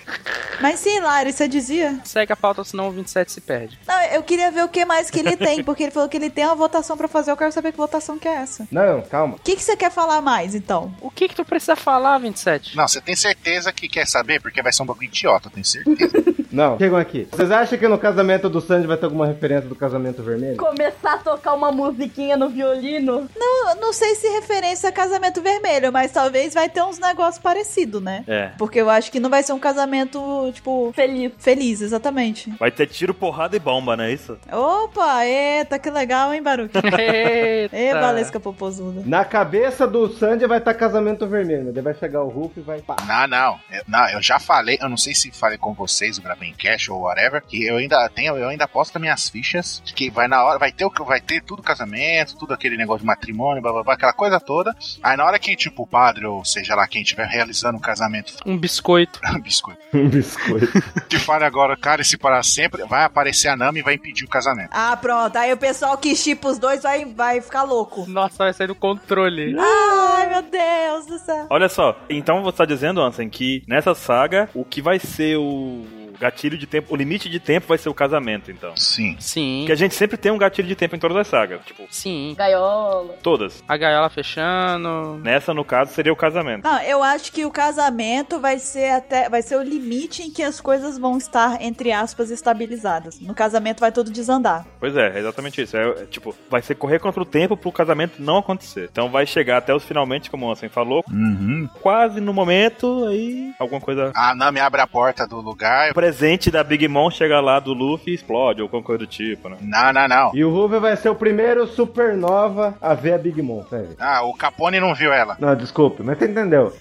Speaker 2: Mas sim, Lari, você dizia?
Speaker 1: Segue a pauta, senão o 27 se perde.
Speaker 2: Não, eu queria ver o que mais que ele tem, porque ele falou que ele tem uma votação pra fazer, eu quero saber que votação que é essa.
Speaker 9: Não, calma.
Speaker 2: O que, que você quer falar mais, então?
Speaker 1: O que que tu precisa falar, 27?
Speaker 4: Não, você tem certeza que quer saber? Porque vai ser um bagulho idiota, eu tenho certeza.
Speaker 9: Não, chegam aqui. Vocês acham que no casamento do Sandy vai ter alguma referência do casamento vermelho?
Speaker 5: Começar a tocar uma musiquinha no violino.
Speaker 2: Eu não sei se referência a casamento vermelho, mas talvez vai ter uns negócios parecidos, né?
Speaker 3: É.
Speaker 2: Porque eu acho que não vai ser um casamento, tipo,
Speaker 5: Feliz.
Speaker 2: feliz, exatamente.
Speaker 3: Vai ter tiro, porrada e bomba, não é isso?
Speaker 2: Opa, eita, que legal, hein, Baruque?
Speaker 1: Eita.
Speaker 2: Ê,
Speaker 3: É.
Speaker 2: Valesca Popozuda.
Speaker 9: Na cabeça do Sandy vai estar casamento vermelho. Daí vai chegar o Hulk e vai pá.
Speaker 4: É, não, não, eu, não. Eu já falei, eu não sei se falei com vocês, eu gravei Dreamcast ou whatever, que eu ainda tenho, eu ainda aposto minhas fichas de que vai na hora, vai ter o que vai ter tudo casamento, tudo aquele negócio de matrimônio, blá, blá, blá, aquela coisa toda. Aí na hora que, tipo, o padre ou seja lá quem estiver realizando o casamento, ah,
Speaker 1: Um biscoito.
Speaker 4: biscoito,
Speaker 9: Um biscoito.
Speaker 4: que fale agora, cara, esse para sempre, vai aparecer a Nami e vai impedir o casamento.
Speaker 2: Ah, pronto. Aí o pessoal que chipa os dois vai, vai ficar louco.
Speaker 1: Nossa, vai sair do controle.
Speaker 2: Ai, meu Deus do céu.
Speaker 3: Olha só, então você tá dizendo, Ansem, que nessa saga o que vai ser o gatilho de tempo, o limite de tempo vai ser o casamento, então.
Speaker 4: Sim.
Speaker 1: Sim.
Speaker 3: Porque a gente sempre tem um gatilho de tempo em todas as sagas, tipo,
Speaker 1: Sim.
Speaker 5: Gaiola.
Speaker 3: todas.
Speaker 1: A gaiola fechando.
Speaker 3: Nessa, no caso, seria o casamento.
Speaker 2: Não, eu acho que o casamento vai ser até vai ser o limite em que as coisas vão estar entre aspas estabilizadas. No casamento vai tudo desandar.
Speaker 3: Pois é, é exatamente isso. É, é, tipo, vai ser correr contra o tempo pro casamento não acontecer. Então vai chegar até os finalmente, como o Ansem falou,
Speaker 4: Uhum.
Speaker 3: quase no momento, aí alguma coisa.
Speaker 4: A Nami abre a porta do lugar.
Speaker 3: O É presente da Big Mom chega lá do Luffy e explode, ou alguma coisa do tipo, né?
Speaker 4: Não, não, não.
Speaker 9: e o Hoover vai ser o primeiro supernova a ver a Big Mom, sério.
Speaker 4: Ah, o Capone não viu ela.
Speaker 9: Não, desculpe, mas você entendeu.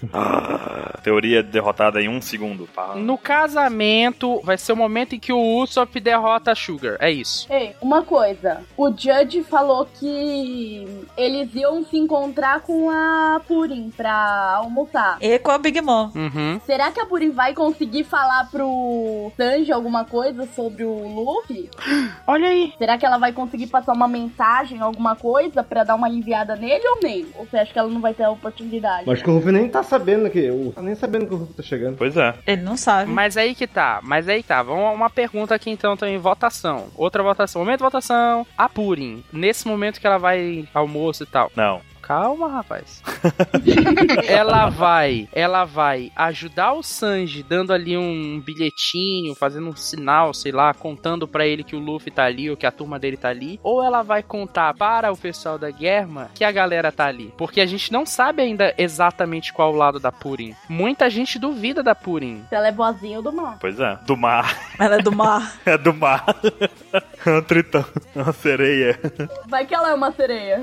Speaker 3: Teoria derrotada em um segundo. Pá.
Speaker 1: No casamento, vai ser o momento em que o Usopp derrota a Sugar. É isso.
Speaker 5: Ei, uma coisa. O Judge falou que eles iam se encontrar com a Purim pra almoçar.
Speaker 2: E com a Big Mom.
Speaker 1: Uhum.
Speaker 5: Será que a Purim vai conseguir falar pro Sanji alguma coisa sobre o Luffy?
Speaker 1: Olha aí.
Speaker 5: Será que ela vai conseguir passar uma mensagem, alguma coisa, pra dar uma aliviada nele ou nele? Ou você acha que ela não vai ter a oportunidade?
Speaker 9: Mas que o Ruff nem tá sabendo que. O, tá nem sabendo que o Ruff tá chegando.
Speaker 3: Pois é.
Speaker 2: Ele não sabe.
Speaker 1: Mas aí que tá, mas aí que tá. Vamos a uma pergunta aqui então também, votação. Outra votação, momento de votação. A Purim, nesse momento que ela vai almoço e tal.
Speaker 3: Não.
Speaker 1: Calma, rapaz. ela vai, ela vai ajudar o Sanji dando ali um bilhetinho, fazendo um sinal, sei lá, contando pra ele que o Luffy tá ali ou que a turma dele tá ali, ou ela vai contar para o pessoal da Guerma que a galera tá ali, porque a gente não sabe ainda exatamente qual o lado da Purim. Muita gente duvida da Purim.
Speaker 5: Se ela é boazinha ou do mal.
Speaker 3: Pois é. Do mar.
Speaker 2: Ela é do mar.
Speaker 3: É do mar. É um tritão. É uma sereia.
Speaker 5: Vai que ela é uma sereia.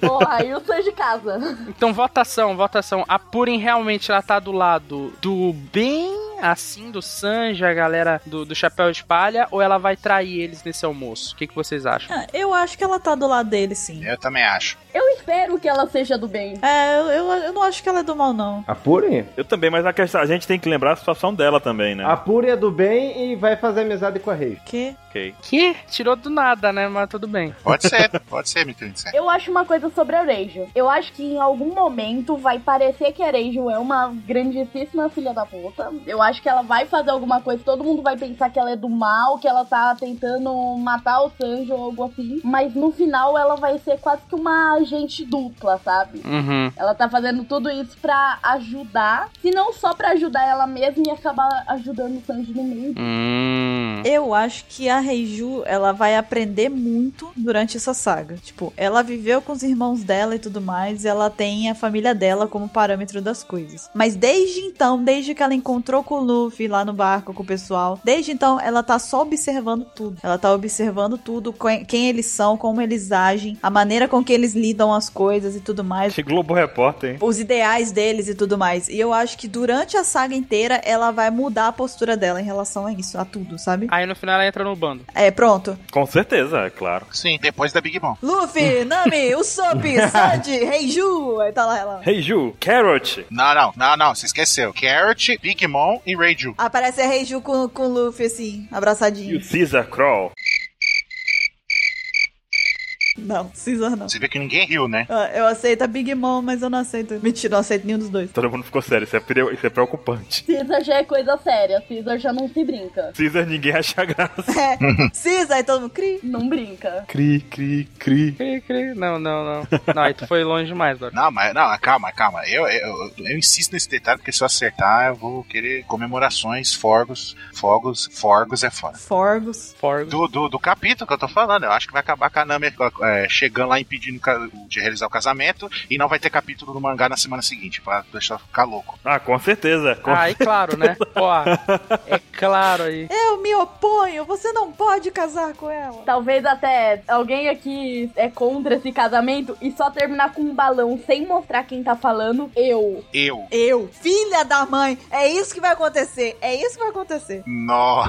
Speaker 5: Porra, aí o Sanji casa.
Speaker 1: Então, votação, votação. A Purim realmente ela tá do lado do bem, assim, do Sanji, a galera do, do Chapéu de Palha, ou ela vai trair eles nesse almoço? O que, que vocês acham?
Speaker 2: Ah, Eu acho que ela tá do lado dele, sim.
Speaker 4: Eu também acho.
Speaker 5: Eu espero que ela seja do bem.
Speaker 2: É, eu, eu, eu não acho que ela é do mal, não.
Speaker 9: A Purim?
Speaker 3: Eu também, mas a, questão, a gente tem que lembrar a situação dela também, né?
Speaker 9: A Purim é do bem e vai fazer amizade com a Rei.
Speaker 2: Que?
Speaker 3: Ok.
Speaker 1: Que? Tirou do nada, né? Mas tudo bem.
Speaker 4: Pode ser, pode ser, M37.
Speaker 5: Eu acho uma coisa sobre a Reijo. Eu acho que em algum momento vai parecer que a Reijo é uma grandíssima filha da puta. Eu acho que ela vai fazer alguma coisa, todo mundo vai pensar que ela é do mal, que ela tá tentando matar o Sanji ou algo assim. Mas no final ela vai ser quase que uma agente dupla, sabe?
Speaker 1: Uhum.
Speaker 5: Ela tá fazendo tudo isso pra ajudar, se não só pra ajudar ela mesma e acabar ajudando o Sanji no meio.
Speaker 1: Hum.
Speaker 2: Eu acho que a Reiju, ela vai aprender muito durante essa saga. Tipo, ela viveu com os irmãos dela e tudo mais, e ela tem a família dela como parâmetro das coisas. Mas desde então, desde que ela encontrou com o Luffy lá no barco, com o pessoal, desde então ela tá só observando tudo. Ela tá observando tudo, quen- quem eles são, como eles agem, a maneira com que eles lidam as coisas e tudo mais
Speaker 3: Que Globo Repórter, hein?
Speaker 2: os ideais deles e tudo mais. E eu acho que durante a saga inteira ela vai mudar a postura dela em relação a isso, a tudo, sabe?
Speaker 1: Aí no final ela entra no bando.
Speaker 2: É, pronto.
Speaker 3: Com certeza, é claro.
Speaker 4: Sim, depois da Big Mom.
Speaker 2: Luffy, Nami, Usopp, Sanji, Reiju. Aí tá lá ela.
Speaker 3: Hey, Ju. Carrot.
Speaker 4: Não, não, não, não, você esqueceu. Carrot, Big Mom e Reiju.
Speaker 2: Aparece a Reiju com, com o Luffy, assim,
Speaker 3: E o
Speaker 2: abraçadinho.
Speaker 3: Caesar Crawl.
Speaker 2: Não, Caesar não.
Speaker 4: Você vê que ninguém riu, né?
Speaker 2: Ah, Eu aceito a Big Mom, mas eu não aceito. Mentira, não aceito nenhum dos dois.
Speaker 3: Todo mundo ficou sério. Isso é, pre- isso é preocupante.
Speaker 5: Caesar já é coisa séria, Caesar já não se brinca.
Speaker 3: Caesar ninguém acha graça.
Speaker 2: É, Caesar, aí todo mundo cri.
Speaker 5: Não brinca.
Speaker 3: Cri, cri, cri.
Speaker 1: Cri, cri. Não, não, não. Não, aí tu foi longe demais, Dora.
Speaker 4: Não, mas não, calma, calma. Eu, eu, eu insisto nesse detalhe, porque se eu acertar, eu vou querer comemorações, fogos, fogos, fogos é fora.
Speaker 2: Forgos.
Speaker 1: Forgo.
Speaker 4: Do, do, do capítulo que eu tô falando, eu acho que vai acabar com a Nami, com a- com é, chegando lá impedindo ca- de realizar o casamento e não vai ter capítulo do mangá na semana seguinte, pra deixar ficar louco.
Speaker 3: Ah, com certeza. Com...
Speaker 1: Ah, é claro, né? Pô, é claro aí.
Speaker 2: Eu me oponho, você não pode casar com ela.
Speaker 5: Talvez até alguém aqui é contra esse casamento e só terminar com um balão sem mostrar quem tá falando. Eu.
Speaker 4: Eu,
Speaker 2: Eu, filha da mãe, é isso que vai acontecer, é isso que vai acontecer.
Speaker 4: nó,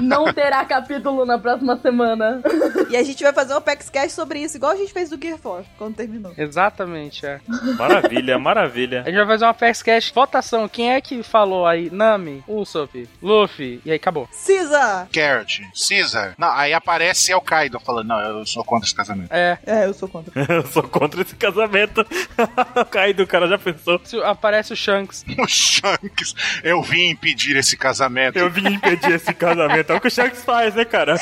Speaker 5: Não terá capítulo na próxima semana.
Speaker 2: e a gente vai fazer um Apex Cash sobre isso, igual a gente fez do Gear Force, quando terminou.
Speaker 1: Exatamente, é.
Speaker 3: Maravilha, maravilha.
Speaker 1: A gente vai fazer uma Facecast votação. Quem é que falou aí? Nami, Usopp, Luffy. E aí, acabou.
Speaker 2: Cisa!
Speaker 4: Carrot, Caesar. Não, aí aparece El Kaido falando: Não, eu sou contra esse casamento.
Speaker 1: É.
Speaker 2: É, eu sou contra.
Speaker 3: Eu sou contra esse casamento. Caído, o cara já pensou.
Speaker 1: se- Aparece o Shanks.
Speaker 4: O Shanks, eu vim impedir esse casamento.
Speaker 3: Eu vim impedir esse casamento. É o que o Shanks faz, né, cara?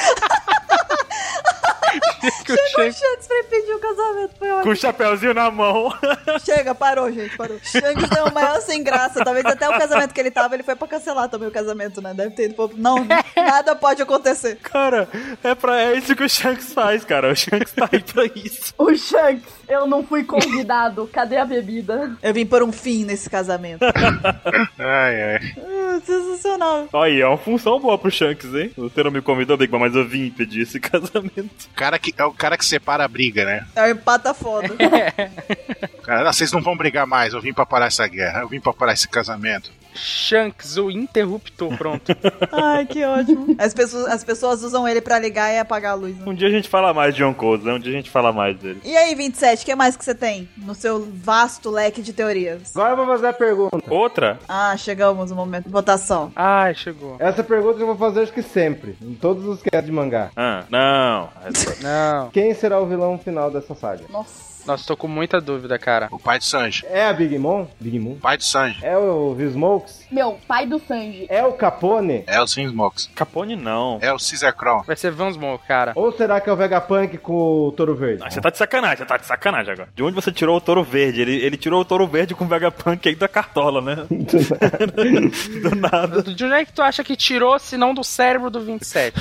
Speaker 1: Que o Shanks...
Speaker 2: Shanks vai pedir o casamento, foi
Speaker 3: Com
Speaker 2: ótimo.
Speaker 3: o chapéuzinho na mão.
Speaker 2: Chega, parou, gente, parou. Shanks é o maior sem graça, talvez até o casamento que ele tava, ele foi pra cancelar também o casamento, né? Deve ter ido pro... Não, nada pode acontecer.
Speaker 3: Cara, é, pra, é isso que o Shanks faz, cara. O Shanks tá aí pra isso.
Speaker 5: O Shanks, eu não fui convidado. Cadê a bebida?
Speaker 2: Eu vim por um fim nesse casamento.
Speaker 4: Ai, ai.
Speaker 2: Ah, Sensacional.
Speaker 3: Aí, é uma função boa pro Shanks, hein? Você não me convidou, Big Mom, mas eu vim impedir esse casamento.
Speaker 4: O cara que, é o cara que separa a briga, né?
Speaker 2: É um empata foda.
Speaker 4: O Cara, "Não, vocês não vão brigar mais, eu vim pra parar essa guerra, eu vim pra parar esse casamento.
Speaker 1: Shanks, o interruptor, pronto.
Speaker 2: Ai, que ótimo. As pessoas, as pessoas usam ele pra ligar e apagar a luz. né?
Speaker 3: Um dia a gente fala mais de Yonkos, né? Um dia a gente fala mais dele.
Speaker 2: E aí, 27, o que mais que você tem no seu vasto leque de teorias?
Speaker 9: Agora eu vou fazer a pergunta.
Speaker 3: Outra?
Speaker 2: Ah, chegamos no momento de votação.
Speaker 1: Ai, chegou.
Speaker 9: Essa pergunta eu vou fazer acho que sempre, em todos os casts de mangá.
Speaker 3: Ah, não.
Speaker 1: Não.
Speaker 9: Quem será o vilão final dessa saga?
Speaker 5: Nossa.
Speaker 1: Nossa, tô com muita dúvida, cara.
Speaker 4: O pai do Sanji.
Speaker 9: É a Big Mom? Big Mom?
Speaker 4: O pai do Sanji.
Speaker 9: É o Vismokes?
Speaker 5: Meu, pai do Sanji.
Speaker 9: É o Capone?
Speaker 4: É o Smokes.
Speaker 3: Capone, não.
Speaker 4: É o Caesar Crown.
Speaker 1: Vai ser Vansmoke, cara.
Speaker 9: Ou será que é o Vegapunk com o Touro Verde?
Speaker 3: Ah, você tá de sacanagem, você tá de sacanagem agora. De onde você tirou o touro verde? Ele, ele tirou o touro verde com o Vegapunk aí da cartola, né? Do nada.
Speaker 1: De onde é que tu acha que tirou, se não do cérebro do 27?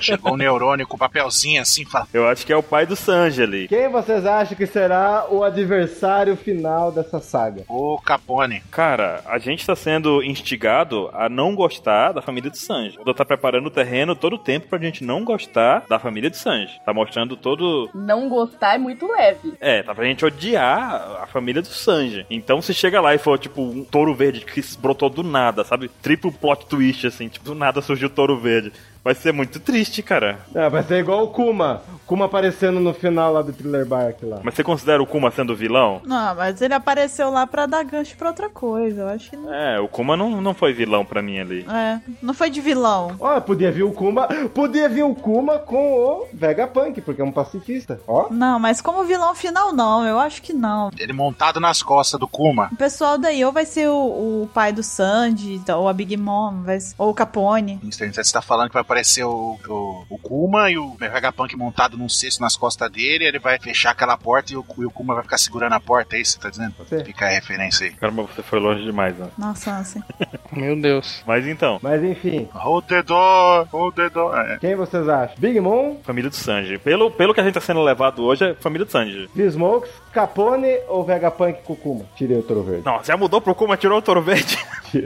Speaker 4: Chegou um neurônio com papelzinho assim, fala.
Speaker 3: Eu acho que é o pai do Sanji ali.
Speaker 9: Quem vocês acham que será o adversário final dessa saga?
Speaker 4: Ô Capone.
Speaker 3: Cara, a gente tá sendo instigado a não gostar da família do Sanji. Oda tá preparando o terreno todo o tempo pra gente não gostar da família do Sanji. Tá mostrando todo.
Speaker 5: Não gostar é muito leve.
Speaker 3: É, tá pra gente odiar a família do Sanji. Então se chega lá e for, tipo, um touro verde que brotou do nada, sabe? Triplo plot twist, assim, tipo, do nada surgiu o touro verde. Vai ser muito triste, cara.
Speaker 9: Ah, vai ser igual o Kuma. Kuma aparecendo no final lá do Thriller Bark lá.
Speaker 3: Mas você considera o Kuma sendo vilão?
Speaker 2: Não, mas ele apareceu lá pra dar gancho pra outra coisa. Eu acho que não.
Speaker 3: É, o Kuma não, não foi vilão pra mim ali.
Speaker 2: É, não foi de vilão.
Speaker 9: Ó, podia vir o Kuma. Podia vir o Kuma com o Vegapunk, porque é um pacifista. Ó.
Speaker 2: Não, mas como vilão final, não. Eu acho que não.
Speaker 4: Ele montado nas costas do Kuma.
Speaker 2: O pessoal daí ou vai ser o, o pai do Sandy, ou a Big Mom, vai ser- ou o Capone.
Speaker 4: Você está falando que vai aparecer o, o, o Kuma e o Vegapunk montado num cesto nas costas dele, ele vai fechar aquela porta e o, e o Kuma vai ficar segurando a porta, é isso que você tá dizendo?
Speaker 9: Sim.
Speaker 4: Fica a referência aí.
Speaker 3: Caramba, você foi longe demais, né?
Speaker 2: Nossa, assim.
Speaker 1: Meu Deus.
Speaker 3: Mas então,
Speaker 9: Mas enfim,
Speaker 4: Hold the door, hold the door. É.
Speaker 9: quem vocês acham? Big Mom,
Speaker 3: família do Sanji. Pelo, pelo que a gente tá sendo levado hoje, é família do Sanji.
Speaker 9: Vismokes, Capone ou Vegapunk com o Kuma? Tirei o Toro Verde.
Speaker 3: Não, já mudou pro Kuma, tirou o touro verde.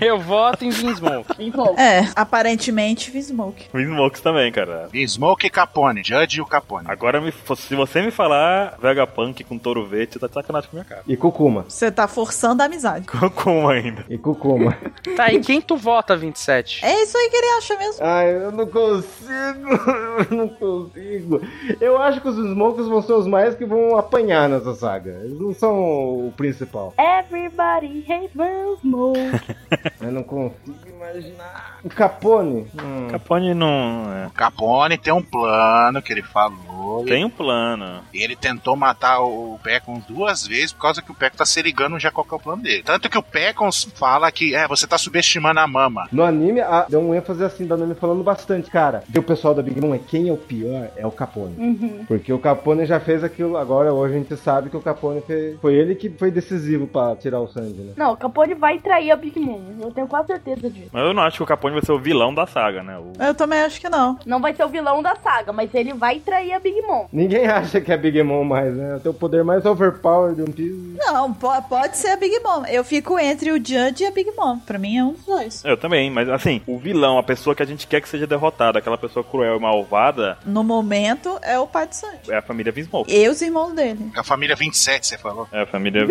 Speaker 1: Eu voto em Vinsmoke.
Speaker 5: Então,
Speaker 2: É, aparentemente Smoke.
Speaker 3: O Smokes também, cara.
Speaker 4: Smoke e Capone, Judge e o Capone.
Speaker 3: Agora, me- se você me falar Vegapunk com touro verde, você tá de sacanagem com a minha cara.
Speaker 9: E com o Kuma.
Speaker 2: Você tá forçando a amizade.
Speaker 3: Com o Kuma ainda.
Speaker 9: E com o Kuma.
Speaker 1: Tá, e quem tu vota, 27?
Speaker 2: É isso aí que ele acha mesmo.
Speaker 9: Ai, eu não consigo, eu não consigo. Eu acho que os Smokes vão ser os mais que vão apanhar nessa saga. Eles não são o principal.
Speaker 5: Everybody hates Smoke.
Speaker 9: Eu né? não consigo imaginar. O Capone. Hum.
Speaker 3: Capone não. é.
Speaker 4: O Capone tem um plano que ele falou.
Speaker 3: Tem um plano.
Speaker 4: E ele tentou matar o Pecon duas vezes por causa que o Pecon tá se ligando já qual que é o plano dele. Tanto que o Pecon fala que é, você tá subestimando a mama.
Speaker 9: No anime, a- deu um ênfase assim, da anime falando bastante, cara. E o pessoal da Big Mom é quem é o pior é o Capone.
Speaker 5: Uhum.
Speaker 9: Porque o Capone já fez aquilo, agora hoje a gente sabe que o Capone fe- foi ele que foi decisivo pra tirar o sangue, né?
Speaker 5: Não, o Capone vai trair a Big Mom. Eu tenho quase certeza disso.
Speaker 3: Mas eu não acho que o Capone vai ser o vilão da saga, né? O-
Speaker 2: Eu também acho que não.
Speaker 5: Não vai ser o vilão da saga, mas ele vai trair a Big Mom.
Speaker 9: Ninguém acha que é Big Mom mais, né? O teu poder mais overpower de um piso.
Speaker 2: Não, po- pode ser a Big Mom. Eu fico entre o Judge e a Big Mom. Pra mim é um dos dois.
Speaker 3: Eu também, mas assim, o vilão, a pessoa que a gente quer que seja derrotada, aquela pessoa cruel e malvada,
Speaker 2: No momento, é o pai do Sanji.
Speaker 3: é a família Vinsmoke.
Speaker 2: E os irmãos dele.
Speaker 4: A família 27, você falou.
Speaker 3: É a família.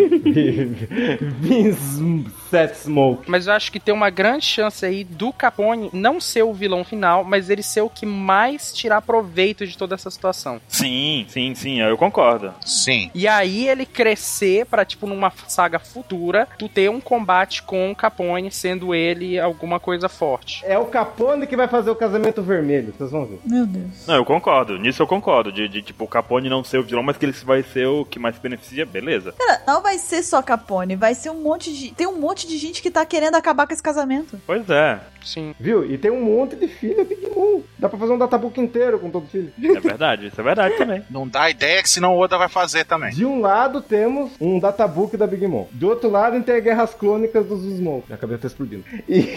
Speaker 9: Vincent Smoke.
Speaker 1: Mas eu acho que tem uma grande chance aí do Capone não ser o vilão final, mas ele ser o que mais tirar proveito de toda essa situação.
Speaker 3: sim, sim, sim, eu concordo.
Speaker 4: Sim.
Speaker 1: E aí ele crescer pra, tipo, numa saga futura, tu ter um combate com o Capone, sendo ele alguma coisa forte.
Speaker 9: É o Capone que vai fazer o casamento vermelho, vocês vão ver.
Speaker 2: Meu Deus.
Speaker 3: Não, eu concordo, nisso eu concordo. De, de, tipo, o Capone não ser o vilão, mas que ele vai ser o que mais se beneficia, beleza.
Speaker 2: Cara, não vai ser só Capone. Vai ser um monte de. Tem um monte de gente que tá querendo acabar com esse casamento.
Speaker 3: Pois é,
Speaker 1: Sim.
Speaker 9: Viu? E tem um monte de filho Big Mom. Dá pra fazer um databook inteiro com todo filho.
Speaker 3: é verdade, isso é verdade também.
Speaker 4: Não dá ideia que senão o Oda vai fazer também.
Speaker 9: De um lado temos um databook da Big Mom. Do outro lado a gente tem a guerras crônicas dos Usmon. Minha cabeça tá explodindo. E,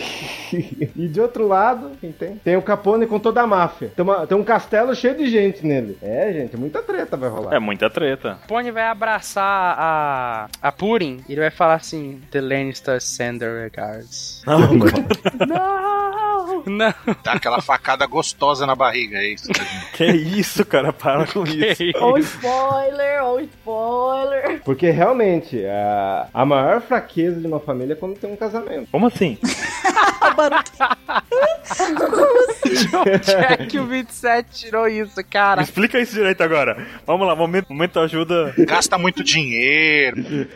Speaker 9: e de outro lado, quem tem? Tem o Capone com toda a máfia. Tem, uma- tem um castelo cheio de gente nele. É, gente, muita treta vai rolar.
Speaker 3: É muita treta.
Speaker 1: Capone vai abraçar a, a Purim e ele vai falar assim: The Lannister Sender Regards.
Speaker 3: Não, mano.
Speaker 1: Não,
Speaker 4: Dá aquela facada gostosa na barriga, é isso.
Speaker 3: que isso, cara, para com isso.
Speaker 5: Ou spoiler, ou spoiler.
Speaker 9: Porque realmente, a, a maior fraqueza de uma família é quando tem um casamento.
Speaker 3: Como assim?
Speaker 2: Ah, barulho.
Speaker 1: onde é que o 27 tirou isso,
Speaker 3: Me
Speaker 1: cara?
Speaker 3: explica isso direito agora. Vamos lá, momento, momento ajuda.
Speaker 4: Gasta muito dinheiro.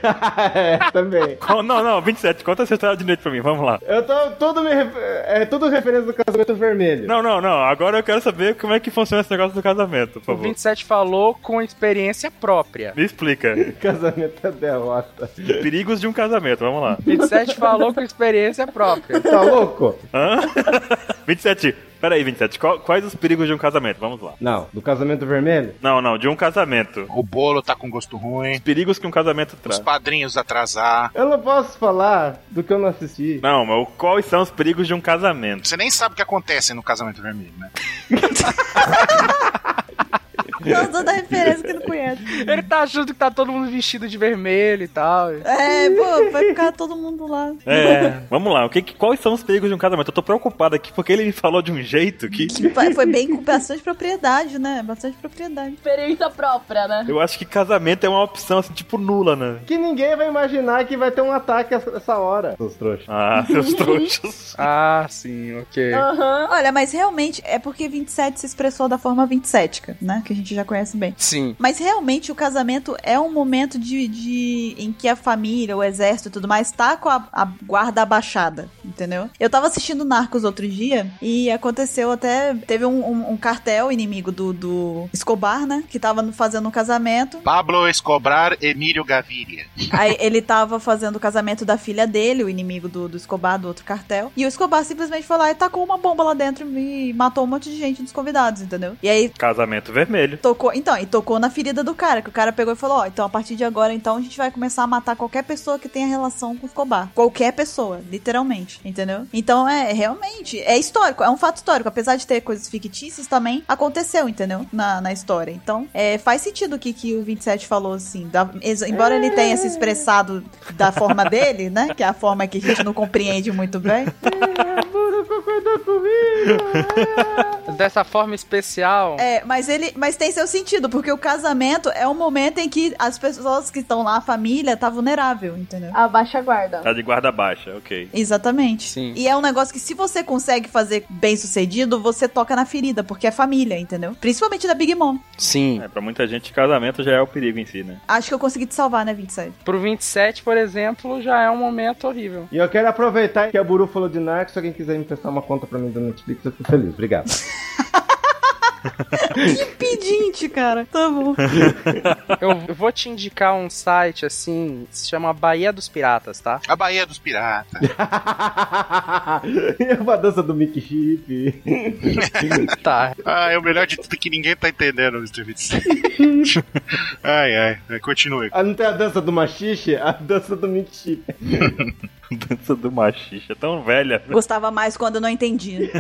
Speaker 9: é, também.
Speaker 3: Qual- Não, não, 27, conta essa história direito pra mim, vamos lá.
Speaker 9: Eu tô todo me ref- é tudo referência do casamento vermelho.
Speaker 3: Não, não, não, agora eu quero saber como é que funciona esse negócio do casamento, por
Speaker 1: O
Speaker 3: favor.
Speaker 1: 27 falou com experiência própria.
Speaker 3: Me explica.
Speaker 9: Casamento é derrota.
Speaker 3: Perigos de um casamento, vamos lá.
Speaker 1: 27 falou com experiência própria.
Speaker 9: Tá louco?
Speaker 3: Hã? 27, peraí, 27, qual- quais os perigos de um casamento? Vamos lá.
Speaker 9: Não, do casamento vermelho?
Speaker 3: Não, não, de um casamento.
Speaker 4: O bolo tá com gosto ruim.
Speaker 3: Perigos que um casamento
Speaker 4: Os
Speaker 3: traz.
Speaker 4: padrinhos atrasar.
Speaker 9: Eu não posso falar do que eu não assisti.
Speaker 3: Não, mas o- quais são os perigos de um casamento?
Speaker 4: Você nem sabe o que acontece no casamento vermelho, né?
Speaker 2: Não, toda Tá referência que não conhece.
Speaker 1: Ele tá achando que tá todo mundo vestido de vermelho e tal.
Speaker 2: É, pô, vai ficar todo mundo lá.
Speaker 3: É, vamos lá, o que, que- quais são os perigos de um casamento? Eu tô preocupado aqui porque ele me falou de um jeito que
Speaker 2: Que pa- foi bem com bastante propriedade, né? Bastante propriedade.
Speaker 5: Experiência própria, né?
Speaker 3: eu acho que casamento é uma opção, assim, tipo nula, né?
Speaker 9: Que ninguém vai imaginar que vai ter um ataque essa essa hora. Os trouxas.
Speaker 3: Ah, seus trouxas.
Speaker 1: Ah, sim, ok.
Speaker 5: Aham.
Speaker 2: Olha, mas realmente é porque 27 se expressou da forma 27, né? Que a gente já conhece bem.
Speaker 1: Sim.
Speaker 2: Mas realmente o casamento é um momento de, de- em que a família, o exército e tudo mais tá com a, a guarda abaixada, entendeu? Eu tava assistindo Narcos outro dia e aconteceu até. Teve um, um- um cartel inimigo do, do Escobar, né? Que tava fazendo um casamento.
Speaker 4: Pablo Escobar, Emílio Gaviria.
Speaker 2: Aí ele tava fazendo o casamento da filha dele, o inimigo do, do Escobar, do outro cartel. E o Escobar simplesmente foi lá e tacou uma bomba lá dentro e matou um monte de gente dos convidados, entendeu? E aí
Speaker 3: Casamento vermelho.
Speaker 2: Tocou, então, e tocou na ferida do cara, que o cara pegou e falou, ó, então a partir de agora, então a gente vai começar a matar qualquer pessoa que tenha relação com o Escobar. Qualquer pessoa, literalmente, entendeu? Então é, realmente, é histórico, é um fato histórico, apesar de ter coisas fictícias também, aconteceu, entendeu? Na, na história. Então, é, faz sentido o que, que o 27 falou, assim, da- ex- embora ele tenha se expressado da forma dele, né, que é a forma que a gente não compreende muito bem,
Speaker 1: Dessa forma especial.
Speaker 2: É, mas ele, mas tem seu sentido, porque o casamento é um momento em que as pessoas que estão lá, a família, tá vulnerável, entendeu?
Speaker 5: Abaixa a guarda.
Speaker 3: Tá de guarda baixa, ok.
Speaker 2: Exatamente.
Speaker 1: Sim.
Speaker 2: E é um negócio que se você consegue fazer bem sucedido, você toca na ferida, porque é família, entendeu? Principalmente da Big Mom.
Speaker 1: Sim.
Speaker 3: É, pra muita gente, casamento já é o perigo em si, né?
Speaker 2: Acho que eu consegui te salvar, né, 27?
Speaker 1: Pro 27, por exemplo, já é um momento horrível.
Speaker 9: E eu quero aproveitar que a Buru falou de Narcos. Se alguém quiser me prestar uma conta pra mim da Netflix, eu fico feliz. Obrigado.
Speaker 2: Pedinte, cara. Tá bom.
Speaker 1: Eu, eu vou te indicar um site assim, se chama Bahia dos Piratas, tá?
Speaker 4: A Bahia dos Piratas.
Speaker 9: e é uma dança do Mickey Chip.
Speaker 1: Tá.
Speaker 4: Ah, é o melhor de tudo que ninguém tá entendendo, Mr. 27. ai, ai. Vai, Continue.
Speaker 9: Ah, não tem a dança do Machixe? A dança do Mickey Chip.
Speaker 3: Dança do machixe. É tão velha.
Speaker 2: Gostava mais quando eu não entendia.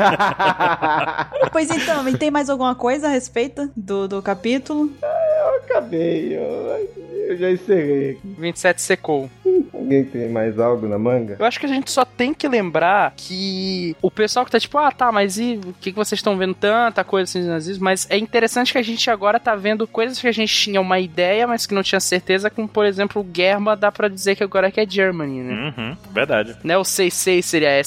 Speaker 2: pois então, e tem mais alguma coisa a respeito do, do capítulo?
Speaker 9: eu acabei, eu, eu já encerrei aqui.
Speaker 1: 27 secou.
Speaker 9: Alguém tem mais algo na manga?
Speaker 1: Eu acho que a gente só tem que lembrar que o pessoal que tá tipo, ah, tá, mas e o que, que vocês estão vendo tanta coisa assim de nazismo? Mas é interessante que a gente agora tá vendo coisas que a gente tinha uma ideia, mas que não tinha certeza, como por exemplo, Germa dá pra dizer que agora que é Germany, né?
Speaker 3: Uhum, verdade.
Speaker 1: né? O 66 seria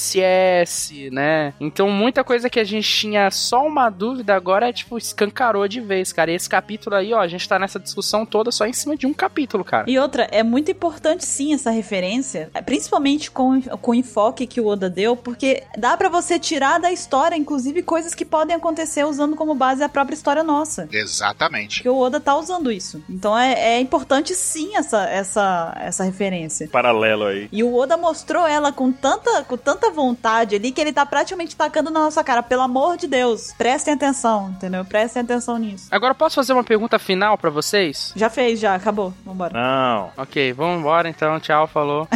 Speaker 1: SS, né? Então muita coisa que a gente tinha só uma dúvida agora é tipo escancarou de vez, cara. E esse capítulo aí, ó, a gente tá nessa discussão toda só em cima de um capítulo, cara.
Speaker 2: E outra, é muito importante sim essa referência, principalmente com, com o enfoque que o Oda deu, porque dá pra você tirar da história, inclusive, coisas que podem acontecer usando como base a própria história nossa.
Speaker 4: Exatamente.
Speaker 2: Porque o Oda tá usando isso. Então é, é importante sim essa, essa, essa referência.
Speaker 3: Paralelo aí.
Speaker 2: E o Oda mostrou ela com tanta, com tanta vontade ali que ele tá praticamente tacando na nossa cara. Pelo amor de Deus, prestem atenção, entendeu? Prestem atenção nisso.
Speaker 1: Agora eu posso fazer uma pergunta final pra vocês?
Speaker 2: Já fez, já, acabou. Vambora.
Speaker 3: Não,
Speaker 1: Ok, vamos embora então. Tchau, falou.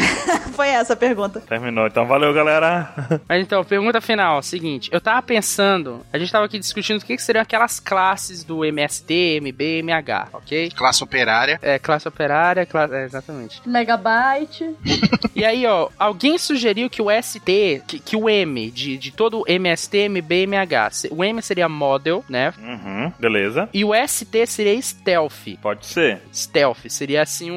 Speaker 2: Foi essa a pergunta.
Speaker 3: terminou. Então valeu, galera.
Speaker 1: Mas então, pergunta final, seguinte, eu tava pensando, a gente tava aqui discutindo o que, que seriam aquelas classes do MST, MB, MH, ok?
Speaker 4: Classe operária.
Speaker 1: É, classe operária, classe... É, exatamente.
Speaker 5: Megabyte.
Speaker 1: E aí, ó, alguém sugeriu que o ST, que, que o M, de, de todo o MST, MB, MH, se- o M seria model, né?
Speaker 3: Uhum, beleza.
Speaker 1: E o ST seria stealth.
Speaker 3: Pode ser.
Speaker 1: Stealth seria, assim, um...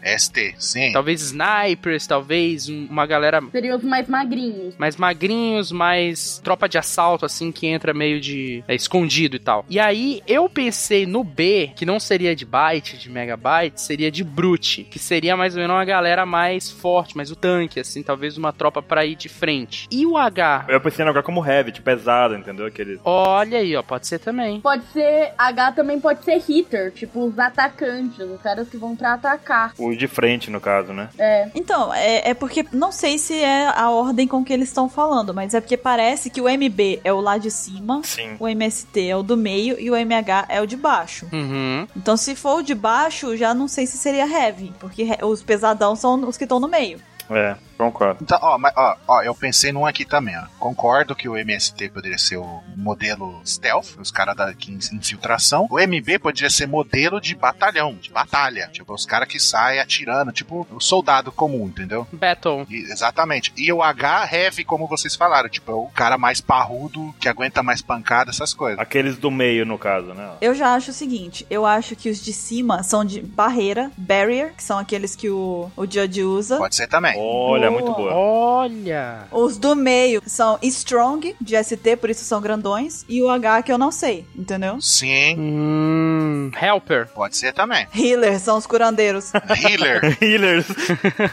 Speaker 1: um-
Speaker 4: ST, sim.
Speaker 1: talvez snipers, talvez um- uma galera
Speaker 5: Seriam os mais magrinhos.
Speaker 1: mais magrinhos, mais tropa de assalto, assim, que entra meio de é, escondido e tal. E aí eu pensei no B, que não seria de byte, de megabyte, seria de brute, que seria mais ou menos uma galera mais forte, mais o tanque, assim, talvez uma tropa pra ir de frente. E o H?
Speaker 3: Eu pensei em agora como heavy, de pesado, entendeu? Aquele...
Speaker 1: Olha aí, ó, pode ser também.
Speaker 5: Pode ser. H também pode ser hitter, tipo os atacantes, os caras que vão pra atacar.
Speaker 3: O de frente, no caso, né?
Speaker 5: É.
Speaker 2: Então, é, é porque não sei se é a ordem com que eles estão falando, mas é porque parece que o MB é o lá de cima,
Speaker 3: Sim.
Speaker 2: o MST é o do meio e o MH é o de baixo.
Speaker 1: Uhum.
Speaker 2: Então, se for o de baixo, já não sei se seria heavy, porque he- os pesadão são os que estão no meio.
Speaker 3: É, concordo.
Speaker 4: Então, ó, mas, ó, ó, eu pensei num aqui também, ó. Concordo que o MST poderia ser o modelo stealth, os caras da que in- infiltração. O MB poderia ser modelo de batalhão, de batalha. Tipo, os caras que saem atirando, tipo, o soldado comum, entendeu?
Speaker 1: Battle.
Speaker 4: E- exatamente. E o H heavy, como vocês falaram, tipo, é o cara mais parrudo, que aguenta mais pancada, essas coisas.
Speaker 3: Aqueles do meio, no caso, né?
Speaker 2: Eu já acho o seguinte, eu acho que os de cima são de barreira, barrier, que são aqueles que o, o Judge usa.
Speaker 4: Pode ser também.
Speaker 3: Olha,
Speaker 5: Boa.
Speaker 3: muito boa.
Speaker 1: Olha!
Speaker 2: Os do meio são strong, de ST, por isso são grandões. E o H que eu não sei, entendeu?
Speaker 4: Sim,
Speaker 1: Hum, helper.
Speaker 4: pode ser também.
Speaker 2: Healer são os curandeiros.
Speaker 4: Healer.
Speaker 3: Healers.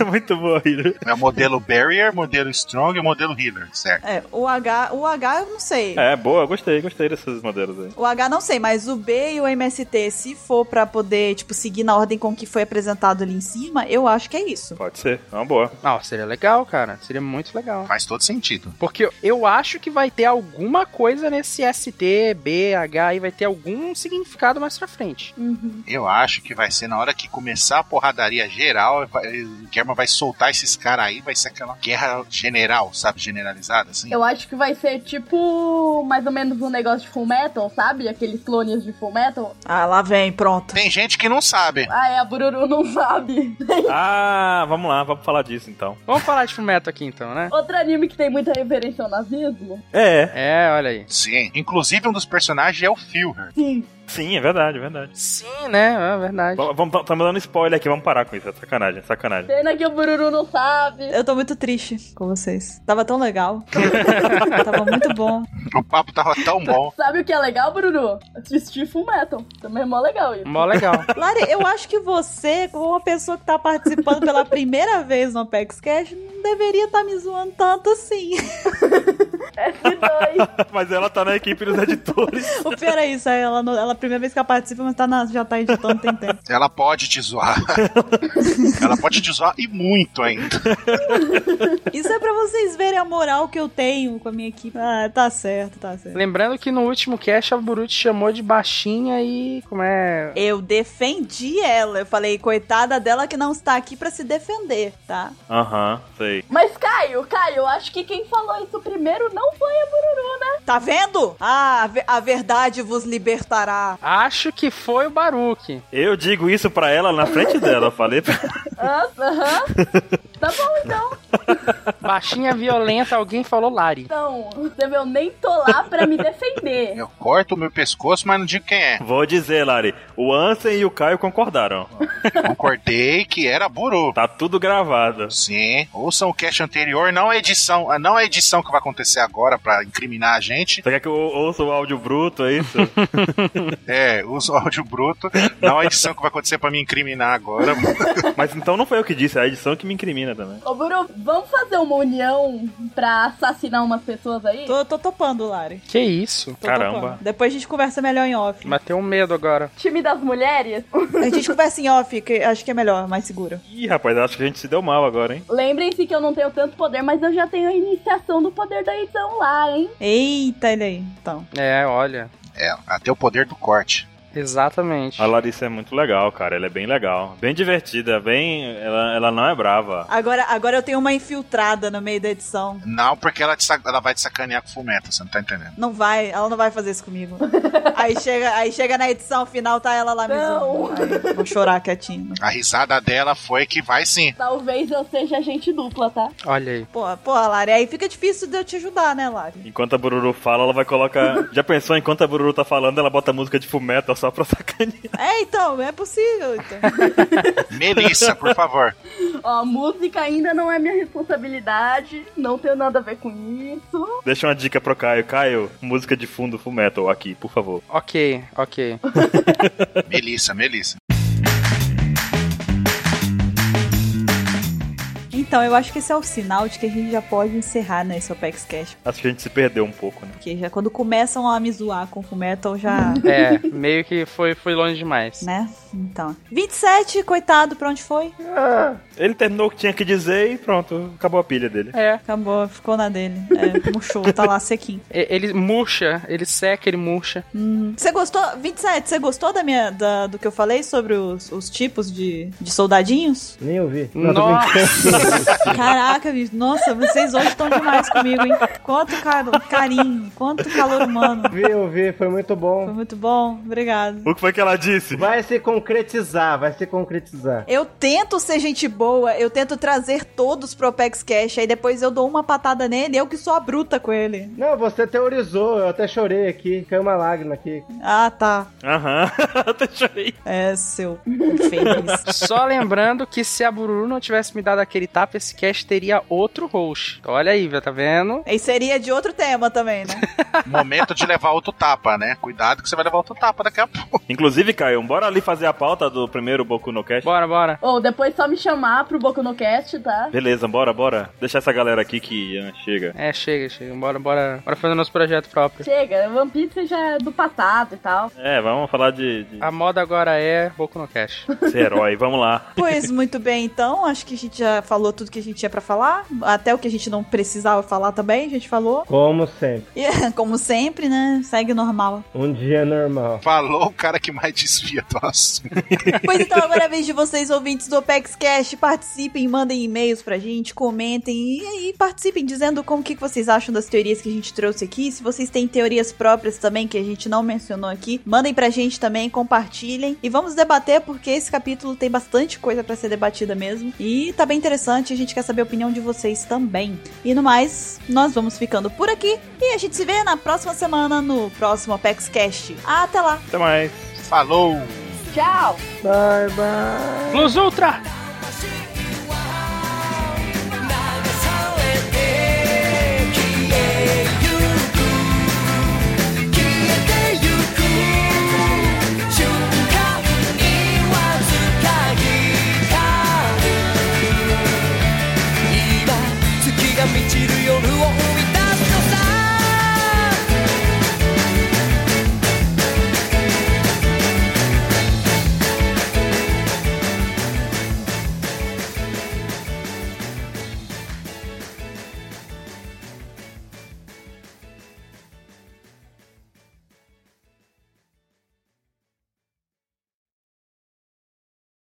Speaker 3: muito boa, healer.
Speaker 4: É o modelo barrier, modelo strong e modelo healer, certo?
Speaker 2: É, o H, o H eu não sei.
Speaker 3: É, boa, gostei, gostei desses modelos aí.
Speaker 2: O H não sei, mas o B e o MST, se for pra poder, tipo, seguir na ordem com que foi apresentado ali em cima, eu acho que é isso.
Speaker 3: Pode ser, é uma boa.
Speaker 1: Ah, seria legal, cara. Seria muito legal.
Speaker 4: Faz todo sentido.
Speaker 1: Porque eu- eu acho que vai ter alguma coisa nesse ST, B, H, e vai ter algum significado mais pra frente.
Speaker 5: Uhum.
Speaker 4: Eu acho que vai ser na hora que começar a porradaria geral, vai- o Germa vai soltar esses caras aí, vai ser aquela guerra general, sabe? Generalizada, assim.
Speaker 5: Eu acho que vai ser tipo mais ou menos um negócio de Full Metal, sabe? Aqueles clones de Full Metal.
Speaker 2: Ah, lá vem, pronto.
Speaker 4: Tem gente que não sabe.
Speaker 5: Ah, é, a Bururu não sabe.
Speaker 3: Ah, vamos lá, vamos falar disso então.
Speaker 1: Vamos falar de fumeto aqui então, né?
Speaker 5: Outro anime que tem muita referência ao nazismo?
Speaker 3: É,
Speaker 1: É, olha aí.
Speaker 4: Sim. Inclusive, um dos personagens é o Führer.
Speaker 5: Sim.
Speaker 3: sim, é verdade, é verdade.
Speaker 1: Sim, né? É verdade.
Speaker 3: Vamos, vamos, estamos dando spoiler aqui, vamos parar com isso, é sacanagem, é sacanagem.
Speaker 5: Pena que a Bururu não sabe.
Speaker 2: Eu tô muito triste com vocês. Tava tão legal. Tava muito bom.
Speaker 4: O papo tava tão bom.
Speaker 5: Sabe o que é legal, Bururu? Assistir Full Metal. Também é mó legal isso.
Speaker 1: Mó legal.
Speaker 2: Lari, eu acho que você, como uma pessoa que tá participando tá pela primeira vez no Apex Cash, não deveria estar me zoando tanto assim.
Speaker 5: F2.
Speaker 3: Mas ela tá na equipe dos editores.
Speaker 2: O pior é isso, é ela, no- ela a primeira vez que ela participa, mas tá na, já tá editando, tem tempo.
Speaker 4: Ela pode te zoar. Ela pode te zoar e muito ainda.
Speaker 2: Isso é pra vocês verem a moral que eu tenho com a minha equipe. Ah, tá certo, tá certo.
Speaker 1: Lembrando que no último cast a Buruti chamou de baixinha e. Como é.
Speaker 2: Eu defendi ela. Eu falei, coitada dela que não está aqui pra se defender, tá?
Speaker 3: Aham, sei.
Speaker 5: Mas, Caio, Caio, eu acho que quem falou isso primeiro não foi a Bururu, né?
Speaker 2: Tá vendo? Ah, a ve- a verdade vos libertará.
Speaker 1: Acho que foi o Baruque.
Speaker 3: Eu digo isso pra ela na frente dela. Eu falei pra...
Speaker 5: Hã? Aham. Tá bom, então.
Speaker 1: Baixinha violenta, alguém falou Lari.
Speaker 5: Então, você viu, eu nem tô lá pra me defender.
Speaker 4: Eu corto o meu pescoço, mas não digo quem é.
Speaker 3: Vou dizer, Lari. O Ansem e o Caio concordaram.
Speaker 4: Concordei que era buru.
Speaker 3: Tá tudo gravado.
Speaker 4: Sim, ouçam o cast anterior, não a edição, ah, não a edição que vai acontecer agora pra incriminar a gente.
Speaker 3: Você quer que eu ouça o áudio bruto, é isso?
Speaker 4: É, usa o áudio bruto, não a edição que vai acontecer pra me incriminar agora.
Speaker 3: Mas então não foi eu que disse, é a edição que me incrimina também.
Speaker 5: Ô, Buru, vamos fazer uma união pra assassinar umas pessoas aí?
Speaker 2: Tô, tô topando, Lari.
Speaker 1: Que isso?
Speaker 2: Tô
Speaker 3: Caramba.
Speaker 2: topando. Depois a gente conversa melhor em off.
Speaker 1: Bateu um medo agora.
Speaker 5: Time das mulheres?
Speaker 2: A gente conversa em off, que acho que é melhor, mais seguro.
Speaker 3: Ih, rapaz, acho que a gente se deu mal agora, hein?
Speaker 5: Lembrem-se que eu não tenho tanto poder, mas eu já tenho a iniciação do poder da edição lá, hein?
Speaker 2: Eita, ele aí. Então.
Speaker 1: É, olha.
Speaker 4: É, até o poder do corte.
Speaker 1: Exatamente.
Speaker 3: A Larissa é muito legal, cara. Ela é bem legal. Bem divertida, bem. Ela, ela não é brava.
Speaker 2: Agora, agora eu tenho uma infiltrada no meio da edição.
Speaker 4: Não, porque ela, te sa- ela vai te sacanear com o Fullmetal, você não tá entendendo.
Speaker 2: Não vai, ela não vai fazer isso comigo. aí, chega, aí chega na edição final, tá ela lá me
Speaker 5: Não.
Speaker 2: zoando. Aí, Vou chorar quietinho.
Speaker 4: A risada dela foi que vai sim.
Speaker 5: Talvez eu seja gente dupla, tá?
Speaker 1: Olha aí.
Speaker 2: Pô, pô, Lari, aí fica difícil de eu te ajudar, né, Lari?
Speaker 3: Enquanto a Bururu fala, ela vai colocar. Já pensou? Enquanto a Bururu tá falando, ela bota música de fumeta só pra sacanear.
Speaker 2: É, então, é possível. Então.
Speaker 4: Melissa, por favor.
Speaker 5: Ó, música ainda não é minha responsabilidade, não tenho nada a ver com isso.
Speaker 3: Deixa uma dica pro Caio. Caio, música de fundo fumetal aqui, por favor.
Speaker 1: Ok, ok.
Speaker 4: Melissa, Melissa.
Speaker 2: Então, eu acho que esse é o sinal de que a gente já pode encerrar, né, esse Opex Cash.
Speaker 3: Acho que a gente se perdeu um pouco, né?
Speaker 2: Porque já, quando começam a me zoar com o Metal, já.
Speaker 1: É, meio que foi, foi longe demais.
Speaker 2: né? Então. 27, coitado, pra onde foi?
Speaker 3: Ele terminou o que tinha que dizer e pronto, acabou a pilha dele.
Speaker 1: É.
Speaker 2: Acabou, ficou na dele. É, murchou, tá lá sequinho.
Speaker 1: E- Ele murcha, ele seca, ele murcha.
Speaker 2: Você gostou, 27, você gostou da minha, da- do que eu falei sobre os, os tipos de, de soldadinhos?
Speaker 9: Nem ouvi.
Speaker 1: Nossa!
Speaker 2: Caraca, bicho, nossa, vocês hoje estão demais comigo, hein? Quanto caro- carinho, quanto calor humano.
Speaker 9: ouvi, ouvi, foi muito
Speaker 2: Foi
Speaker 9: bom.
Speaker 2: muito bom, obrigado.
Speaker 3: O que foi que ela disse?
Speaker 9: Vai se concretizar, vai se concretizar.
Speaker 2: Eu tento ser gente boa, eu tento trazer todos pro Apex Cash, aí depois eu dou uma patada nele, eu que sou a bruta com ele.
Speaker 9: Não, você teorizou, eu até chorei aqui, caiu uma lágrima aqui.
Speaker 2: Ah, tá.
Speaker 3: Aham, até chorei.
Speaker 2: É, seu infeliz.
Speaker 1: Só lembrando que se a Bururu não tivesse me dado aquele tapa, esse cast teria outro host. Olha aí, tá vendo?
Speaker 2: E seria de outro tema também, né?
Speaker 4: Momento de levar outro tapa, né? Cuidado que você vai levar outro tapa daqui a pouco.
Speaker 3: Inclusive, Caio, bora ali fazer a pauta do primeiro Boku no Cast.
Speaker 1: Bora, bora.
Speaker 5: Ou depois só me chamar pro Boku no Cast, tá?
Speaker 3: Beleza, bora, bora. Deixa essa galera aqui que ah, chega.
Speaker 1: É, chega, chega. Bora, bora. Bora fazer nosso projeto próprio.
Speaker 5: Chega, One Piece já é do passado e tal.
Speaker 3: É, vamos falar de, de
Speaker 1: A moda agora é Boku no Cash.
Speaker 3: ser herói, vamos lá.
Speaker 2: Pois muito bem, então. Acho que a gente já falou tudo que a gente tinha pra falar. Até o que a gente não precisava falar também, a gente falou.
Speaker 9: Como sempre,
Speaker 2: E, como sempre, né? Segue normal.
Speaker 9: um dia normal.
Speaker 4: Falou o cara que mais desvia do assunto.
Speaker 2: Pois então, agora é a vez de vocês, ouvintes do Opex Cash, participem, mandem e-mails pra gente, comentem e, e participem dizendo como que que vocês acham das teorias que a gente trouxe aqui. Se vocês têm teorias próprias também que a gente não mencionou aqui, mandem pra gente também, compartilhem e vamos debater porque esse capítulo tem bastante coisa pra ser debatida mesmo e tá bem interessante, a gente quer saber a opinião de vocês também. E no mais, nós vamos ficando por aqui e a gente se vê na próxima semana no próximo Opex Cash. Até lá.
Speaker 3: Até mais.
Speaker 4: Falou!
Speaker 5: Tchau!
Speaker 9: Bye, bye.
Speaker 1: Plus Ultra!